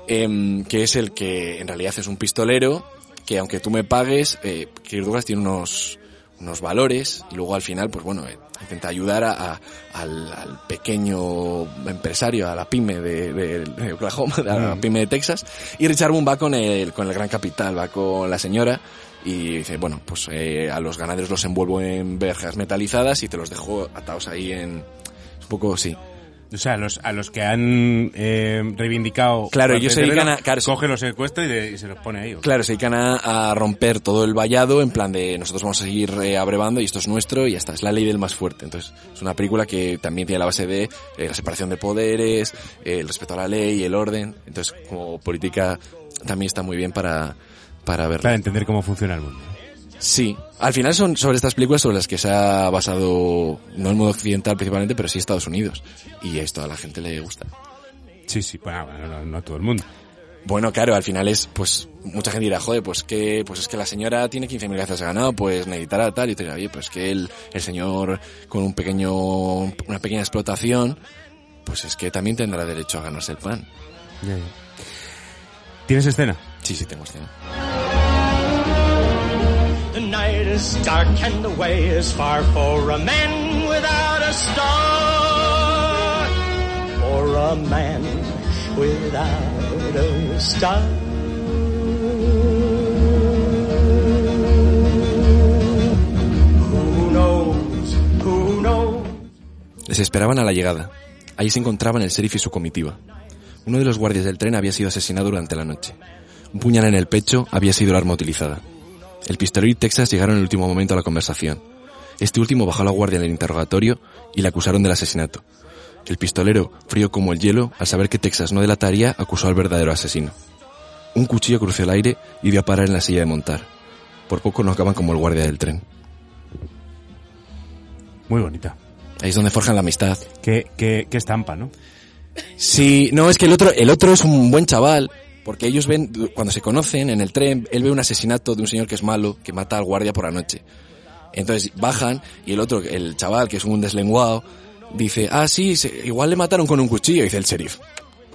S3: em, que es el que en realidad es un pistolero, que aunque tú me pagues, eh, Kirk Douglas tiene unos, unos valores, y luego al final, pues bueno, eh, intenta ayudar a, a- al, al pequeño empresario, a la pyme de, de- de Oklahoma, [laughs] a la
S8: Mm.
S3: pyme de Texas, y Richard Boone va con el, con el gran capital, va con la señora, y dice, bueno, pues eh, a los ganaderos los envuelvo en verjas metalizadas y te los dejo atados ahí en... Es un poco, sí.
S8: O sea, a los, a los que han eh, reivindicado...
S3: Claro,
S8: parte
S3: ellos se
S8: del
S3: dedican
S8: terreno,
S3: a- claro, sí.
S8: coge, los secuestra y, de- y se los pone a ellos.
S3: Claro, se dedican a, a romper todo el vallado en plan de nosotros vamos a seguir eh, abrevando y esto es nuestro y ya está. Es la ley del más fuerte. Entonces, es una película que también tiene la base de eh, la separación de poderes, eh, el respeto a la ley, el orden. Entonces, como política también está muy bien para, para verla.
S8: Para entender cómo funciona el mundo.
S3: Sí, al final son sobre estas películas sobre las que se ha basado, no el mundo occidental principalmente, pero sí Estados Unidos. Y esto a la gente le gusta.
S8: Sí, sí, bueno, bueno, no, no a todo el mundo.
S3: Bueno, claro, al final es, pues, mucha gente dirá, joder, pues que, pues es que la señora tiene 15.000 gracias de ganado, pues necesitará tal, y te dirá, oye, pues que el, el señor con un pequeño, una pequeña explotación, pues es que también tendrá derecho a ganarse el pan.
S8: ¿Tienes escena?
S3: Sí, sí, tengo este escena.
S13: The night is dark and the way is far for a man without a star. For a man without a star. Who knows? Who knows?
S3: Es se esperaban a la llegada. Allí se encontraban el sheriff y su comitiva. Uno de los guardias del tren había sido asesinado durante la noche. Un puñal en el pecho había sido el arma utilizada. El pistolero y Texas llegaron en el último momento a la conversación. Este último bajó a la guardia del interrogatorio y le acusaron del asesinato. El pistolero, frío como el hielo, al saber que Texas no delataría, acusó al verdadero asesino. Un cuchillo cruzó el aire y dio a parar en la silla de montar. Por poco no acaban como el guardia del tren.
S8: Muy bonita.
S3: Ahí es donde forjan la amistad.
S8: Qué, qué- qué estampa, ¿no?
S3: Sí, no, es que el otro, el otro es un buen chaval, porque ellos ven, cuando se conocen en el tren, él ve un asesinato de un señor que es malo, que mata al guardia por la noche. Entonces bajan y el otro, el chaval, que es un deslenguado, dice, ah, sí, se- igual le mataron con un cuchillo, dice el sheriff.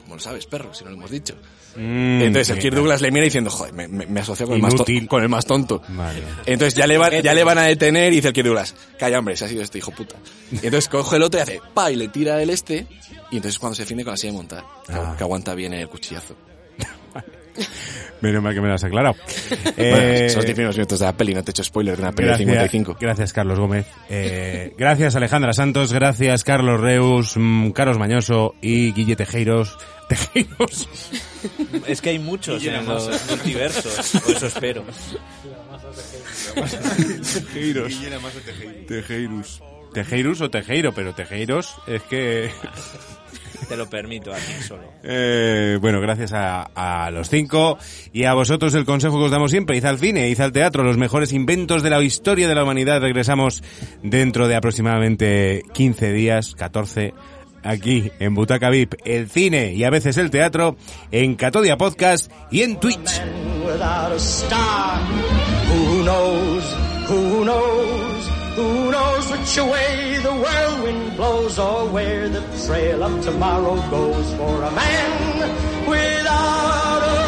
S3: ¿Cómo lo sabes, perro? Si no lo hemos dicho. Mm, Entonces el Kirk Douglas le mira diciendo, joder, me, me, me asocio con el, más to-
S8: Mm, Inútil.
S3: con el más tonto. Entonces ya le, van, ya le van a detener y dice el Kirk Douglas, calla hombre, se ha sido este hijo puta. Y entonces coge el otro y hace, pa, y le tira el este, y entonces es cuando se defiende con la silla de montar, que- que aguanta bien el cuchillazo.
S8: Menos mal que me lo has
S3: [laughs]
S8: aclarado.
S3: Bueno, son los 10 primeros minutos de la peli, no te echo spoiler de una peli de 55.
S8: Eh, Gracias, Carlos Gómez. Eh, [laughs] gracias, Alejandra Santos. Gracias, Carlos Reus, mm, Carlos Mañoso y Guille Tejeiros. [laughs] Tejeiros.
S11: Es que hay muchos
S8: Y
S11: en
S8: llenamos.
S11: los multiversos, por eso espero.
S8: Tejeiros. Tejeiros. Tejeiros o Tejeiro, pero Tejeiros es que...
S11: Te lo permito a ti solo.
S8: Eh, bueno, gracias a, a los cinco y a vosotros el consejo que os damos siempre. Id al cine, id al teatro, los mejores inventos de la historia de la humanidad. Regresamos dentro de aproximadamente 15 días, 14, aquí en Butaca VIP, el cine y a veces el teatro, en Catodia Podcast y en Twitch.
S13: without a star. Who knows? Who knows? Who knows which way the whirlwind blows or where the trail of tomorrow goes for a man without a